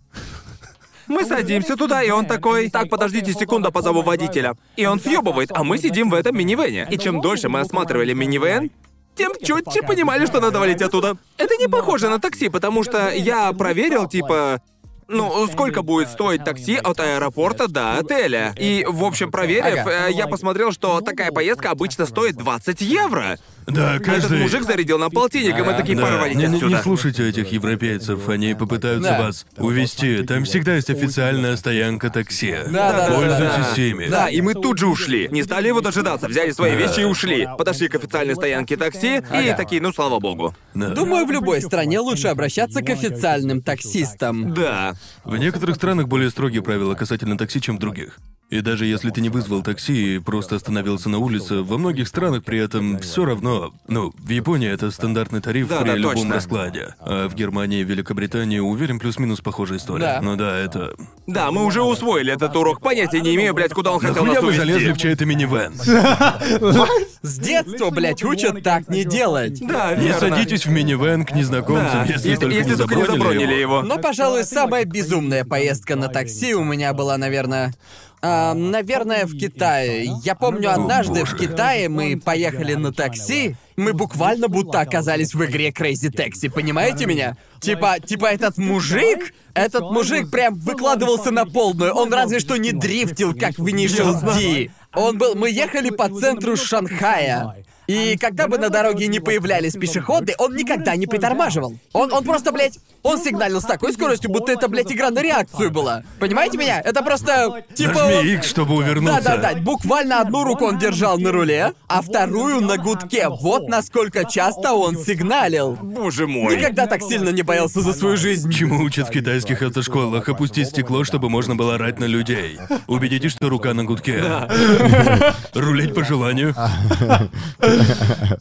S1: Мы садимся туда, и он такой, так, подождите секунду, позову водителя. И он съебывает, а мы сидим в этом минивэне. И чем дольше мы осматривали минивэн, тем четче понимали, что надо валить оттуда. Это не похоже на такси, потому что я проверил, типа, ну, сколько будет стоить такси от аэропорта до отеля. И, в общем, проверив,
S3: Ага.
S1: э, я посмотрел, что такая поездка обычно стоит 20 евро.
S2: Да,
S1: Этот
S2: каждый...
S1: мужик зарядил на полтинник, и мы такие, пора
S2: Да,
S1: валить
S2: не, не- не
S1: отсюда.
S2: слушайте этих европейцев, они попытаются
S3: Да.
S2: вас увести. Там всегда есть официальная стоянка такси.
S3: да, да,
S2: Пользуйтесь
S1: да.
S2: ими.
S1: Да, А, и мы тут же ушли. Не стали его дожидаться, взяли свои вещи и ушли. Подошли к официальной стоянке такси и такие, ну слава богу.
S2: Да.
S3: Думаю, в любой стране лучше обращаться к официальным таксистам.
S1: Да.
S2: В некоторых странах более строгие правила касательно такси, чем в других. И даже если ты не вызвал такси и просто остановился на улице, во многих странах при этом все равно. Ну, в Японии это стандартный тариф
S1: Да,
S2: при
S1: да,
S2: любом
S1: точно.
S2: раскладе. А в Германии и Великобритании, уверен, плюс-минус похожая история.
S3: Да.
S2: Но да, это.
S1: Да, мы уже усвоили этот урок. Понятия не имею, блядь, куда он хотел
S2: Нахуя
S1: нас
S2: вы залезли в
S1: увезти.
S2: чей-то минивэн?
S3: С детства, блядь, учат так не делать.
S1: Да,
S2: Не
S1: верно.
S2: садитесь в минивэн к
S1: Да,
S2: незнакомцам, если, только, не
S1: забронили
S2: его.
S1: его.
S3: Но, пожалуй, самая безумная поездка на такси у меня была, наверное... а, наверное, в Китае. Я помню,
S4: О,
S3: однажды
S2: боже.
S3: в Китае мы поехали на такси, мы буквально будто оказались в игре Crazy Taxi, понимаете меня? Типа, типа этот мужик, этот мужик прям выкладывался на полную, он разве что не дрифтил, как в Initial D. Он был... Мы ехали по центру Шанхая, и когда бы на дороге не появлялись пешеходы, он никогда не притормаживал. Он, он просто, блядь, он сигналил с такой скоростью, будто это, блядь, игра на реакцию была. Понимаете меня? Это просто, типа...
S2: Нажми X, чтобы увернуться.
S3: Да-да-да, буквально одну руку он держал на руле, а вторую на гудке. Вот насколько часто он сигналил.
S1: Ну, Боже мой.
S3: Никогда так сильно не боялся за свою жизнь.
S2: Чему учат в китайских автошколах? Опустить стекло, чтобы можно было орать на людей. Убедитесь, что рука на гудке. Рулить по желанию.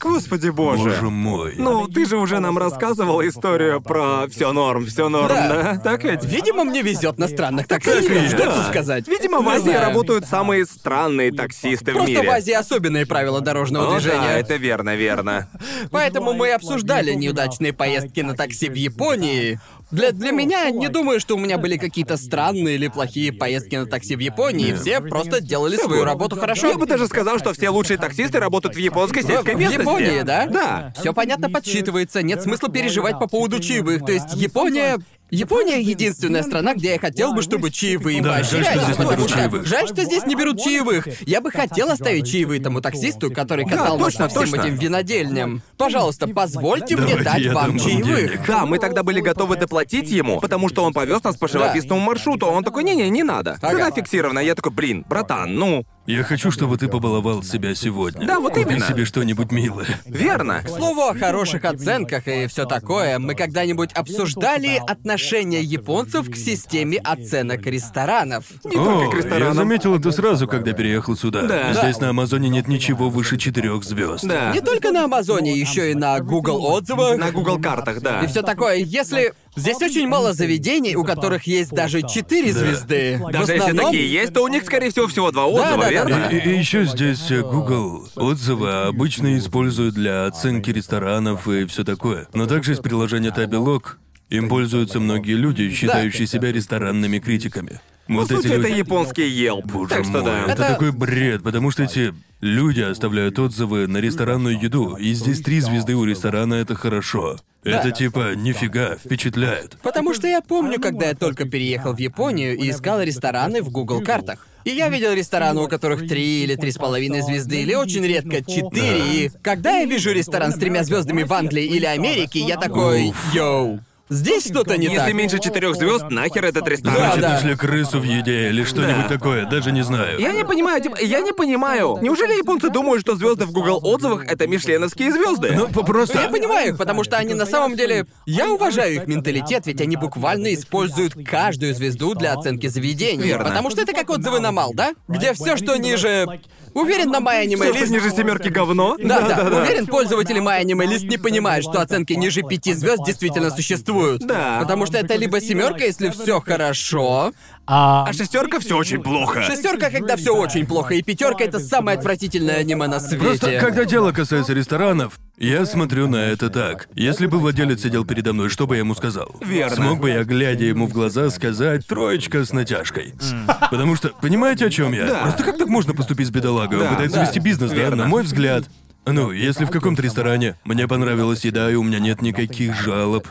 S1: Господи
S2: Боже
S1: боже.
S2: мой.
S1: Ну, ты же уже нам рассказывал историю про все норм, все норм,
S3: Да.
S1: да? Так ведь?
S3: Видимо, мне везет на странных таксистов. Что
S1: Да.
S3: тут сказать?
S1: Видимо, в
S3: Не
S1: Азии
S3: знаю.
S1: работают самые странные таксисты в
S3: Просто
S1: мире.
S3: в Азии особенные правила дорожного
S1: О,
S3: движения.
S1: да, это верно, верно.
S3: Поэтому мы и обсуждали неудачные поездки на такси в Японии. Для, для
S1: Ну,
S3: меня, не думаю, что у меня были какие-то странные или плохие поездки на такси в Японии.
S2: Нет.
S3: Все просто делали свою работу хорошо.
S1: Я бы даже сказал, что все лучшие таксисты работают в японской
S3: В-
S1: сельской
S3: в
S1: местности.
S3: Японии, да?
S1: Да.
S3: Все понятно подсчитывается, нет смысла переживать по поводу чаевых. То есть Япония... Япония единственная страна, где я хотел бы, чтобы чаевые
S2: Да, жаль, что
S3: поощрялись,
S2: здесь не берут
S3: потому что-
S2: чаевых.
S3: Жаль, что здесь не берут чаевых. Я бы хотел оставить чаевые тому таксисту, который
S1: Да,
S3: катал нас
S1: точно,
S3: по всем
S1: точно.
S3: этим винодельням. Пожалуйста, позвольте мне
S2: Давайте
S3: дать
S2: я
S3: вам
S2: дам вам
S3: чаевых.
S2: денег.
S1: Да, мы тогда были готовы доплатить ему, потому что он повез нас по живописному маршруту, а он такой, не-не, не надо. Цена фиксирована. Я такой, блин, братан, ну,
S2: Я хочу, чтобы ты побаловал себя сегодня.
S1: Да, вот
S2: Купи
S1: именно.
S2: себе что-нибудь милое.
S1: верно.
S3: К слову о хороших оценках и все такое, мы когда-нибудь обсуждали отношение японцев к системе оценок ресторанов.
S1: Не только
S2: О,
S1: к
S2: я
S1: ресторанам.
S2: заметил это сразу, когда переехал сюда.
S1: Да.
S2: Здесь на Амазоне нет ничего выше четырех звезд.
S1: Да.
S3: Не только на Амазоне, еще и на Google отзывах.
S1: На Google картах, да.
S3: И все такое, если. Здесь очень мало заведений, у которых есть даже 4
S2: Да.
S3: звезды. В
S1: Даже если
S3: основном-
S1: такие есть, то у них, скорее всего, всего два
S3: Да,
S1: отзыва,
S3: да, да,
S1: верно?
S3: да.
S2: И, еще здесь э, Google отзывы обычно используют для оценки ресторанов и все такое. Но также из приложения Табилок им пользуются многие люди, считающие себя ресторанными критиками. Вот
S1: Ну, По
S2: эти
S1: сути, это
S2: люди.
S1: японский Yelp.
S2: Боже
S1: так что
S2: мой, это,
S1: да.
S3: Это-
S2: такой бред, потому что эти люди оставляют отзывы на ресторанную еду, и здесь три звезды у ресторана это хорошо. Это типа нифига впечатляет.
S3: Потому что я помню, когда я только переехал в Японию и искал рестораны в Google картах. И я видел рестораны, у которых три или три с половиной звезды, или очень редко четыре. И когда я вижу ресторан с тремя звездами в Англии или Америке, я такой, йоу, здесь что-то не
S1: Если
S3: так.
S1: меньше четырех звезд, нахер этот ресторан?
S3: Да,
S2: Значит,
S3: да.
S2: нашли крысу в еде или что-нибудь
S1: Да.
S2: такое, даже не знаю.
S1: Я не понимаю, типа, я не понимаю. Неужели японцы думают, что звезды в Google отзывах это мишленовские звезды?
S2: Ну, по- просто...
S3: Я понимаю их, потому что они на самом деле... Я уважаю их менталитет, ведь они буквально используют каждую звезду для оценки заведения.
S1: Верно.
S3: Потому что это как отзывы на Мал, да? Где все, что ниже... Уверен, на мой аниме
S1: Всё, что
S3: лист...
S1: ниже семерки говно?
S3: Да, да,
S1: да.
S3: Уверен, пользователи My Anime List не понимают, что оценки ниже пяти звезд действительно существуют.
S1: Да.
S3: Потому что это либо семерка, если все хорошо,
S1: А шестерка все очень плохо.
S3: шестерка, когда все очень плохо, и пятерка это самое отвратительное аниме на свете.
S2: Просто когда дело касается ресторанов, я смотрю на это так. Если бы владелец сидел передо мной, что бы я ему сказал?
S1: Верно.
S2: Смог бы я, глядя ему в глаза, сказать троечка с натяжкой. Потому что, понимаете, о чем я? Просто как так можно поступить с бедолагой? Он
S1: Да,
S2: пытается
S1: да.
S2: вести бизнес, да? На мой взгляд. Ну, если в каком-то ресторане мне понравилась еда и у меня нет никаких жалоб.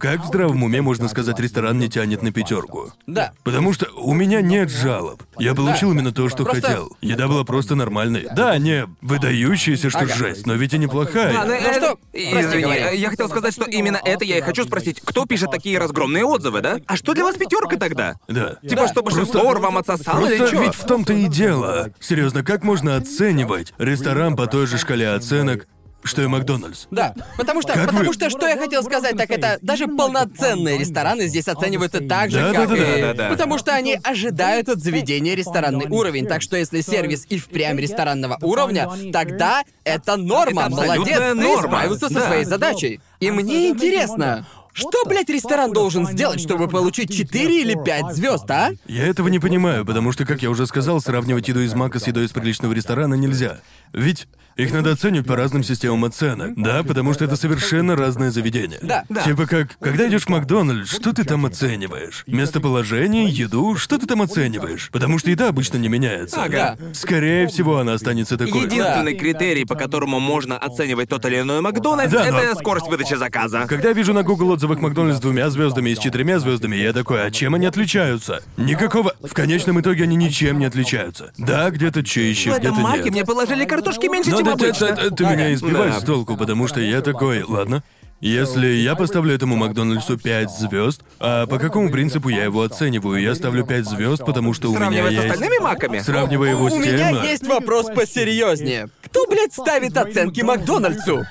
S2: Как в здравом уме можно сказать, ресторан не тянет на пятерку?
S3: Да.
S2: Потому что у меня нет жалоб. Я получил именно то, что
S3: Просто-
S2: хотел. Еда была просто нормальной. Да, не выдающаяся, что
S3: Ага.
S2: жесть, но ведь и неплохая.
S1: А, ну, э,
S3: что? Прости,
S1: Извини,
S3: говори.
S1: э, я хотел сказать, что именно это я и хочу спросить. Кто пишет такие разгромные отзывы, да? А что для вас пятерка тогда?
S2: Да.
S1: Типа, чтобы шеф-повар вам отсосал
S2: Просто
S1: или что?
S2: ведь в том-то и дело. Серьезно, как можно оценивать ресторан по той же шкале оценок, что и Макдональдс?
S3: Да, потому что,
S2: Как
S3: потому
S2: вы-
S3: что что я хотел сказать, так это даже полноценные рестораны здесь оцениваются так же,
S2: Да,
S3: как
S2: да, да,
S3: и-
S1: да, да.
S3: потому что они ожидают от заведения ресторанный уровень. Так что если сервис и впрямь ресторанного уровня, тогда это норма.
S1: Это абсолютная
S3: Молодец, ты
S1: норма.
S3: справился со
S1: Да. А
S3: своей задачей. И мне интересно. Что, блядь, ресторан должен сделать, чтобы получить 4 или 5 звезд, а?
S2: Я этого не понимаю, потому что, как я уже сказал, сравнивать еду из мака с едой из приличного ресторана нельзя. Ведь их надо оценивать по разным системам оценок, да, потому что это совершенно разные заведения.
S3: Да, да.
S2: Типа как, когда идешь в Макдональдс, что ты там оцениваешь? Местоположение, еду, что ты там оцениваешь? Потому что еда обычно не меняется.
S3: Ага.
S2: Скорее всего, она останется такой.
S1: Единственный критерий, по которому можно оценивать тот или иной Макдональдс,
S2: Да, но-
S1: это скорость выдачи заказа.
S2: Когда я вижу на Google отзывах Макдональдс с двумя звездами и с четырьмя звездами, я такой, а чем они отличаются? Никакого. В конечном итоге они ничем не отличаются. Да, где-то чище,
S1: В
S2: где-то
S1: этом марке
S2: нет.
S1: Ну, мне положили картошки меньше,
S2: Ну
S1: чем
S2: да, ты,
S1: обычно.
S2: ты- ты меня избиваешь
S1: Да. Ну,
S2: с толку, потому что я такой, ладно. Если я поставлю этому Макдональдсу 5 звезд, а по какому принципу я его оцениваю? Я ставлю 5 звезд, потому что у меня
S1: Сравнивая с
S2: есть.
S1: остальными маками?
S2: Сравнивая его с
S3: У
S2: тем.
S3: меня
S2: а,
S3: есть вопрос посерьезнее. Кто, блядь, ставит оценки Макдональдсу?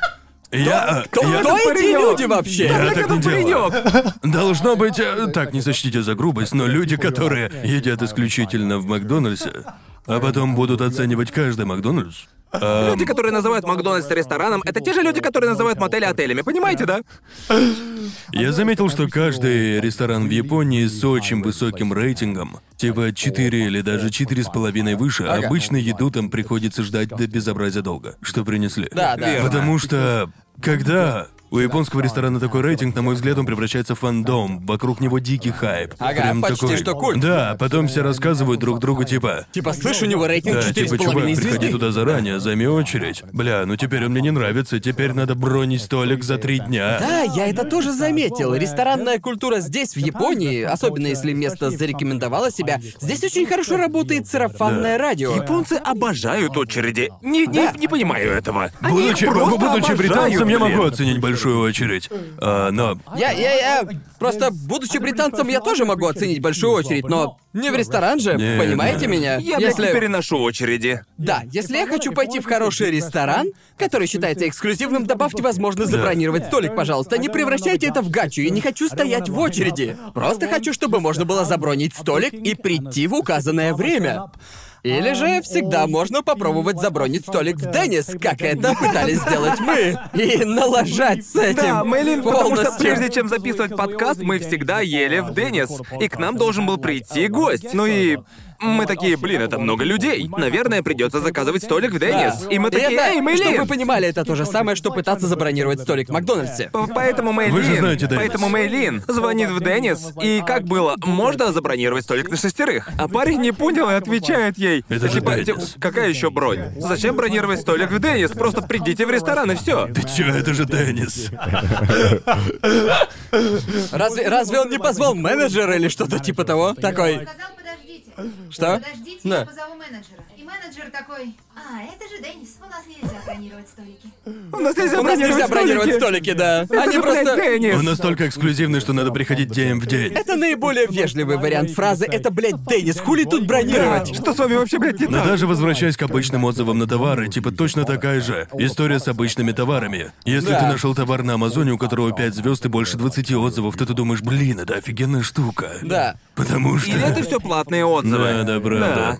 S2: Я. а,
S3: Кто,
S2: я-
S3: кто эти
S1: паренёк?
S3: люди вообще?
S2: Я
S1: Как
S2: так
S1: это
S2: не делаю.
S1: паренёк?
S2: Должно быть, э, так не сочтите за грубость, но люди, которые едят исключительно в Макдональдсе, а потом будут оценивать каждый Макдональдс. а,
S1: Люди, которые называют Макдональдс рестораном, это те же люди, которые называют мотели отелями, понимаете, да?
S2: я заметил, что каждый ресторан в Японии с очень высоким рейтингом, типа 4 или даже 4,5 выше, обычно еду там приходится ждать до безобразия долго, что принесли.
S3: Да, да.
S2: Потому что, когда У японского ресторана такой рейтинг, на мой взгляд, он превращается в фандом. Вокруг него дикий хайп.
S3: Ага,
S2: Прям
S3: почти
S2: такой.
S3: что культ.
S2: Да, потом все рассказывают друг другу, типа...
S3: Типа, слышь, у него рейтинг
S2: Да,
S3: 4,5
S2: типа, чувак, приходи
S3: звезды.
S2: туда заранее, займи очередь. Бля, ну теперь он мне не нравится, теперь надо бронить столик за три дня.
S3: Да, я это тоже заметил. Ресторанная культура здесь, в Японии, особенно если место зарекомендовало себя, здесь очень хорошо работает сарафанное радио.
S1: Японцы обожают очереди. Не, не,
S3: Да.
S1: не понимаю этого. Они
S2: Будучи,
S1: их просто
S2: будучи
S1: обожают,
S2: британцем, я
S1: блин.
S2: могу оценить большую очередь. А, но
S3: Я, я, я... Просто, будучи британцем, я тоже могу оценить большую очередь, но не в ресторан же,
S2: Не,
S3: понимаете
S2: да.
S3: меня?
S1: Я блядь,
S3: если...
S1: не переношу очереди.
S3: Да, если я хочу пойти в хороший ресторан, который считается эксклюзивным, добавьте возможность забронировать столик, пожалуйста. Не превращайте это в гачу, я не хочу стоять в очереди. Просто хочу, чтобы можно было забронить столик и прийти в указанное время. Или же всегда можно попробовать забронить столик в Деннис, как это пытались сделать мы, и налажать с этим
S1: Да, Мэйлин, потому что
S3: полностью.
S1: прежде чем записывать подкаст, мы всегда ели в Деннис. И к нам должен был прийти гость. Ну и мы такие, блин, это много людей. Наверное, придется заказывать столик в Деннис. И мы
S3: И
S1: такие,
S3: это,
S1: эй,
S3: чтобы
S1: Мэйлин!
S3: вы понимали, это то же самое, что пытаться забронировать столик в Макдональдсе.
S1: П- Поэтому Мэйлин,
S2: Вы же знаете Деннис.
S1: поэтому Мэйлин звонит в Деннис, и как было, можно забронировать столик на шестерых? А парень не понял и отвечает ей.
S2: Это же
S1: Типа,
S2: Деннис.
S1: «Типа, какая еще бронь? Зачем бронировать столик в Деннис? Просто придите в ресторан и все.
S2: ты чё, это же Деннис.
S3: Разве, разве он не позвал менеджера или что-то типа того? Такой,
S4: Сказал, подождите.
S3: что?
S4: Подождите,
S3: Да.
S4: я позову менеджера. И менеджер такой, а, это же Деннис, у нас нельзя бронировать столики.
S1: У нас нельзя
S3: У нас нельзя бронировать
S1: столики.
S3: столики, да.
S1: Это
S3: Они
S1: же, блядь,
S3: просто...
S1: Деннис.
S2: Он настолько эксклюзивный, что надо приходить день в день.
S3: Это наиболее вежливый вариант фразы. Это, блядь, Деннис, хули тут бронировать?
S1: Что с вами вообще, блядь, не
S2: Но
S1: так?
S2: Ну, даже возвращаясь к обычным отзывам на товары, типа точно такая же история с обычными товарами. Если
S3: Да.
S2: ты нашел товар на Амазоне, у которого 5 звезд и больше 20 отзывов, то ты думаешь, блин, это офигенная штука.
S3: Да.
S2: Потому что...
S1: Или это все платные отзывы?
S2: Да, да, правда.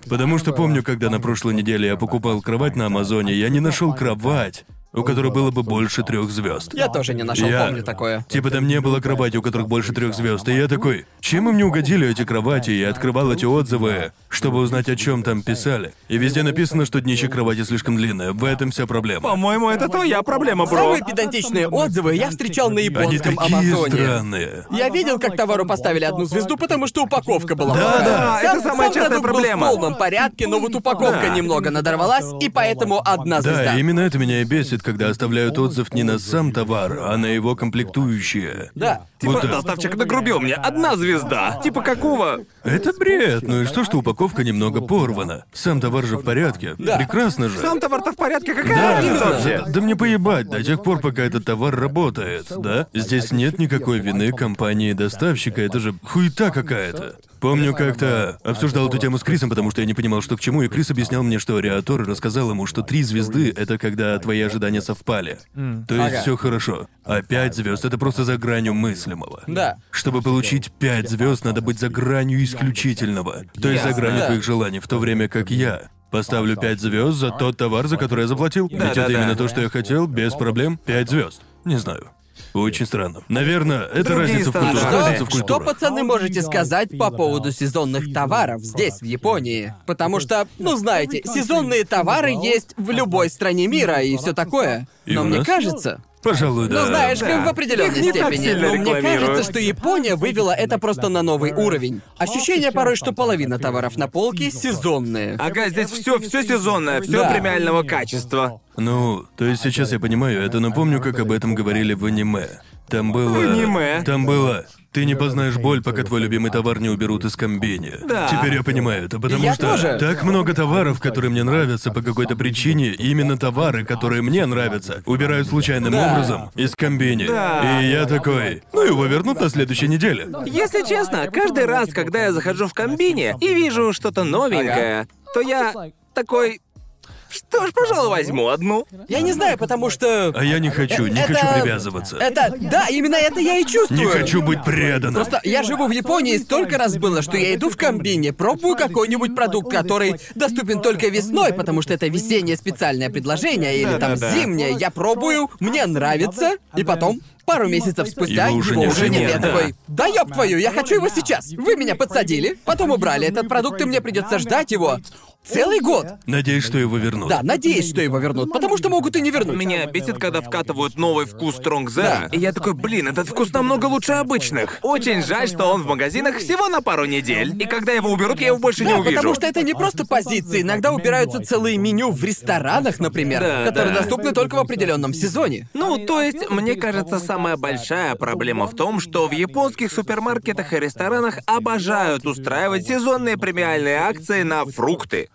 S1: Да.
S2: Потому что помню, когда на прошлой неделе я покупал кровать на Амазоне, я не нашел кровать, у которой было бы больше трех звезд.
S3: Я тоже не нашел,
S2: Я-
S3: помню такое.
S2: Типа там не было кровати, у которых больше трех звезд. И я такой, чем им не угодили эти кровати? Я открывал эти отзывы, чтобы узнать, о чем там писали. И везде написано, что днище кровати слишком длинное. В этом вся проблема.
S1: По-моему, это твоя проблема, бро.
S3: Самые
S1: А
S3: педантичные отзывы я встречал на
S2: Они
S3: японском
S2: такие
S3: Амазоне.
S2: странные.
S3: Я видел, как товару поставили одну звезду, потому что упаковка была.
S2: Да,
S3: плохая.
S2: да,
S1: это
S3: Сам-
S1: самая
S3: сам
S1: частая
S3: продукт был
S1: проблема.
S3: в полном порядке, но вот упаковка
S1: Да.
S3: немного надорвалась, и поэтому одна звезда.
S2: Да, именно это меня и бесит, когда оставляют отзыв не на сам товар, а на его комплектующие.
S3: Да.
S1: Типа,
S2: Будто-
S1: доставчик нагрубил мне. Одна звезда. Типа какого?
S2: Это бред. Ну и что, что упаковка немного порвана? Сам товар же в порядке. Прекрасно же.
S1: Сам товар-то в порядке, какая
S2: Да,
S1: разница
S2: да,
S1: вообще?
S2: да, да мне поебать, до тех пор, пока этот товар работает, да? Здесь нет никакой вины компании и доставщика, это же хуета какая-то. Помню, как-то обсуждал эту тему с Крисом, потому что я не понимал, что к чему, и Крис объяснял мне, что Риатор рассказал ему, что три звезды — это когда твои ожидания совпали. То есть
S3: Ага.
S2: все хорошо. А пять звезд — это просто за гранью мыслимого.
S3: Да.
S2: Чтобы получить пять звезд, надо быть за гранью исключительного. То есть за
S3: Ясно.
S2: гранью
S3: Да.
S2: твоих желаний, в то время как я поставлю 5 звезд за тот товар, за который я заплатил. Ведь это
S1: да,
S2: именно
S1: да.
S2: то, что я хотел, без проблем. 5 звезд. Не знаю. Очень странно. Наверное, это
S1: Другие
S2: разница в культуре.
S1: стандарты.
S2: Разница
S3: А Что,
S2: в
S3: что,
S2: культуре.
S3: пацаны, можете сказать по поводу сезонных товаров здесь, в Японии? Потому что, ну знаете, сезонные товары есть в любой стране мира и все такое.
S2: И
S3: Но
S2: у
S3: мне
S2: нас?
S3: кажется.
S2: Пожалуй, да.
S3: Ну знаешь, как в
S1: Их
S3: определенной
S1: не так
S3: степени.
S1: сильно
S3: Но мне
S1: рекламируют.
S3: кажется, что Япония вывела это просто на новый уровень. Ощущение порой, что половина товаров на полке сезонные.
S2: А
S1: Ага, здесь все, все сезонное, все
S3: Да.
S1: премиального качества.
S2: Ну, то есть сейчас я понимаю, это напомню, как об этом говорили в аниме. Там было...
S1: В аниме.
S2: Там было... Ты не познаешь боль, пока твой любимый товар не уберут из комбини.
S1: Да.
S2: Теперь я понимаю это, потому
S3: Я
S2: что
S3: тоже.
S2: так много товаров, которые мне нравятся по какой-то причине, и именно товары, которые мне нравятся, убирают случайным
S3: Да.
S2: образом из комбини.
S1: Да.
S2: И я такой, ну его вернут на следующей неделе.
S1: Если честно, каждый раз, когда я захожу в комбине и вижу что-то новенькое, то я такой... Что ж, пожалуй, возьму одну.
S3: Я не знаю, потому что.
S2: А я не хочу, не
S3: Это-
S2: хочу привязываться.
S3: Это. Да, именно это я и чувствую.
S2: Не хочу быть преданным.
S3: Просто я живу в Японии, и столько раз было, что я иду в комбине, пробую какой-нибудь продукт, который доступен только весной, потому что это весеннее специальное предложение, или там
S1: Да-да-да.
S3: зимнее. Я пробую, мне нравится, и потом, пару месяцев спустя,
S2: Его
S3: его
S2: уже
S3: уже,
S2: нет,
S3: нет.
S1: нет,
S3: Я
S1: да.
S3: такой, да ну, ёб твою, я хочу его сейчас. Вы меня подсадили, потом убрали этот продукт, и мне придется ждать его. Целый год.
S2: Надеюсь, что его вернут.
S3: Да, надеюсь, что его вернут, потому что могут и не вернуть.
S1: Меня бесит, когда вкатывают новый вкус Стронг Зера. И я такой, блин, этот вкус намного лучше обычных. Очень жаль, что он в магазинах всего на пару недель. И когда его уберут, я его больше не
S3: Ну, Да,
S1: увижу.
S3: потому что это не просто позиции. Иногда убираются целые меню в ресторанах, например,
S1: Да,
S3: которые
S1: да.
S3: доступны только в определенном сезоне.
S1: Ну, то есть, мне кажется, самая большая проблема в том, что в японских супермаркетах и ресторанах обожают устраивать сезонные премиальные акции на фрукты.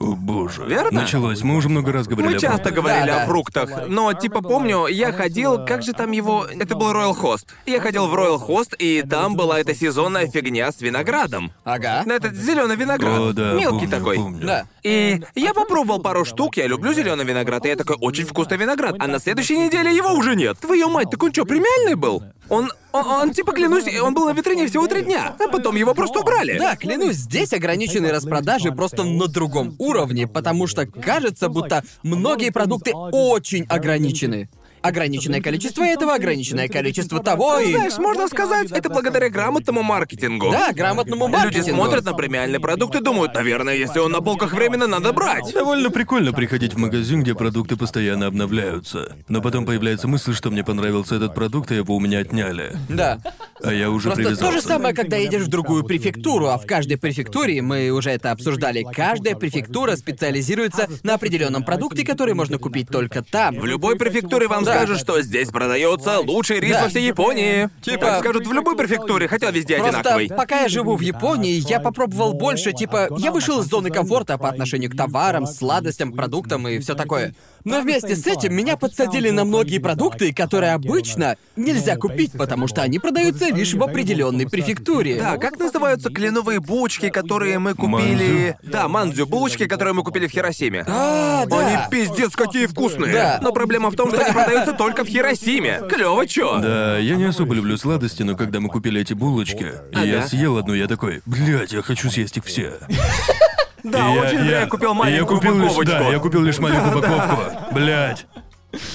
S2: О боже.
S1: Верно?
S2: Началось, мы уже много раз говорили.
S1: Мы
S2: об этом.
S1: часто говорили
S3: Да,
S1: о
S3: да.
S1: фруктах, но типа помню, я ходил, как же там его, это был Royal Host. Я ходил в Royal Host, и там была эта сезонная фигня с виноградом.
S3: Ага.
S1: На этот зеленый виноград.
S2: О, да,
S1: Мелкий
S2: помню,
S1: такой.
S2: помню.
S3: Да. Эм,
S1: И
S3: а
S1: я попробовал пару штук, я люблю зеленый виноград, и я такой, очень вкусный виноград. А на следующей неделе его уже нет. Твою мать, так он что, премиальный был? Он, он, он, типа, клянусь, он был на витрине всего три дня, а потом его просто убрали.
S3: Да, клянусь, здесь ограниченные распродажи просто на другом уровне, потому что кажется, будто многие продукты очень ограничены. Ограниченное количество этого, ограниченное количество того и...
S1: Ну, Знаешь, можно сказать, это благодаря грамотному маркетингу.
S3: Да, грамотному маркетингу.
S1: Люди смотрят на премиальный продукт и думают, наверное, если он на полках временно, надо брать.
S2: Довольно прикольно приходить в магазин, где продукты постоянно обновляются. Но потом появляется мысль, что мне понравился этот продукт, и его у меня отняли.
S3: Да.
S2: А я уже
S3: Просто
S2: привязался.
S3: то же самое, когда едешь в другую префектуру, а в каждой префектуре, мы уже это обсуждали, каждая префектура специализируется на определенном продукте, который можно купить только там.
S1: В любой префектуре вам
S3: Да.
S1: скажут, что здесь продается лучший рис
S3: Да.
S1: во всей Японии.
S3: Типа-
S1: Так скажут в любой префектуре, хотя везде
S3: Просто
S1: одинаковый.
S3: пока я живу в Японии, я попробовал больше, типа, я вышел из зоны комфорта по отношению к товарам, сладостям, продуктам и все такое. Но вместе с этим меня подсадили на многие продукты, которые обычно нельзя купить, потому что они продаются лишь в определенной префектуре.
S1: Да, как называются кленовые булочки, которые мы купили...
S2: Манзю?
S1: Да, манзю, булочки, которые мы купили в Хиросиме.
S3: А,
S1: Они
S3: да.
S1: пиздец какие вкусные.
S3: Да.
S1: Но проблема в том, что они продаются только в Хиросиме. Клево, чё?
S2: Да, я не особо люблю сладости, но когда мы купили эти булочки,
S1: Ага.
S2: я съел одну, я такой, блядь, я хочу съесть их все.
S1: Да,
S2: я,
S1: А, очень зря я купил маленькую
S2: я купил лишь,
S1: упаковочку.
S2: Да, я купил лишь маленькую упаковку. Блядь.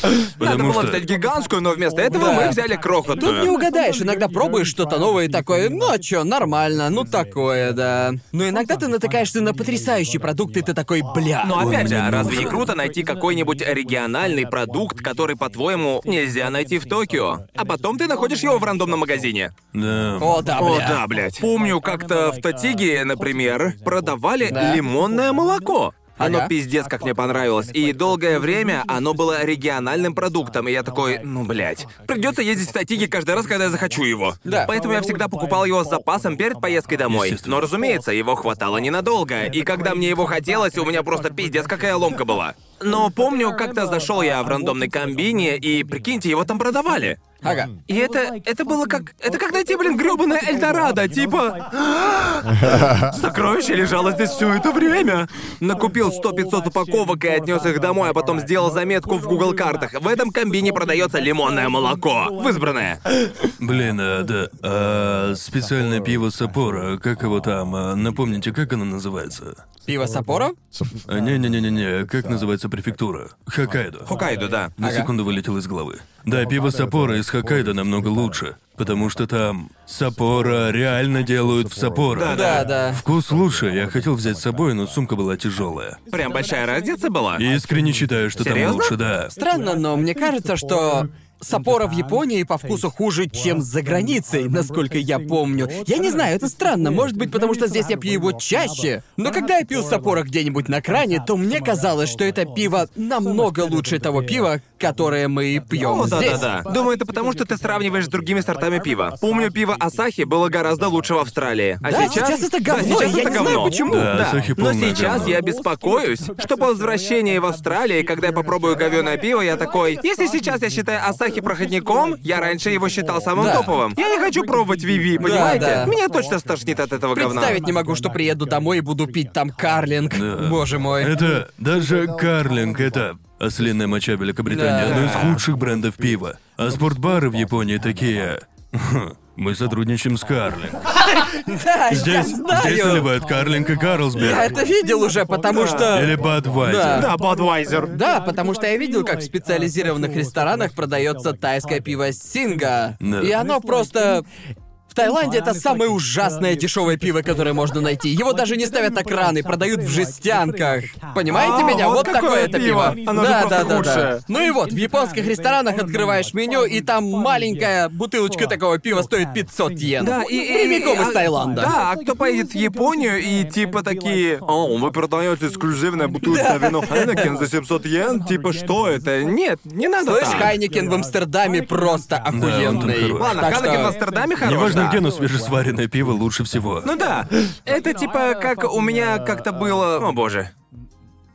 S1: Надо
S2: Потому
S1: было
S2: что...
S1: взять гигантскую, но вместо этого
S3: Да.
S1: мы взяли
S3: Тут не
S1: крохотную.
S3: угадаешь, иногда пробуешь что-то новое и такое, ну а чё, нормально, ну такое, да. Но иногда ты натыкаешься на потрясающий продукт, и ты такой, бля.
S1: Но
S2: Он
S1: опять же,
S2: мне
S1: разве
S2: нужен.
S1: не круто найти какой-нибудь региональный продукт, который, по-твоему, нельзя найти в Токио? А потом ты находишь его в рандомном магазине.
S2: Да.
S3: О, да, бля.
S1: О, да, блядь. Помню, как-то в Татиге, например, продавали
S3: Да.
S1: лимонное молоко. Оно
S3: Ага.
S1: пиздец как мне понравилось. И долгое время оно было региональным продуктом. И я такой, ну, блядь, придется ездить в Татиге каждый раз, когда я захочу его.
S3: Да.
S1: Поэтому я всегда покупал его с запасом перед поездкой домой.
S2: Естественно.
S1: Но, разумеется, его хватало ненадолго. И когда мне его хотелось, у меня просто пиздец какая ломка была. Но помню, как-то зашел я в рандомной комбине, и прикиньте, его там продавали.
S3: Ага.
S1: И это, это было как... Это как найти, блин, грёбаное Эльдорадо, типа... Сокровище лежало здесь все это время. Накупил 100-500 упаковок и отнес их домой, а потом сделал заметку в Google картах. В этом комбине продается лимонное молоко. В избранное.
S2: Блин, а, да. А, специальное пиво Сапора, как его там? а, напомните, как оно называется?
S3: Пиво Саппоро?
S2: А, Не-не-не-не-не, как называется префектура? Хоккайдо.
S1: Хоккайдо, да.
S2: На секунду вылетел из головы. Да, пиво Сапора из Хоккайдо намного лучше, потому что там Сапора реально делают в Сапора.
S3: Да, да.
S2: Вкус лучше, я хотел взять с собой, но сумка была тяжелая.
S1: Прям большая разница была.
S2: Искренне считаю, что
S1: Серьезно?
S2: там лучше, да.
S3: Странно, но мне кажется, что Сапора в Японии по вкусу хуже, чем за границей, насколько я помню. Я не знаю, это странно, может быть, потому что здесь я пью его чаще. Но когда я пил Сапора где-нибудь на кране, то мне казалось, что это пиво намного лучше того пива, которое мы пьем
S1: О,
S3: здесь.
S1: Ну, да-да-да. Думаю, это потому, что ты сравниваешь с другими сортами пива. Помню, пиво Асахи было гораздо лучше в Австралии. А
S3: Да,
S1: сейчас...
S3: сейчас это говно,
S1: Да, сейчас
S3: я
S1: это
S3: не знаю,
S1: говно.
S3: почему.
S2: Да,
S1: Да,
S2: Асахи
S1: но
S2: полное
S1: сейчас
S2: говно.
S1: я беспокоюсь, что по возвращении в Австралии, когда я попробую говёное пиво, я такой... Если сейчас я считаю Асахи проходником, я раньше его считал самым
S3: Да.
S1: топовым. Я не хочу пробовать Виви, понимаете?
S3: да.
S1: Меня точно стошнит от этого говна.
S3: Представить не могу, что приеду домой и буду пить там карлинг. Боже мой.
S2: Это даже Карлинг, это ослиная моча Великобритании,
S3: Да.
S2: одно из худших брендов пива. А спортбары в Японии такие... «Хм, Мы сотрудничаем с Карлинг.
S3: Да, я
S2: Здесь,
S3: знаю.
S2: здесь наливают Карлинг и
S3: Я
S2: Карлсберг.
S3: это видел уже, потому что...
S2: Или Бадвайзер.
S3: Да.
S1: Да, Budweiser.
S3: Да, потому что я видел,
S1: а
S3: как в специализированных ресторанах продается тайское пиво синга.
S2: Да.
S3: И оно просто В Таиланде это самое ужасное дешевое пиво, которое можно найти. Его даже не ставят так рано и продают в жестянках. Понимаете
S1: А,
S3: меня?
S1: вот
S3: Вот такое
S1: какое
S3: это
S1: пиво.
S3: пиво.
S1: Оно же
S3: да,
S1: просто
S3: да, да,
S1: худшее.
S3: да. Ну и вот, в японских ресторанах открываешь меню, и там маленькая бутылочка такого пива стоит 500 йен.
S1: Да, и, и-
S3: Ну, Прямиком
S1: и-
S3: из Таиланда.
S1: Да, а кто поедет в Японию и типа такие... О, вы продаете эксклюзивное бутылочное вино Хайнекен за 700 йен? Типа что это? Нет, не надо
S3: Слышь,
S1: так.
S3: Хайникен в Амстердаме просто
S2: он там
S3: охуенный.
S2: хорош.
S1: Ладно,
S3: Так
S1: Хайнекен в
S3: что-
S1: Амстердаме хорош, да.
S2: Неважно где, но свежесваренное пиво лучше всего.
S1: Ну да, это типа как у меня как-то было... О боже.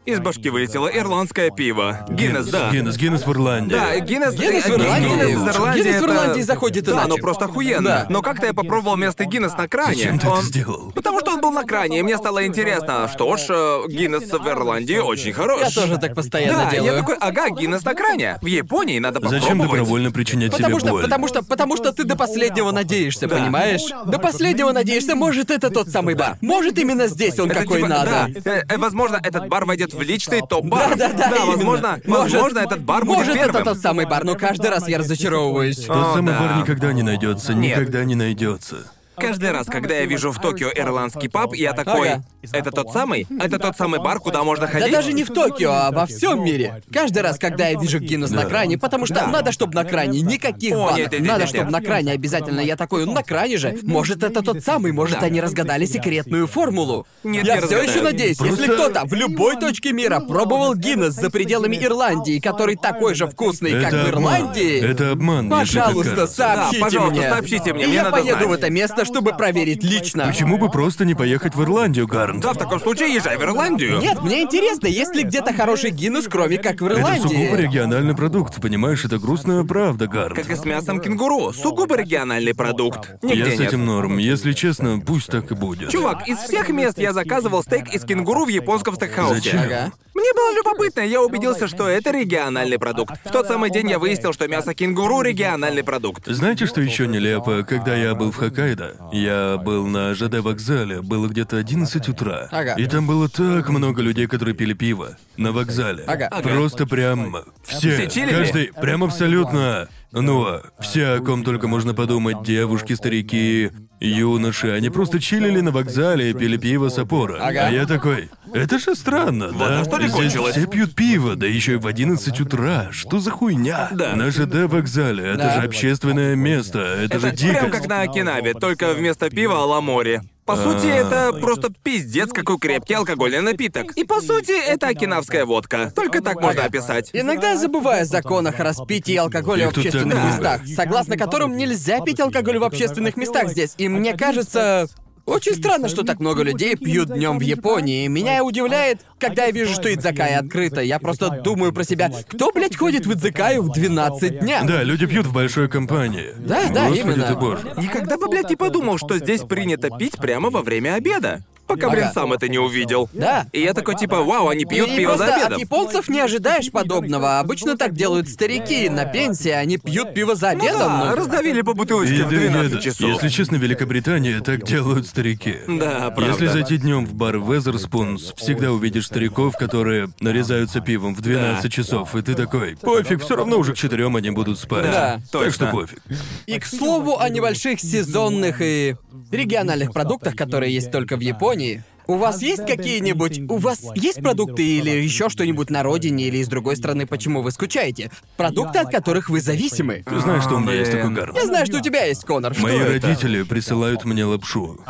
S1: Из башки вылетело ирландское пиво. Гиннес, да.
S2: Гиннес, Гиннес в Ирландии.
S1: Да, Гиннес...
S3: Гиннес в
S1: э,
S3: Ирландии
S1: Гиннес
S3: лучше.
S1: из Ирландии
S3: Гиннес в
S1: это-
S3: Ирландии заходит
S1: Да,
S3: иначе.
S1: оно просто охуенно.
S3: Да.
S1: Но как-то я попробовал вместо Гиннес на кране.
S2: Зачем ты
S1: Он-
S2: это сделал?
S1: Потому что он был на кране, и мне стало интересно. Что ж, э, Гиннес в Ирландии очень хорош.
S3: Я тоже так постоянно
S1: да,
S3: делаю.
S1: я такой, ага, Гиннес на кране. В Японии надо попробовать.
S2: Зачем добровольно причинять
S3: Потому
S2: себе
S3: что,
S2: боль?
S3: потому что, потому что ты до последнего надеешься,
S1: Да.
S3: понимаешь? До последнего надеешься, может, это тот самый бар. Может, именно здесь он
S1: Это
S3: какой
S1: типа-
S3: надо.
S1: Да, э, э, возможно, этот бар войдет в личный топ-бар.
S3: Да, да, да, именно.
S1: возможно,
S3: Может-
S1: возможно, этот бар будет
S3: Может,
S1: первым.
S3: это тот самый бар, но каждый раз я разочаровываюсь.
S2: Тот
S1: О,
S2: самый
S1: да.
S2: бар никогда не найдется,
S1: Нет.
S2: никогда не найдется.
S1: Каждый раз, когда я вижу в Токио ирландский паб, я такой,
S3: Ага.
S1: это тот самый? Это тот самый бар, куда можно
S3: Да
S1: ходить?
S3: даже не в Токио, а во всем мире. Каждый раз, когда я вижу Гиннес на
S2: Да.
S3: кране, потому что
S1: Да.
S3: надо, чтобы на кране никаких
S1: О,
S3: банок.
S1: нет, нет, нет,
S3: надо,
S1: нет.
S3: чтобы на кране обязательно. Я такой, «Ну, на кране же. Может, это тот самый, может,
S1: Да.
S3: они разгадали секретную формулу.
S1: Нет,
S3: я
S1: не
S3: все еще
S1: разгадали.
S3: надеюсь, если
S2: Просто-
S3: кто-то в любой точке мира пробовал Гиннес за пределами Ирландии, который такой же вкусный, как
S2: Это
S3: в
S2: обман.
S3: Ирландии.
S2: Это обман, если так
S3: Пожалуйста,
S2: кажется.
S3: сообщите
S1: Да, пожалуйста,
S3: мне.
S1: сообщите мне,
S3: И
S1: мне
S3: я
S1: надо
S3: поеду в
S1: знать.
S3: это место, чтобы проверить лично.
S2: Почему бы просто не поехать в Ирландию, Гарн?
S1: Да, в таком случае езжай в Ирландию.
S3: Нет, мне интересно, есть ли где-то хороший Гиннес, кроме как в
S2: Это сугубо
S3: Ирландии.
S2: региональный продукт, понимаешь? Это грустная правда, Гарн.
S1: Как и с мясом кенгуру. Сугубо региональный продукт.
S2: Я
S1: Нигде
S2: с
S1: нет.
S2: этим норм. Если честно, пусть так и будет.
S1: Чувак, из всех мест я заказывал стейк из кенгуру в японском стейкхаусе.
S2: Зачем?
S3: Ага.
S1: Мне было любопытно, я убедился, что это региональный продукт. В тот самый день я выяснил, что мясо кенгуру региональный продукт.
S2: Знаете, что еще нелепо? Когда я был в Хоккайдо, я был на ЖД вокзале, было где-то 11 утра.
S3: Ага.
S2: И там было так много людей, которые пили пиво. На вокзале.
S3: Ага.
S2: Просто прям все.
S1: Все чилили?
S2: каждый, прям абсолютно. Ну, все, о ком только можно подумать, девушки, старики, юноши, они просто чилили на вокзале и пили пиво с опора.
S3: Ага.
S2: А я такой, это же странно, да?
S1: а что ли
S2: Здесь
S1: кончилось?»
S2: все пьют пиво, да еще и в 11 утра. Что за хуйня?
S1: Да.
S2: На ЖД вокзале, это
S3: Да.
S2: же общественное место, это, же
S1: Это прям
S2: дикость. А.
S1: как на Окинаве, только вместо пива аламори. По сути, это просто пиздец, какой крепкий алкогольный напиток. И по сути, это окинавская водка. Только так можно описать.
S3: Иногда я забываю о законах о распитии алкоголя в
S2: Их тут так
S3: общественных
S2: много.
S3: местах, согласно которым нельзя пить алкоголь в общественных местах здесь. И мне кажется, очень странно, что так много людей пьют днем в Японии. И Меня удивляет, когда я вижу, что Идзакая открыта. Я просто думаю про себя, кто, блядь, ходит в Идзакаю в 12 дня?
S2: Да, люди пьют в большой компании.
S3: Да, да,
S2: Господи
S3: именно.
S2: ты боже.
S1: Никогда бы, блядь, не подумал, что здесь принято пить прямо во время обеда. Пока, блин,
S3: Ага.
S1: сам это не увидел.
S3: Да.
S1: И я такой типа, вау, они пьют
S3: И
S1: пиво за
S3: просто от
S1: обедом.
S3: японцев не ожидаешь подобного. Обычно так делают старики на пенсии, они пьют пиво за
S1: Ну
S3: обедом.
S1: да,
S3: но-
S1: раздавили по бутылочке в
S2: Еды
S1: 12
S2: нет.
S1: часов.
S2: Если честно, Великобритания так делают старики.
S1: Да, правда.
S2: Если зайти днем в бар Везерспунс, всегда увидишь стариков, которые нарезаются пивом в 12 часов, и ты такой, пофиг, все равно уже к четырем они будут спать.
S3: Да,
S2: так
S1: точно.
S2: что пофиг.
S3: И к слову о небольших сезонных и региональных продуктах, которые есть только в Японии. У вас есть какие-нибудь... У вас есть продукты или еще что-нибудь на родине или из другой страны, почему вы скучаете? Продукты, от которых вы зависимы.
S2: Ты знаешь, что у меня есть
S1: блин.
S2: такой гарм?
S3: Я знаю, что у тебя есть, Конор. Что
S2: Мои
S3: это?
S2: родители присылают мне лапшу.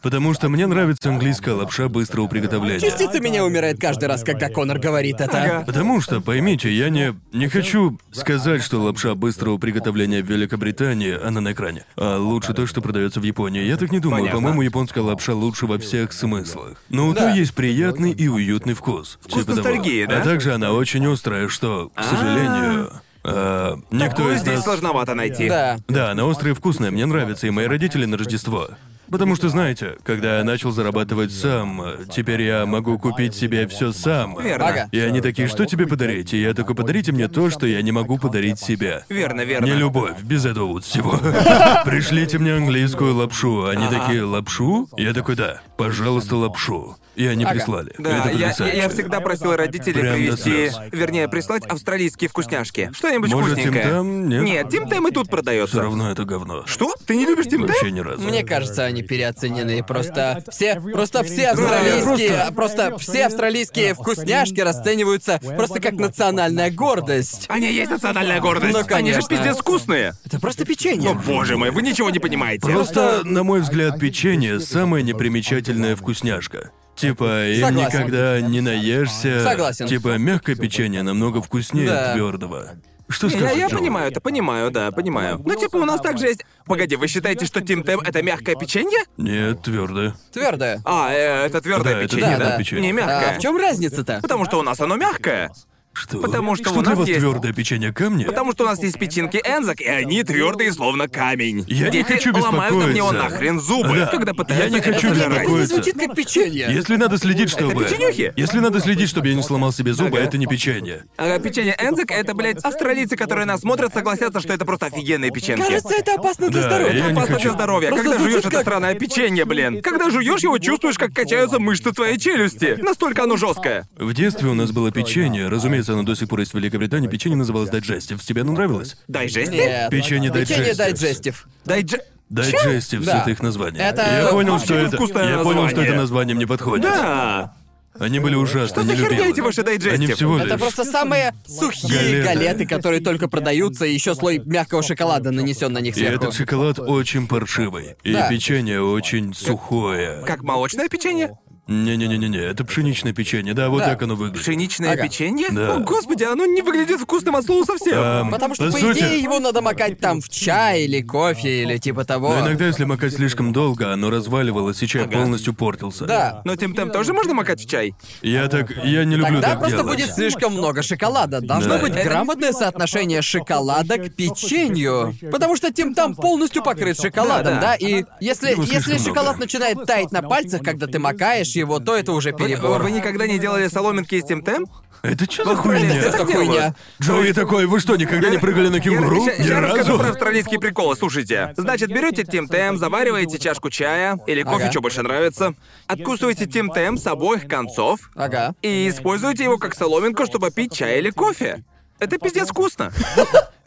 S2: Потому что мне нравится английская лапша быстрого приготовления.
S3: Частица меня умирает каждый раз, когда Конор говорит это.
S2: Потому что, поймите, я не... Не хочу сказать, что лапша быстрого приготовления в Великобритании, она на экране, а лучше то, что продается в Японии. Я так не думаю.
S1: Понятно.
S2: По-моему, японская лапша лучше во всех смыслах. Но у
S3: Да.
S2: той есть приятный и уютный вкус. Вкус
S1: ностальгии, да?
S2: А также она очень острая, что, к сожалению... э, никто
S1: Такое
S2: из
S1: Ну, здесь
S2: нас...
S1: сложновато найти.
S3: Да.
S2: Да, она острая и вкусная, мне нравится, и мои родители на Рождество. Потому что, знаете, когда я начал зарабатывать сам, э, теперь я могу купить себе все сам.
S1: Верно.
S3: Ага.
S2: И они такие, что тебе подарить? И я такой, подарите мне то, что я не могу подарить себе.
S1: Верно, верно.
S2: Не любовь, без этого вот всего. Пришлите мне английскую лапшу. Они такие, лапшу? Я такой, да, пожалуйста, лапшу. И они прислали.
S1: Да,
S2: Это
S1: я, я- я
S2: потрясающе.
S1: всегда просил родителей
S2: Прям до
S1: привезти,
S2: слез.
S1: вернее, прислать австралийские вкусняшки. Что-нибудь
S2: Может,
S1: вкусненькое.
S2: Тим Там? Нет.
S1: Тим Там и тут
S2: Все
S1: продается.
S2: равно это говно.
S1: Что? Ты не любишь Тим Там?
S2: Вообще ни разу.
S3: Мне кажется, они переоценены. Просто все, просто все
S2: Да,
S3: австралийские, просто все австралийские вкусняшки расцениваются просто как национальная гордость.
S1: Они есть национальная гордость.
S3: Ну,
S1: Они же
S3: конечно.
S1: пиздец вкусные.
S3: Это просто
S1: О,
S2: Ну,
S3: печенье.
S1: боже мой, вы ничего не понимаете.
S2: Просто, на мой взгляд, печенье самая непримечательная вкусняшка. Типа, им
S3: Согласен.
S2: никогда не наешься.
S3: Согласен.
S2: Типа, мягкое печенье намного вкуснее
S3: Да. а
S2: твердого. Что
S1: Я,
S2: скажешь,
S1: я
S2: Джоуи?
S1: понимаю это, понимаю, да, понимаю. Ну, типа, у нас также есть... Погоди, вы считаете, что Тим Тэм — это мягкое печенье?
S2: Нет, твердое.
S3: Твердое.
S1: А, э, это твердое
S2: Да, это
S1: печенье,
S3: твердое
S1: да?
S2: печенье.
S1: Не мягкое.
S3: А в чем разница-то?
S1: Потому что у нас оно мягкое.
S2: Что?
S1: Потому что у
S2: для
S1: нас
S2: вас
S1: есть-
S2: твердое печенье камни?
S1: Потому что у нас есть печенки Энзак, и они твердые, словно камень.
S2: Я не
S1: Дети
S2: хочу
S1: ломают об него
S2: беспокоиться.
S1: нахрен зубы,
S2: Да.
S1: когда
S2: Я
S1: пытаются
S2: не
S1: это
S2: хочу
S1: сожрать.
S3: Это не
S2: беспокоиться.
S3: звучит как печенье.
S2: Если надо следить, чтобы...
S1: печенюхи?
S2: Если надо следить, чтобы я не сломал себе зубы, это не печенье.
S1: Ага, Э, печенье Энзак — это, блядь, австралийцы, которые нас смотрят, согласятся, что это просто офигенные печенки.
S3: Кажется, это опасно для
S2: Да,
S3: здоровья.
S2: я не
S1: Опасно
S2: хочу.
S1: для здоровья.
S3: Просто
S1: Когда
S3: звучит
S1: жуешь это
S3: как-
S1: странное печенье, блин. Когда жуешь его, чувствуешь, как качаются мышцы твоей челюсти. Настолько оно жесткое.
S2: В детстве у нас было печенье. Разумеется, оно до сих пор есть в Великобритании. Печенье называлось Digestives. Тебе оно нравилось?
S1: Дай жесть.
S3: Нет.
S2: Печенье
S3: Печенье
S2: Digestives.
S3: дайджестив.
S1: Дай дже-
S2: Digestives
S3: Да.
S2: это их название.
S3: Это-
S2: Я понял, что
S1: Очень
S2: это.
S1: вкусное
S2: Я понял, что
S1: название.
S2: это название мне подходит.
S1: Да.
S2: Они были
S1: Что
S2: ужасно
S1: за херня
S2: нелюбимы.
S1: эти ваши дайджестив?
S2: Они всего лишь.
S3: Это просто самые сухие
S2: Ну, Галеты.
S3: галеты, которые только продаются, и еще слой мягкого шоколада нанесен на них
S2: И
S3: сверху.
S2: этот шоколад очень паршивый. И
S3: Да.
S2: печенье очень сухое.
S1: Как молочное печенье?
S2: Не-не-не-не-не, это пшеничное печенье. Да, вот
S3: Да.
S2: так оно выглядит.
S1: Пшеничное
S3: Ага.
S1: печенье?
S2: Да.
S1: О, господи, оно не выглядит вкусным от слова совсем.
S2: Эм,
S3: Потому что,
S2: по
S3: по,
S2: сути-
S3: идее, его надо макать там в чай или кофе или типа того.
S2: Но иногда, если макать слишком долго, оно разваливалось, и чай полностью портился.
S3: Да.
S1: Но тем там тоже можно макать в чай?
S2: Я так... Я не люблю
S3: Тогда
S2: так
S3: просто
S2: делать.
S3: будет слишком много шоколада. Должно
S2: Да.
S3: быть грамотное
S1: а
S3: соотношение шоколада к печенью. Потому что Тим Там полностью покрыт шоколадом,
S1: Да,
S3: да?
S1: да.
S3: И если,
S2: Его слишком
S3: если шоколад
S2: много.
S3: начинает таять на пальцах, когда ты макаешь его, то это уже
S1: Вы,
S3: перебор.
S1: вы никогда не делали соломинки из тем-тем?
S2: Это что за
S1: блин,
S2: хуйня?
S1: это
S3: Это
S1: так
S3: хуйня.
S1: делают.
S2: Джоуи такой, вы что, никогда не прыгали на кенгуру?
S1: Я, я-
S2: Ни
S1: я расскажу
S2: разу?
S1: про австралийские приколы, слушайте. Значит, берете Тим Тэм, завариваете чашку чая или кофе,
S3: Ага.
S1: что больше нравится, откусываете Тим Тэм с обоих концов
S3: Ага.
S1: и используете его как соломинку, чтобы пить чай или кофе. Это пиздец вкусно.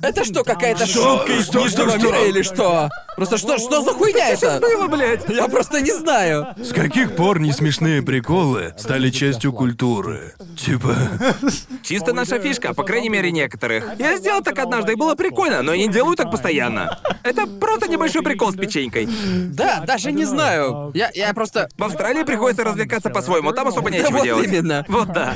S3: Это что, какая-то
S2: Что?
S3: шутка из
S2: Что, что,
S3: нижнего
S2: что?
S3: мира или что? Просто что, что за хуйня это?
S1: Было, блядь.
S3: Я просто не знаю.
S2: С каких пор несмешные приколы стали частью культуры? Типа...
S1: Чисто наша фишка, по крайней мере, некоторых. Я сделал так однажды, и было прикольно, но я не делаю так постоянно. Это просто небольшой прикол с печенькой.
S3: Да, даже не знаю. Я, я просто...
S1: В Австралии приходится развлекаться по-своему, там особо нечего
S3: вот
S1: делать.
S3: именно.
S1: Вот да.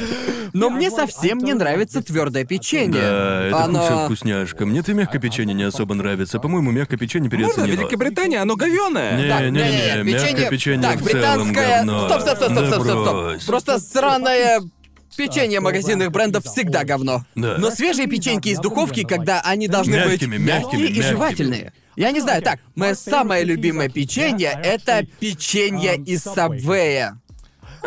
S3: Но мне совсем
S1: а
S3: не нравится твердое печенье.
S2: Да, это куча
S3: Оно...
S2: вкусняшка. Мне-то мягкое печенье не особо нравится. По-моему, мягкое печенье
S1: Можно,
S2: переоценено.
S1: Великобритания, оно говёное.
S3: Так,
S2: Э, Не-не-не,
S3: не-не-не,
S2: мягкое печенье
S3: Так,
S2: в целом
S3: британское...
S2: говно.
S3: Стоп, стоп, стоп, стоп, стоп, стоп,
S2: Да
S3: стоп.
S2: брось.
S3: Просто сраное печенье магазинных брендов всегда говно.
S2: Да.
S3: Но свежие печеньки из духовки, когда они должны
S2: Мягкими,
S3: быть
S2: мягкими,
S3: мягкие и
S2: мягкими.
S3: жевательные. Я не знаю, так, мое самое любимое печенье — это печенье из Сабвея.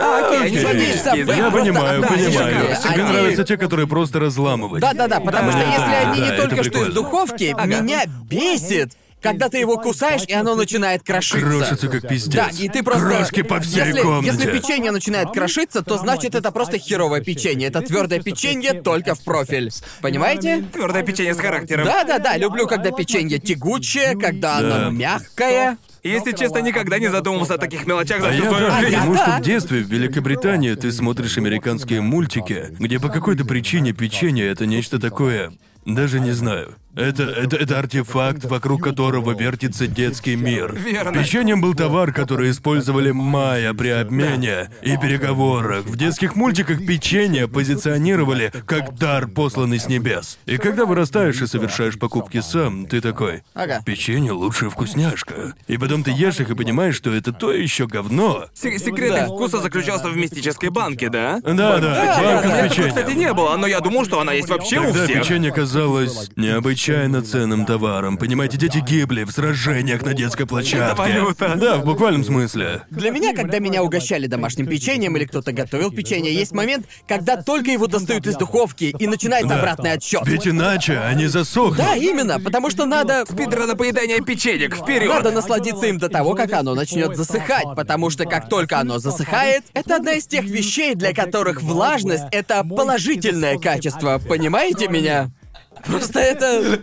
S1: А, Окей, они
S2: Окей.
S1: сладенькие, да.
S2: Я
S3: Просто
S2: понимаю,
S3: одна
S2: понимаю.
S3: жирная.
S2: Тебе
S3: Они-
S2: нравятся те, которые просто разламывают.
S3: Да-да-да, потому
S1: Да,
S3: что
S1: да,
S3: если
S1: да,
S3: они
S2: да,
S3: не
S2: это
S3: только что
S2: прикольно.
S3: из духовки,
S1: Ага.
S3: меня бесит, когда ты его кусаешь, и оно начинает крошиться.
S2: Крошится как пиздец.
S3: Да, и ты просто...
S2: Крошки по всей
S3: если,
S2: комнате.
S3: Если печенье начинает крошиться, то значит это просто херовое печенье. Это твердое печенье только в профиль. Понимаете?
S1: Твердое печенье с характером.
S3: Да, да, да, люблю, когда печенье тягучее, когда
S2: Да.
S3: оно мягкое.
S1: Если честно, никогда не задумывался о таких мелочах за
S2: А
S1: всю
S2: я
S1: свою
S2: да,
S1: жизнь.
S2: потому
S3: да.
S2: что в детстве в Великобритании ты смотришь американские мультики, где по какой-то причине печенье это нечто такое. Даже не знаю. Это, это, это артефакт, вокруг которого вертится детский мир.
S1: Верно.
S2: Печеньем был товар, который использовали майя при обмене и переговорах. В детских мультиках печенье позиционировали как дар, посланный с небес. И когда вырастаешь и совершаешь покупки сам, ты такой,
S3: Ага.
S2: печенье лучшая вкусняшка. И потом ты ешь их и понимаешь, что это то еще говно.
S1: Се- Секрет
S3: Да.
S1: их вкуса заключался в мистической банке, да?
S2: Да, да, банка
S1: Меня
S2: с
S1: такой, кстати,
S2: печеньем.
S1: не было, но я думал, что она есть вообще у
S2: Тогда
S1: всех.
S2: печенье казалось чрезвычайно ценным товаром. Понимаете, дети гибли в сражениях на детской площадке.
S1: валюта.
S2: Да, в буквальном смысле.
S3: Для меня, когда меня угощали домашним печеньем или кто-то готовил печенье, есть момент, когда только его достают из духовки и начинается
S2: Да.
S3: обратный отсчет.
S2: Ведь иначе они засохнут.
S3: Да, именно, потому что надо...
S1: Спидрана поедания печенек, вперед!
S3: Надо насладиться им до того, как оно начнет засыхать, потому что как только оно засыхает, это одна из тех вещей, для которых влажность — это положительное качество, понимаете меня? Просто это...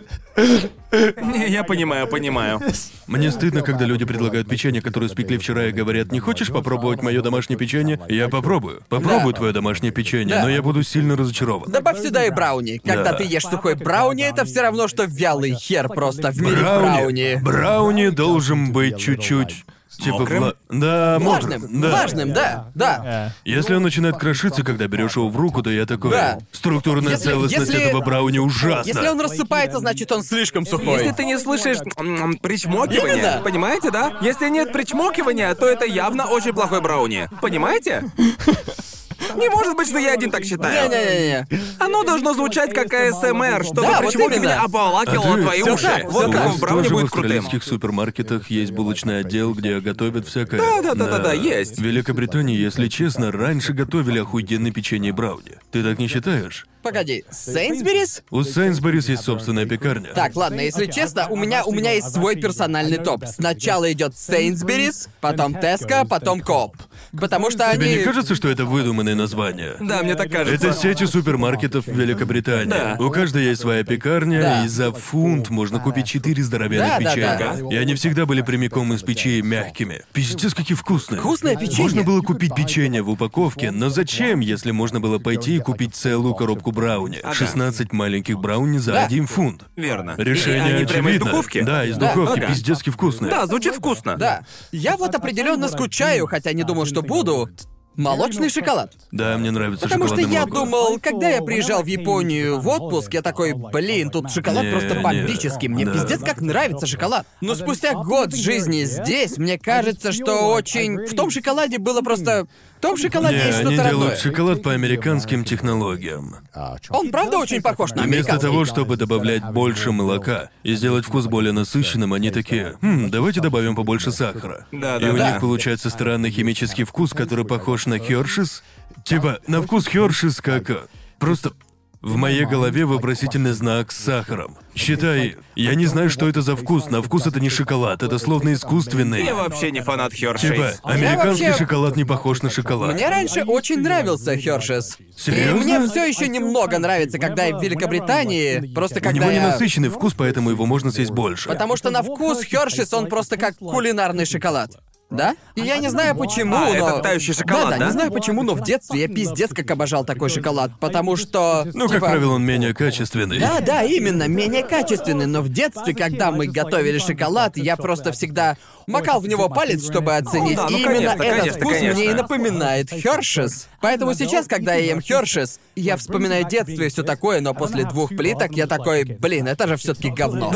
S1: Не, я понимаю, понимаю.
S2: Мне стыдно, когда люди предлагают печенье, которое спекли вчера, и говорят, не хочешь попробовать мое домашнее печенье? Я попробую. Попробую твое домашнее печенье,
S3: Да.
S2: но я буду сильно разочарован.
S3: Добавь сюда и брауни.
S2: Да.
S3: Когда ты ешь сухой брауни, это все равно, что вялый хер просто в мире брауни.
S2: Брауни. Брауни должен быть чуть-чуть. Типа
S1: Мокрым?
S2: вла- Да, мокрым.
S3: Важным,
S2: Да.
S3: важным, да, да.
S2: Если он начинает крошиться, когда берешь его в руку, то я такой.
S3: Да.
S2: Структурная
S3: Если-
S2: целостность
S3: если-
S2: этого брауни ужасна.
S3: Если он рассыпается, значит он слишком сухой.
S1: Если ты не слышишь м, причмокивания,
S3: Именно.
S1: понимаете, да? Если нет причмокивания, то это явно очень плохой брауни. Понимаете? Не может быть, что я один так считаю.
S3: Не-не-не.
S1: Оно должно звучать как АСМР, чтобы
S3: Да, вот
S1: причмокивание
S3: именно.
S1: обволакивало
S2: А ты-
S1: твои
S2: Всё
S1: уши.
S3: так, всё
S1: вот
S3: так.
S2: У
S1: такой
S2: нас
S1: брауни
S2: тоже в
S1: будет крутым.
S2: австралийских супермаркетах есть булочный отдел, где готовят всякое.
S1: Да-да-да-да-да, есть.
S2: В Великобритании, если честно, раньше готовили охуенные печенье брауни. Ты так не считаешь?
S3: Погоди, Сейнсберис?
S2: У Сайнсборис есть собственная пекарня.
S3: Так, ладно, если
S1: А
S3: честно, у меня у меня есть свой персональный топ. Сначала идет Сейнсберис, потом Теска, потом Коп. Потому что
S2: Тебе не
S3: они.
S2: кажется, что это выдуманное название?
S1: Да, мне так кажется.
S2: Это сети супермаркетов в Великобритании.
S1: Да.
S2: У каждой есть своя пекарня,
S3: Да.
S2: и за фунт можно купить 4 здоровенных
S3: Да, да,
S2: печенья.
S3: да.
S2: И они всегда были прямиком из печей мягкими. Пиздец, какие вкусные.
S3: Вкусное печенье.
S2: Можно было купить печенье в упаковке, но зачем, если можно было пойти и купить целую коробку брауни? 16 маленьких брауни за
S3: А Да.
S2: 1 фунт.
S1: Верно. И
S2: Решение
S1: они прямо из
S2: очевидно.
S1: духовки?
S2: Да, из
S3: Да.
S2: духовки.
S1: Ага.
S2: Пиздецки вкусные.
S1: Да, звучит вкусно.
S3: Да. Я вот определенно скучаю, хотя не думал, что буду. Молочный шоколад.
S2: Да, мне нравится
S3: Потому что
S2: шоколадное
S3: я
S2: молоко.
S3: думал, когда я приезжал в Японию в отпуск, я такой, блин, тут шоколад
S2: Не,
S3: просто
S2: не.
S3: бомбический. Мне
S2: Да.
S3: пиздец как нравится шоколад. Но спустя год жизни здесь, мне кажется, что очень... В том шоколаде было просто... В том шоколаде
S2: Не,
S3: есть
S2: они
S3: что-то родное.
S2: делают шоколад по американским технологиям.
S3: Он правда очень похож на
S2: Вместо
S3: американский.
S2: того, чтобы добавлять больше молока и сделать вкус более насыщенным, они такие, «Хм, давайте добавим побольше сахара.
S1: Да,
S2: и
S1: да,
S2: у
S1: да.
S2: них получается странный химический вкус, который похож на Хершис. Типа, на вкус Хершис как... э, Просто в моей голове вопросительный знак с сахаром. Считай, я не знаю, что это за вкус. На вкус это не шоколад, это словно искусственный.
S1: Я вообще не фанат
S2: Типа,
S1: Хершейс.
S2: американский
S3: вообще-
S2: шоколад не похож на шоколад.
S3: Мне раньше очень нравился Хершес.
S2: Серьезно?
S3: И мне все еще немного нравится, когда я в Великобритании, просто
S2: У
S3: когда
S2: него не
S3: я...
S2: насыщенный вкус, поэтому его можно съесть больше.
S3: Потому что на вкус Хершис он просто как кулинарный шоколад. Да? И я не знаю почему,
S1: А,
S3: но...
S1: это тающий шоколад,
S3: да?
S1: да?
S3: не знаю почему, но в детстве я пиздец как обожал такой шоколад, потому что...
S2: Ну, как
S3: типа,
S2: правило, он менее качественный.
S3: Да, да, именно, менее качественный, но в детстве, когда мы готовили шоколад, я просто всегда макал в него палец, чтобы оценить.
S1: О, да, ну,
S3: и именно
S1: конечно,
S3: этот
S1: конечно,
S3: вкус
S1: конечно.
S3: мне и напоминает Хершес. Поэтому сейчас, когда я ем Хершес, я вспоминаю детство и все такое, но после двух плиток я такой, блин, это же все-таки говно.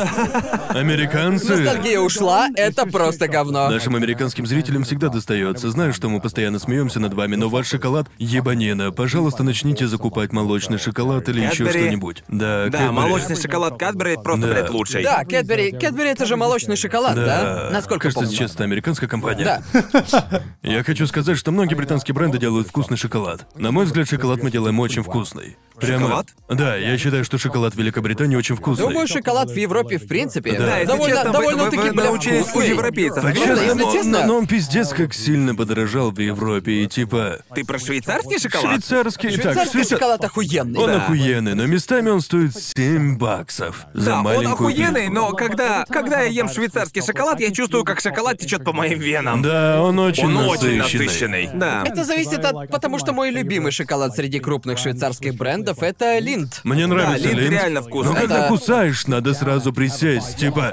S2: Американцы.
S3: Ностальгия ушла, это просто говно.
S2: Нашим американским зрителям всегда достается. Знаю, что мы постоянно смеемся над вами, но ваш шоколад — ебанина. Пожалуйста, начните закупать молочный шоколад или еще
S1: Кадбери.
S2: что-нибудь. Да,
S1: Да,
S2: Кадбери.
S1: молочный шоколад Кадбери просто,
S2: Да.
S1: блядь, лучший.
S3: Да, Кэтбери, Кэтбери это же молочный шоколад, да?
S2: Да.
S3: Насколько
S2: Кажется,
S3: помню.
S2: сейчас это американская компания.
S3: Да.
S2: Я хочу сказать, что многие британские бренды делают вкусный шоколад. На мой взгляд, шоколад мы делаем очень вкусный. Прямо...
S1: Шоколад?
S2: Да, я считаю, что шоколад в Великобритании очень вкусный.
S3: Думаю, шоколад в Европе в принципе
S2: Да, если
S3: довольно,
S1: честно, вы-
S3: довольно-таки,
S1: вы
S3: бля,
S1: научились
S3: вкусный.
S1: у европейцев. Ну,
S2: Так
S3: честно,
S2: честно,
S3: если
S2: но-
S3: честно-
S2: но- но он пиздец как сильно подорожал в Европе и типа...
S1: Ты про швейцарский шоколад?
S2: Швейцарский... так,
S3: Швейцарский
S2: швейцар-
S3: шоколад охуенный.
S2: Он
S1: Да.
S2: охуенный, но местами он стоит 7 баксов за
S1: Да, он
S2: маленькую
S1: охуенный,
S2: плитку.
S1: но когда, когда я ем швейцарский шоколад, я чувствую, как шоколад течет по моим венам.
S2: Да, он очень
S1: Он
S2: насыщенный.
S1: очень насыщенный. Да.
S3: Это зависит от... Потому что мой любимый шоколад среди крупных швейцарских брендов — это Линд.
S2: Мне нравится
S1: Линд
S2: Линд.
S1: реально вкусный.
S2: Но когда
S3: Это-
S2: кусаешь, надо сразу присесть, типа...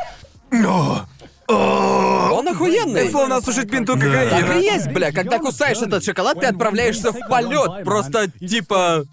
S2: «О, о».
S3: Он охуенный.
S1: Это словно осушить пинту
S3: Так и
S1: кокаина.
S3: есть, бля, когда кусаешь этот шоколад, ты отправляешься в полет, просто типа...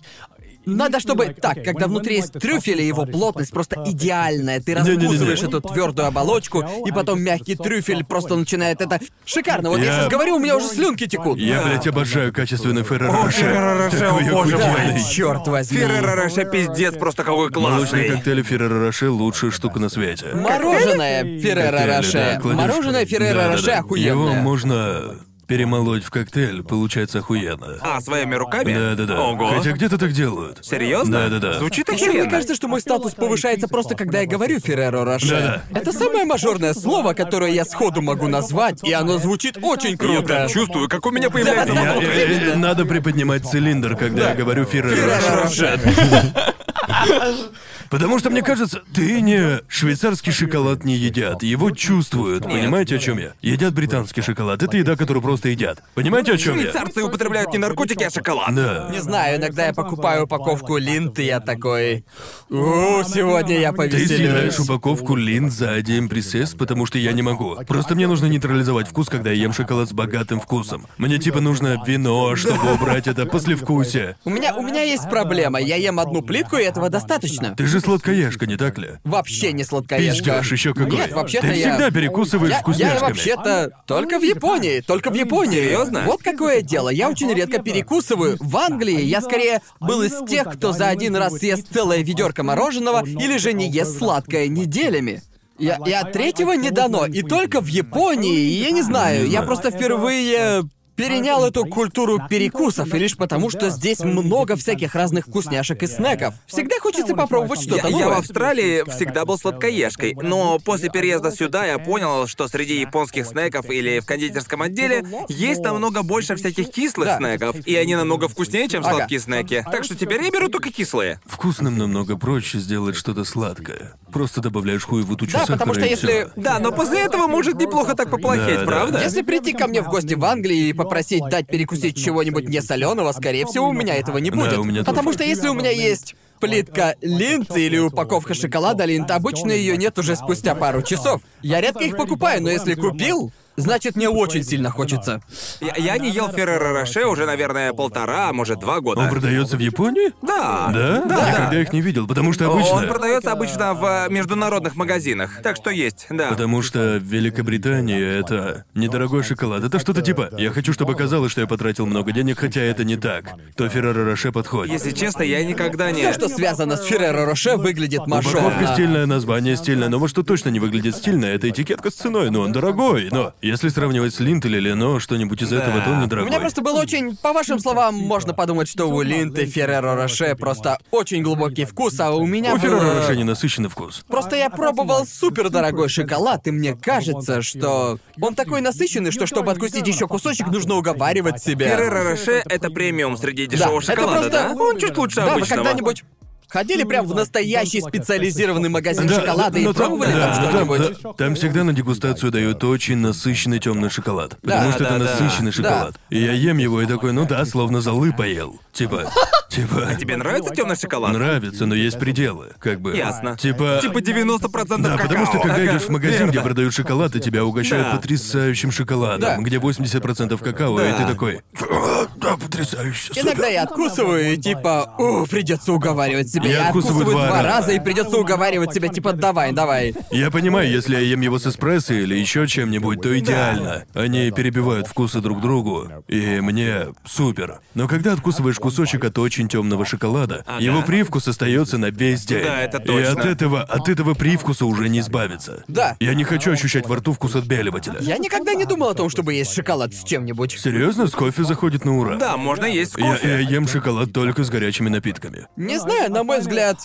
S3: Надо, чтобы... Так, когда внутри есть трюфель, и его плотность просто идеальная. Ты
S2: Не-не-не-не.
S3: раскусываешь эту твердую оболочку, и потом мягкий трюфель просто начинает это... Шикарно, вот я,
S2: Я-
S3: сейчас говорю, у меня уже слюнки текут.
S2: Я, блядь, обожаю качественный Феррероше.
S1: Ферреро Роше,
S2: Такой
S1: о, боже мой.
S2: охуенный.
S3: Черт возьми.
S1: Ферреро Роше пиздец, просто какой
S2: Молочный
S1: классный.
S2: коктейль Ферреро Роше лучшая штука на свете.
S3: Мороженое Ферреро
S2: Коктейли,
S3: Роше.
S2: да, кладёшь-
S3: Мороженое Ферреро
S2: Да-да-да.
S3: Роше
S2: Его
S3: охуенное.
S2: можно перемолоть в коктейль, получается охуенно.
S1: А, своими руками?
S2: Да-да-да.
S1: Ого.
S2: Хотя где-то так делают.
S1: Серьезно?
S2: Да-да-да.
S1: Звучит
S3: Вообще, мне
S1: охеренно.
S3: кажется, что мой статус повышается просто, когда я говорю Ферреро Роше.
S2: Да-да.
S3: Это самое мажорное слово, которое я сходу могу назвать, и оно звучит очень
S1: Я
S3: круто.
S1: прям чувствую, как у меня появляется...
S3: Да,
S2: Я-
S3: да,
S1: новый-
S3: да.
S2: э, э, надо приподнимать цилиндр, когда я говорю Ферреро Роше.
S3: Ферреро Роше.
S2: Потому что мне кажется, ты не швейцарский шоколад не едят, его чувствуют. Понимаете, о чем я? Едят британский шоколад. Это еда, которую просто едят. Понимаете, о чем я?
S1: Швейцарцы употребляют не наркотики, а шоколад.
S2: Да.
S3: Не знаю, иногда я покупаю упаковку линт, и я такой... «У, сегодня я
S2: Ты съедаешь
S3: повеселюсь.
S2: упаковку линз за один присест, потому что я не могу. Просто мне нужно нейтрализовать вкус, когда я ем шоколад с богатым вкусом. Мне типа нужно вино, чтобы убрать это послевкусие.
S3: У меня, у меня есть проблема. Я ем одну плитку, и этого достаточно.
S2: Ты же сладкоежка, не так ли?
S3: Вообще не сладкоежка.
S2: Пиздешь еще какой.
S3: ну, Нет, вообще-то
S2: Ты
S3: я-
S2: всегда перекусываешь
S3: Я, я
S2: вкусняшками.
S3: вообще-то только в Японии, только в Японии.
S1: Серьезно?
S3: Вот какое дело. Я очень редко перекусываю. В Англии я скорее был из тех, кто за один раз съест целое ведерко мороженого или же не ест сладкое неделями. Я, и от третьего не дано. И только в Японии, я не знаю, я просто впервые перенял эту культуру перекусов, и лишь потому, что здесь много всяких разных вкусняшек и снеков. Всегда хочется попробовать
S1: Я, я
S3: что-то
S1: в
S3: новое.
S1: Австралии всегда был сладкоежкой, но после переезда сюда я понял, что среди японских снеков или в кондитерском отделе есть намного больше всяких кислых
S3: Да.
S1: снеков, и они намного вкуснее, чем
S3: Ага.
S1: сладкие снеки. Так что теперь я беру только А кислые.
S2: Вкусным намного проще сделать что-то сладкое. Просто добавляешь хуевую тучу
S3: Да,
S2: сахара
S3: потому что
S2: и
S3: если-
S2: всё.
S1: Да, но после этого может неплохо так поплохеть,
S2: Да, да.
S1: правда?
S3: Если прийти ко мне в гости в Англии и попросить дать перекусить чего-нибудь не соленого, скорее всего, у меня этого не
S2: Да,
S3: будет.
S2: у меня
S3: Потому
S2: тоже.
S3: что если у меня есть плитка линт или упаковка шоколада линт, обычно ее нет уже спустя пару часов. Я редко их покупаю, но если купил, значит мне очень сильно хочется.
S1: Я, я не ел Ферреро Роше уже, наверное, полтора, может, два года.
S2: Он продается в Японии?
S1: Да.
S2: Да?
S1: Да.
S2: Никогда их не видел, потому что обычно.
S1: Он продается обычно в э, международных магазинах, так что есть, да.
S2: Потому что в Великобритании это недорогой шоколад. Это что-то типа «я хочу, чтобы казалось, что я потратил много денег, хотя это не так». То Ферраро Роше подходит.
S1: Если честно, я никогда не.
S3: Все, что связано с Ферреро Роше, выглядит
S2: Упаковка
S3: мажорно.
S2: стильная, название стильное, но вот что точно не выглядит стильно, это этикетка с ценой, но он дорогой. Но если сравнивать с Линт или Лено, что-нибудь из этого, то он
S3: У
S2: недорогой.
S3: меня просто был очень, по вашим словам, можно подумать, что у Линт и Ферреро Роше просто очень глубокий вкус, а у меня
S2: У Ферраро
S3: было-
S2: Роше ненасыщенный вкус.
S3: Просто я пробовал супер дорогой шоколад, и мне кажется, что он такой насыщенный, что чтобы откусить еще кусочек, нужно уговаривать себя.
S1: Ферреро Роше — это премиум среди дешевого
S3: это
S1: шоколада,
S3: просто-
S1: да? Он чуть лучше
S3: Да, вы
S1: обычного.
S3: когда-нибудь ходили прям в настоящий специализированный магазин
S2: Да,
S3: шоколада и
S2: но там-
S3: пробовали
S2: да,
S3: там
S2: но там,
S3: что-нибудь?
S2: да, там всегда на дегустацию дают очень насыщенный темный шоколад. Потому
S3: Да,
S2: что
S1: да,
S2: это
S1: да.
S2: насыщенный
S3: Да.
S2: шоколад. И я ем его и такой, ну да, словно золы поел. Типа, типа.
S3: А
S1: Тебе нравится темный шоколад?
S2: Нравится, но есть пределы, как бы.
S1: Ясно.
S2: Типа.
S1: Типа 90%
S2: Да, потому что
S1: какао.
S2: когда
S1: Ага,
S2: идешь в магазин, где
S1: верно.
S2: продают шоколад, и тебя угощают
S1: Да.
S2: потрясающим шоколадом,
S3: Да.
S2: где 80% какао, и
S1: Да.
S2: ты такой. «А, Да, потрясающе. супер».
S3: Иногда я откусываю и типа, о, придется уговаривать себя.
S2: Я откусываю два
S3: два
S2: раза.
S3: раза и придется уговаривать себя, типа, давай, давай.
S2: Я понимаю, если я ем его с эспрессо или еще чем-нибудь, то идеально. Они перебивают вкусы друг другу, и мне супер. Но когда откусываешь кусочек от очень темного шоколада, его привкус остается на весь день.
S1: Да, это
S2: И
S1: точно.
S2: от этого, от этого привкуса уже не избавиться.
S3: Да.
S2: Я не хочу ощущать во рту вкус отбеливателя.
S3: Я никогда не думал о том, чтобы есть шоколад с чем-нибудь.
S2: Серьезно, с кофе заходит на ура.
S1: Да, можно есть с
S2: Я,
S1: кофе.
S2: я ем шоколад только с горячими напитками.
S3: Не знаю, на мой взгляд.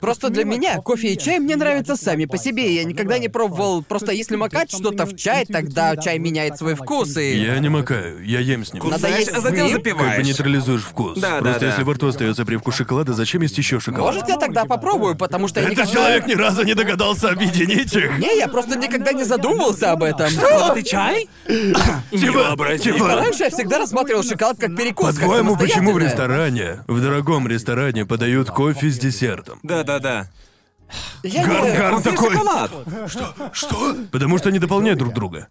S3: Просто для меня кофе и чай мне нравятся сами по себе. Я никогда не пробовал. Просто если макать что-то в чай, тогда чай меняет свой вкус и.
S2: Я не макаю, я ем с ним.
S3: Надо
S1: Знаешь,
S3: есть
S1: а затем
S3: с ним.
S2: Как бы
S1: запиваешь.
S2: нейтрализуешь вкус.
S1: Да, да,
S2: Просто
S1: да.
S2: если во рту остается привкус шоколада, зачем есть еще шоколад?
S3: Может, я тогда попробую, потому что я
S2: Этот
S3: никогда...
S2: человек ни разу не догадался объединить их.
S3: Не, я просто никогда не задумывался об этом.
S1: Ты чай?
S2: Типа, типа,
S3: Раньше я всегда рассматривал шоколад как перекус. как
S2: по-твоему, почему в
S3: самостоятельное.
S2: ресторане, в дорогом ресторане подают кофе с десертом?
S1: Да-да-да.
S3: Я не-
S2: Гар-гар
S1: Кофе и
S2: такой.
S1: шоколад.
S2: Что? Потому что они дополняют друг друга.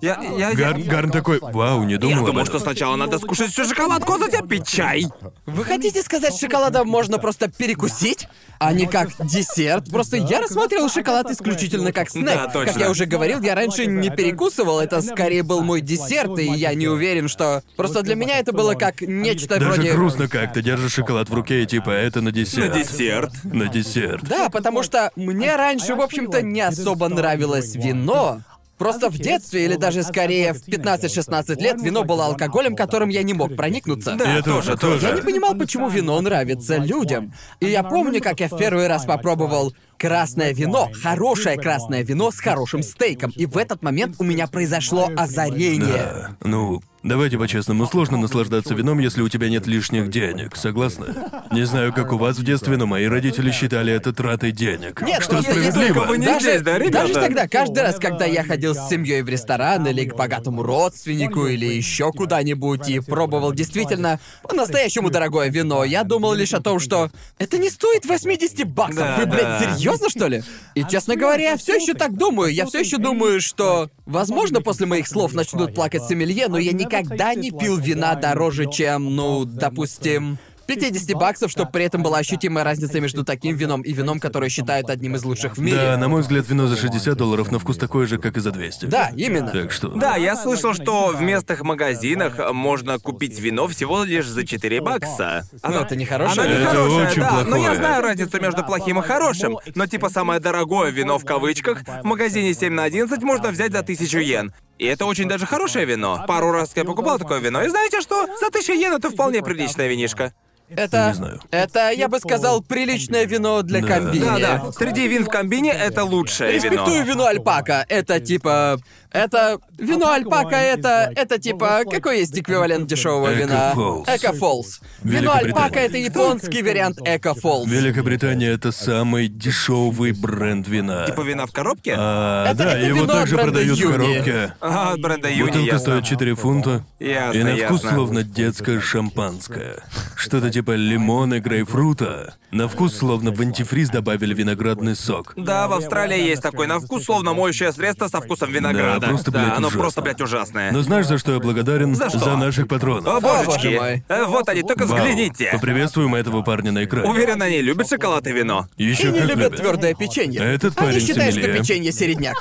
S1: Я, я, я-
S2: Гарн, Гарн такой, вау, не думал
S1: я
S2: об
S1: думал,
S2: этом».
S1: что сначала надо скушать всю шоколадку, а затем пить чай.
S3: Вы хотите сказать, шоколадом можно просто перекусить, а не как десерт? Просто я рассматривал шоколад исключительно как снэк.
S1: Да, точно.
S3: Как я уже говорил, я раньше не перекусывал, это скорее был мой десерт, и я не уверен, что... Просто для меня это было как нечто
S2: Даже
S3: вроде...
S2: грустно как, ты держишь шоколад в руке и типа это на десерт.
S1: На десерт.
S2: На десерт.
S3: Да, потому что мне раньше, в общем-то, не особо нравилось вино. Просто в детстве, или даже скорее в 15-16 лет, вино было алкоголем, которым я не мог проникнуться.
S1: Да,
S2: Я тоже, тоже.
S3: Я не понимал, почему вино нравится людям. И я помню, как я в первый раз попробовал красное вино, хорошее красное вино с хорошим стейком. И в этот момент у меня произошло озарение.
S2: Да. Ну, давайте по-честному, сложно наслаждаться вином, если у тебя нет лишних денег, согласна? Не знаю, как у вас в детстве, но мои родители считали это тратой денег.
S3: Нет, ну,
S2: что
S3: просто если-
S2: справедливо.
S1: ну, Только вы не
S3: даже,
S1: здесь, да, ребята?
S3: даже тогда, каждый раз, когда я ходил с семьей в ресторан или к богатому родственнику или еще куда-нибудь и пробовал действительно по-настоящему дорогое вино, я думал лишь о том, что это не стоит 80 баксов.
S1: Да,
S3: Вы, блядь,
S1: да.
S3: серьезно что ли? И, честно говоря, я все еще так думаю. Я все еще думаю, что, возможно, после моих слов начнут плакать сомелье, но я никогда не пил вина дороже, чем, ну, допустим, 50 баксов, чтобы при этом была ощутимая разница между таким вином и вином, которое считают одним из лучших в мире.
S2: Да, на мой взгляд, вино за 60 долларов на вкус такое же, как и за 200.
S3: Да, именно.
S2: Так что...
S1: Да, я слышал, что в местных магазинах можно купить вино всего лишь за 4 бакса. А
S3: Ну, это нехорошее.
S1: Оно
S2: Это
S1: нехорошее,
S2: очень
S1: да. Но я
S2: плохое.
S1: знаю разницу между плохим и хорошим. Но типа самое дорогое вино в кавычках в магазине 7 на 11 можно взять за 1000 йен. И это очень даже хорошее вино. Пару раз я покупал такое вино, и знаете что? За 1000 йен это вполне приличное винишко.
S3: Это,
S2: Не знаю.
S3: это, я бы сказал, приличное вино для
S2: Да.
S3: комбини.
S1: Да-да, среди вин в комбине это лучшее вино.
S3: Респектую вино альпака. Это типа... Это... Вино альпака это... Это типа... Какой есть эквивалент дешевого вина?
S2: Эко-фолс.
S3: Эко-фолс. Вино альпака это японский вариант Эко-фолс.
S2: Великобритания это самый дешевый бренд вина.
S1: Типа вина в коробке?
S2: А,
S3: Это-
S2: да,
S3: это
S2: его
S3: вино
S2: также
S3: от бренда
S2: продают в
S3: Юни.
S2: коробке.
S1: Ага, от бренда Юни,
S2: Бутылка
S1: ясно.
S2: стоит 4 фунта.
S1: Ясно,
S2: и на вкус
S1: ясно.
S2: словно детское шампанское. Что-то типа лимона и грейпфрута. На вкус словно в антифриз добавили виноградный сок.
S1: Да, в Австралии есть такой на вкус, словно моющее средство со вкусом винограда.
S2: Да, просто, блядь,
S1: оно
S2: ужасно. Ну,
S1: просто, блядь, ужасное.
S2: Но знаешь, за что я благодарен?
S1: За что?
S2: наших
S1: О,
S2: патронов.
S1: божечки.
S3: боже мой.
S1: Э, Вот они, только
S2: Вау.
S1: взгляните.
S2: Поприветствуем этого парня на экране.
S1: Уверен, они любят шоколад и вино.
S3: И
S2: Еще
S3: не
S2: как
S3: любят
S2: любят.
S3: твердое печенье.
S2: Этот
S3: Они
S2: парень
S3: считают, что
S2: сомелье.
S3: печенье середняк.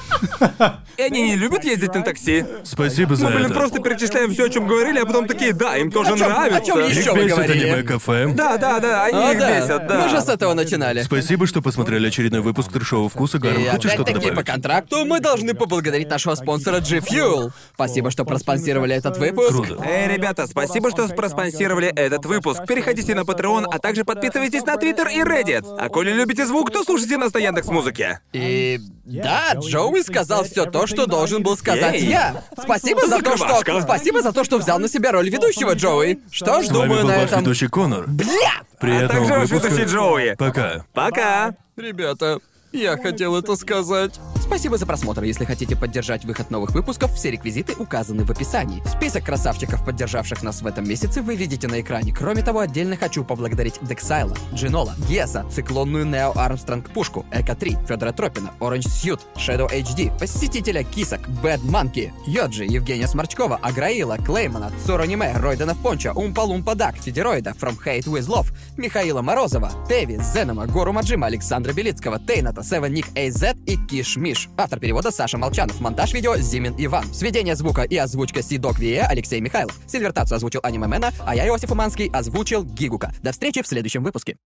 S1: И они не любят ездить на такси.
S2: Спасибо за
S1: Мы, блин,
S2: это.
S1: просто перечисляем все, о чем говорили, а потом такие, да, им тоже
S3: О чём- о
S1: нравится.
S3: чём
S2: Их
S3: ещё вы
S2: бесит
S3: говорили?
S2: аниме-кафе.
S1: Да, да, да, они
S3: О,
S1: их
S3: А, да.
S1: бесят, да.
S3: Мы же с этого начинали.
S2: Спасибо, что посмотрели очередной выпуск трешового вкуса. Гарм,
S3: И
S2: хочешь что-то
S3: опять-таки по
S2: добавить?
S3: контракту мы должны поблагодарить нашего спонсора G Fuel. Спасибо, что проспонсировали этот выпуск.
S2: Круто.
S1: Эй, ребята, спасибо, что проспонсировали этот выпуск. Переходите на Patreon, а также подписывайтесь на Twitter и Reddit. А коли любите звук, то слушайте нас на Яндекс.Музыке.
S3: И да, Джоуи сказал все то, что должен был сказать
S1: Ей.
S3: я. Спасибо за то, что
S1: Закрывашка.
S3: спасибо за то что взял на себя роль ведущего Джоуи. Что ж,
S2: С вами
S3: думаю
S2: был
S3: на
S2: ваш
S3: этом.
S2: ведущий Конор.
S3: Бля!
S2: Приятного
S1: также А ваш
S2: выпуска.
S1: ведущий Джоуи.
S2: Пока.
S1: Пока!
S3: Ребята, я хотел это сказать. Спасибо за просмотр. Если хотите поддержать выход новых выпусков, все реквизиты указаны в описании. Список красавчиков, поддержавших нас в этом месяце, вы видите на экране. Кроме того, отдельно хочу поблагодарить Дексайла, Джинола, Геса, циклонную Нео Армстронг Пушку, Эко 3, Федора Тропина, Orange Сьют, Shadow HD, Посетителя Кисок, Бэд Манки, Йоджи, Евгения Сморчкова, Аграила, Клеймана, Цураниме, Ройденов Понча, Умпа-Лумпа Дак, Федероида, From Hate With Love, Михаила Морозова, Теви, Зенома, Гору Маджима, Александра Белицкого, Тейната, Севен Ник AZ и Киш Миш. Автор перевода Саша Молчанов, монтаж видео Зимин Иван. Сведение звука и озвучка Сидок Вие Алексей Михайлов. Сильвертацию озвучил Аниме Мэна, а я, Иосиф Уманский, озвучил Гигука. До встречи в следующем выпуске.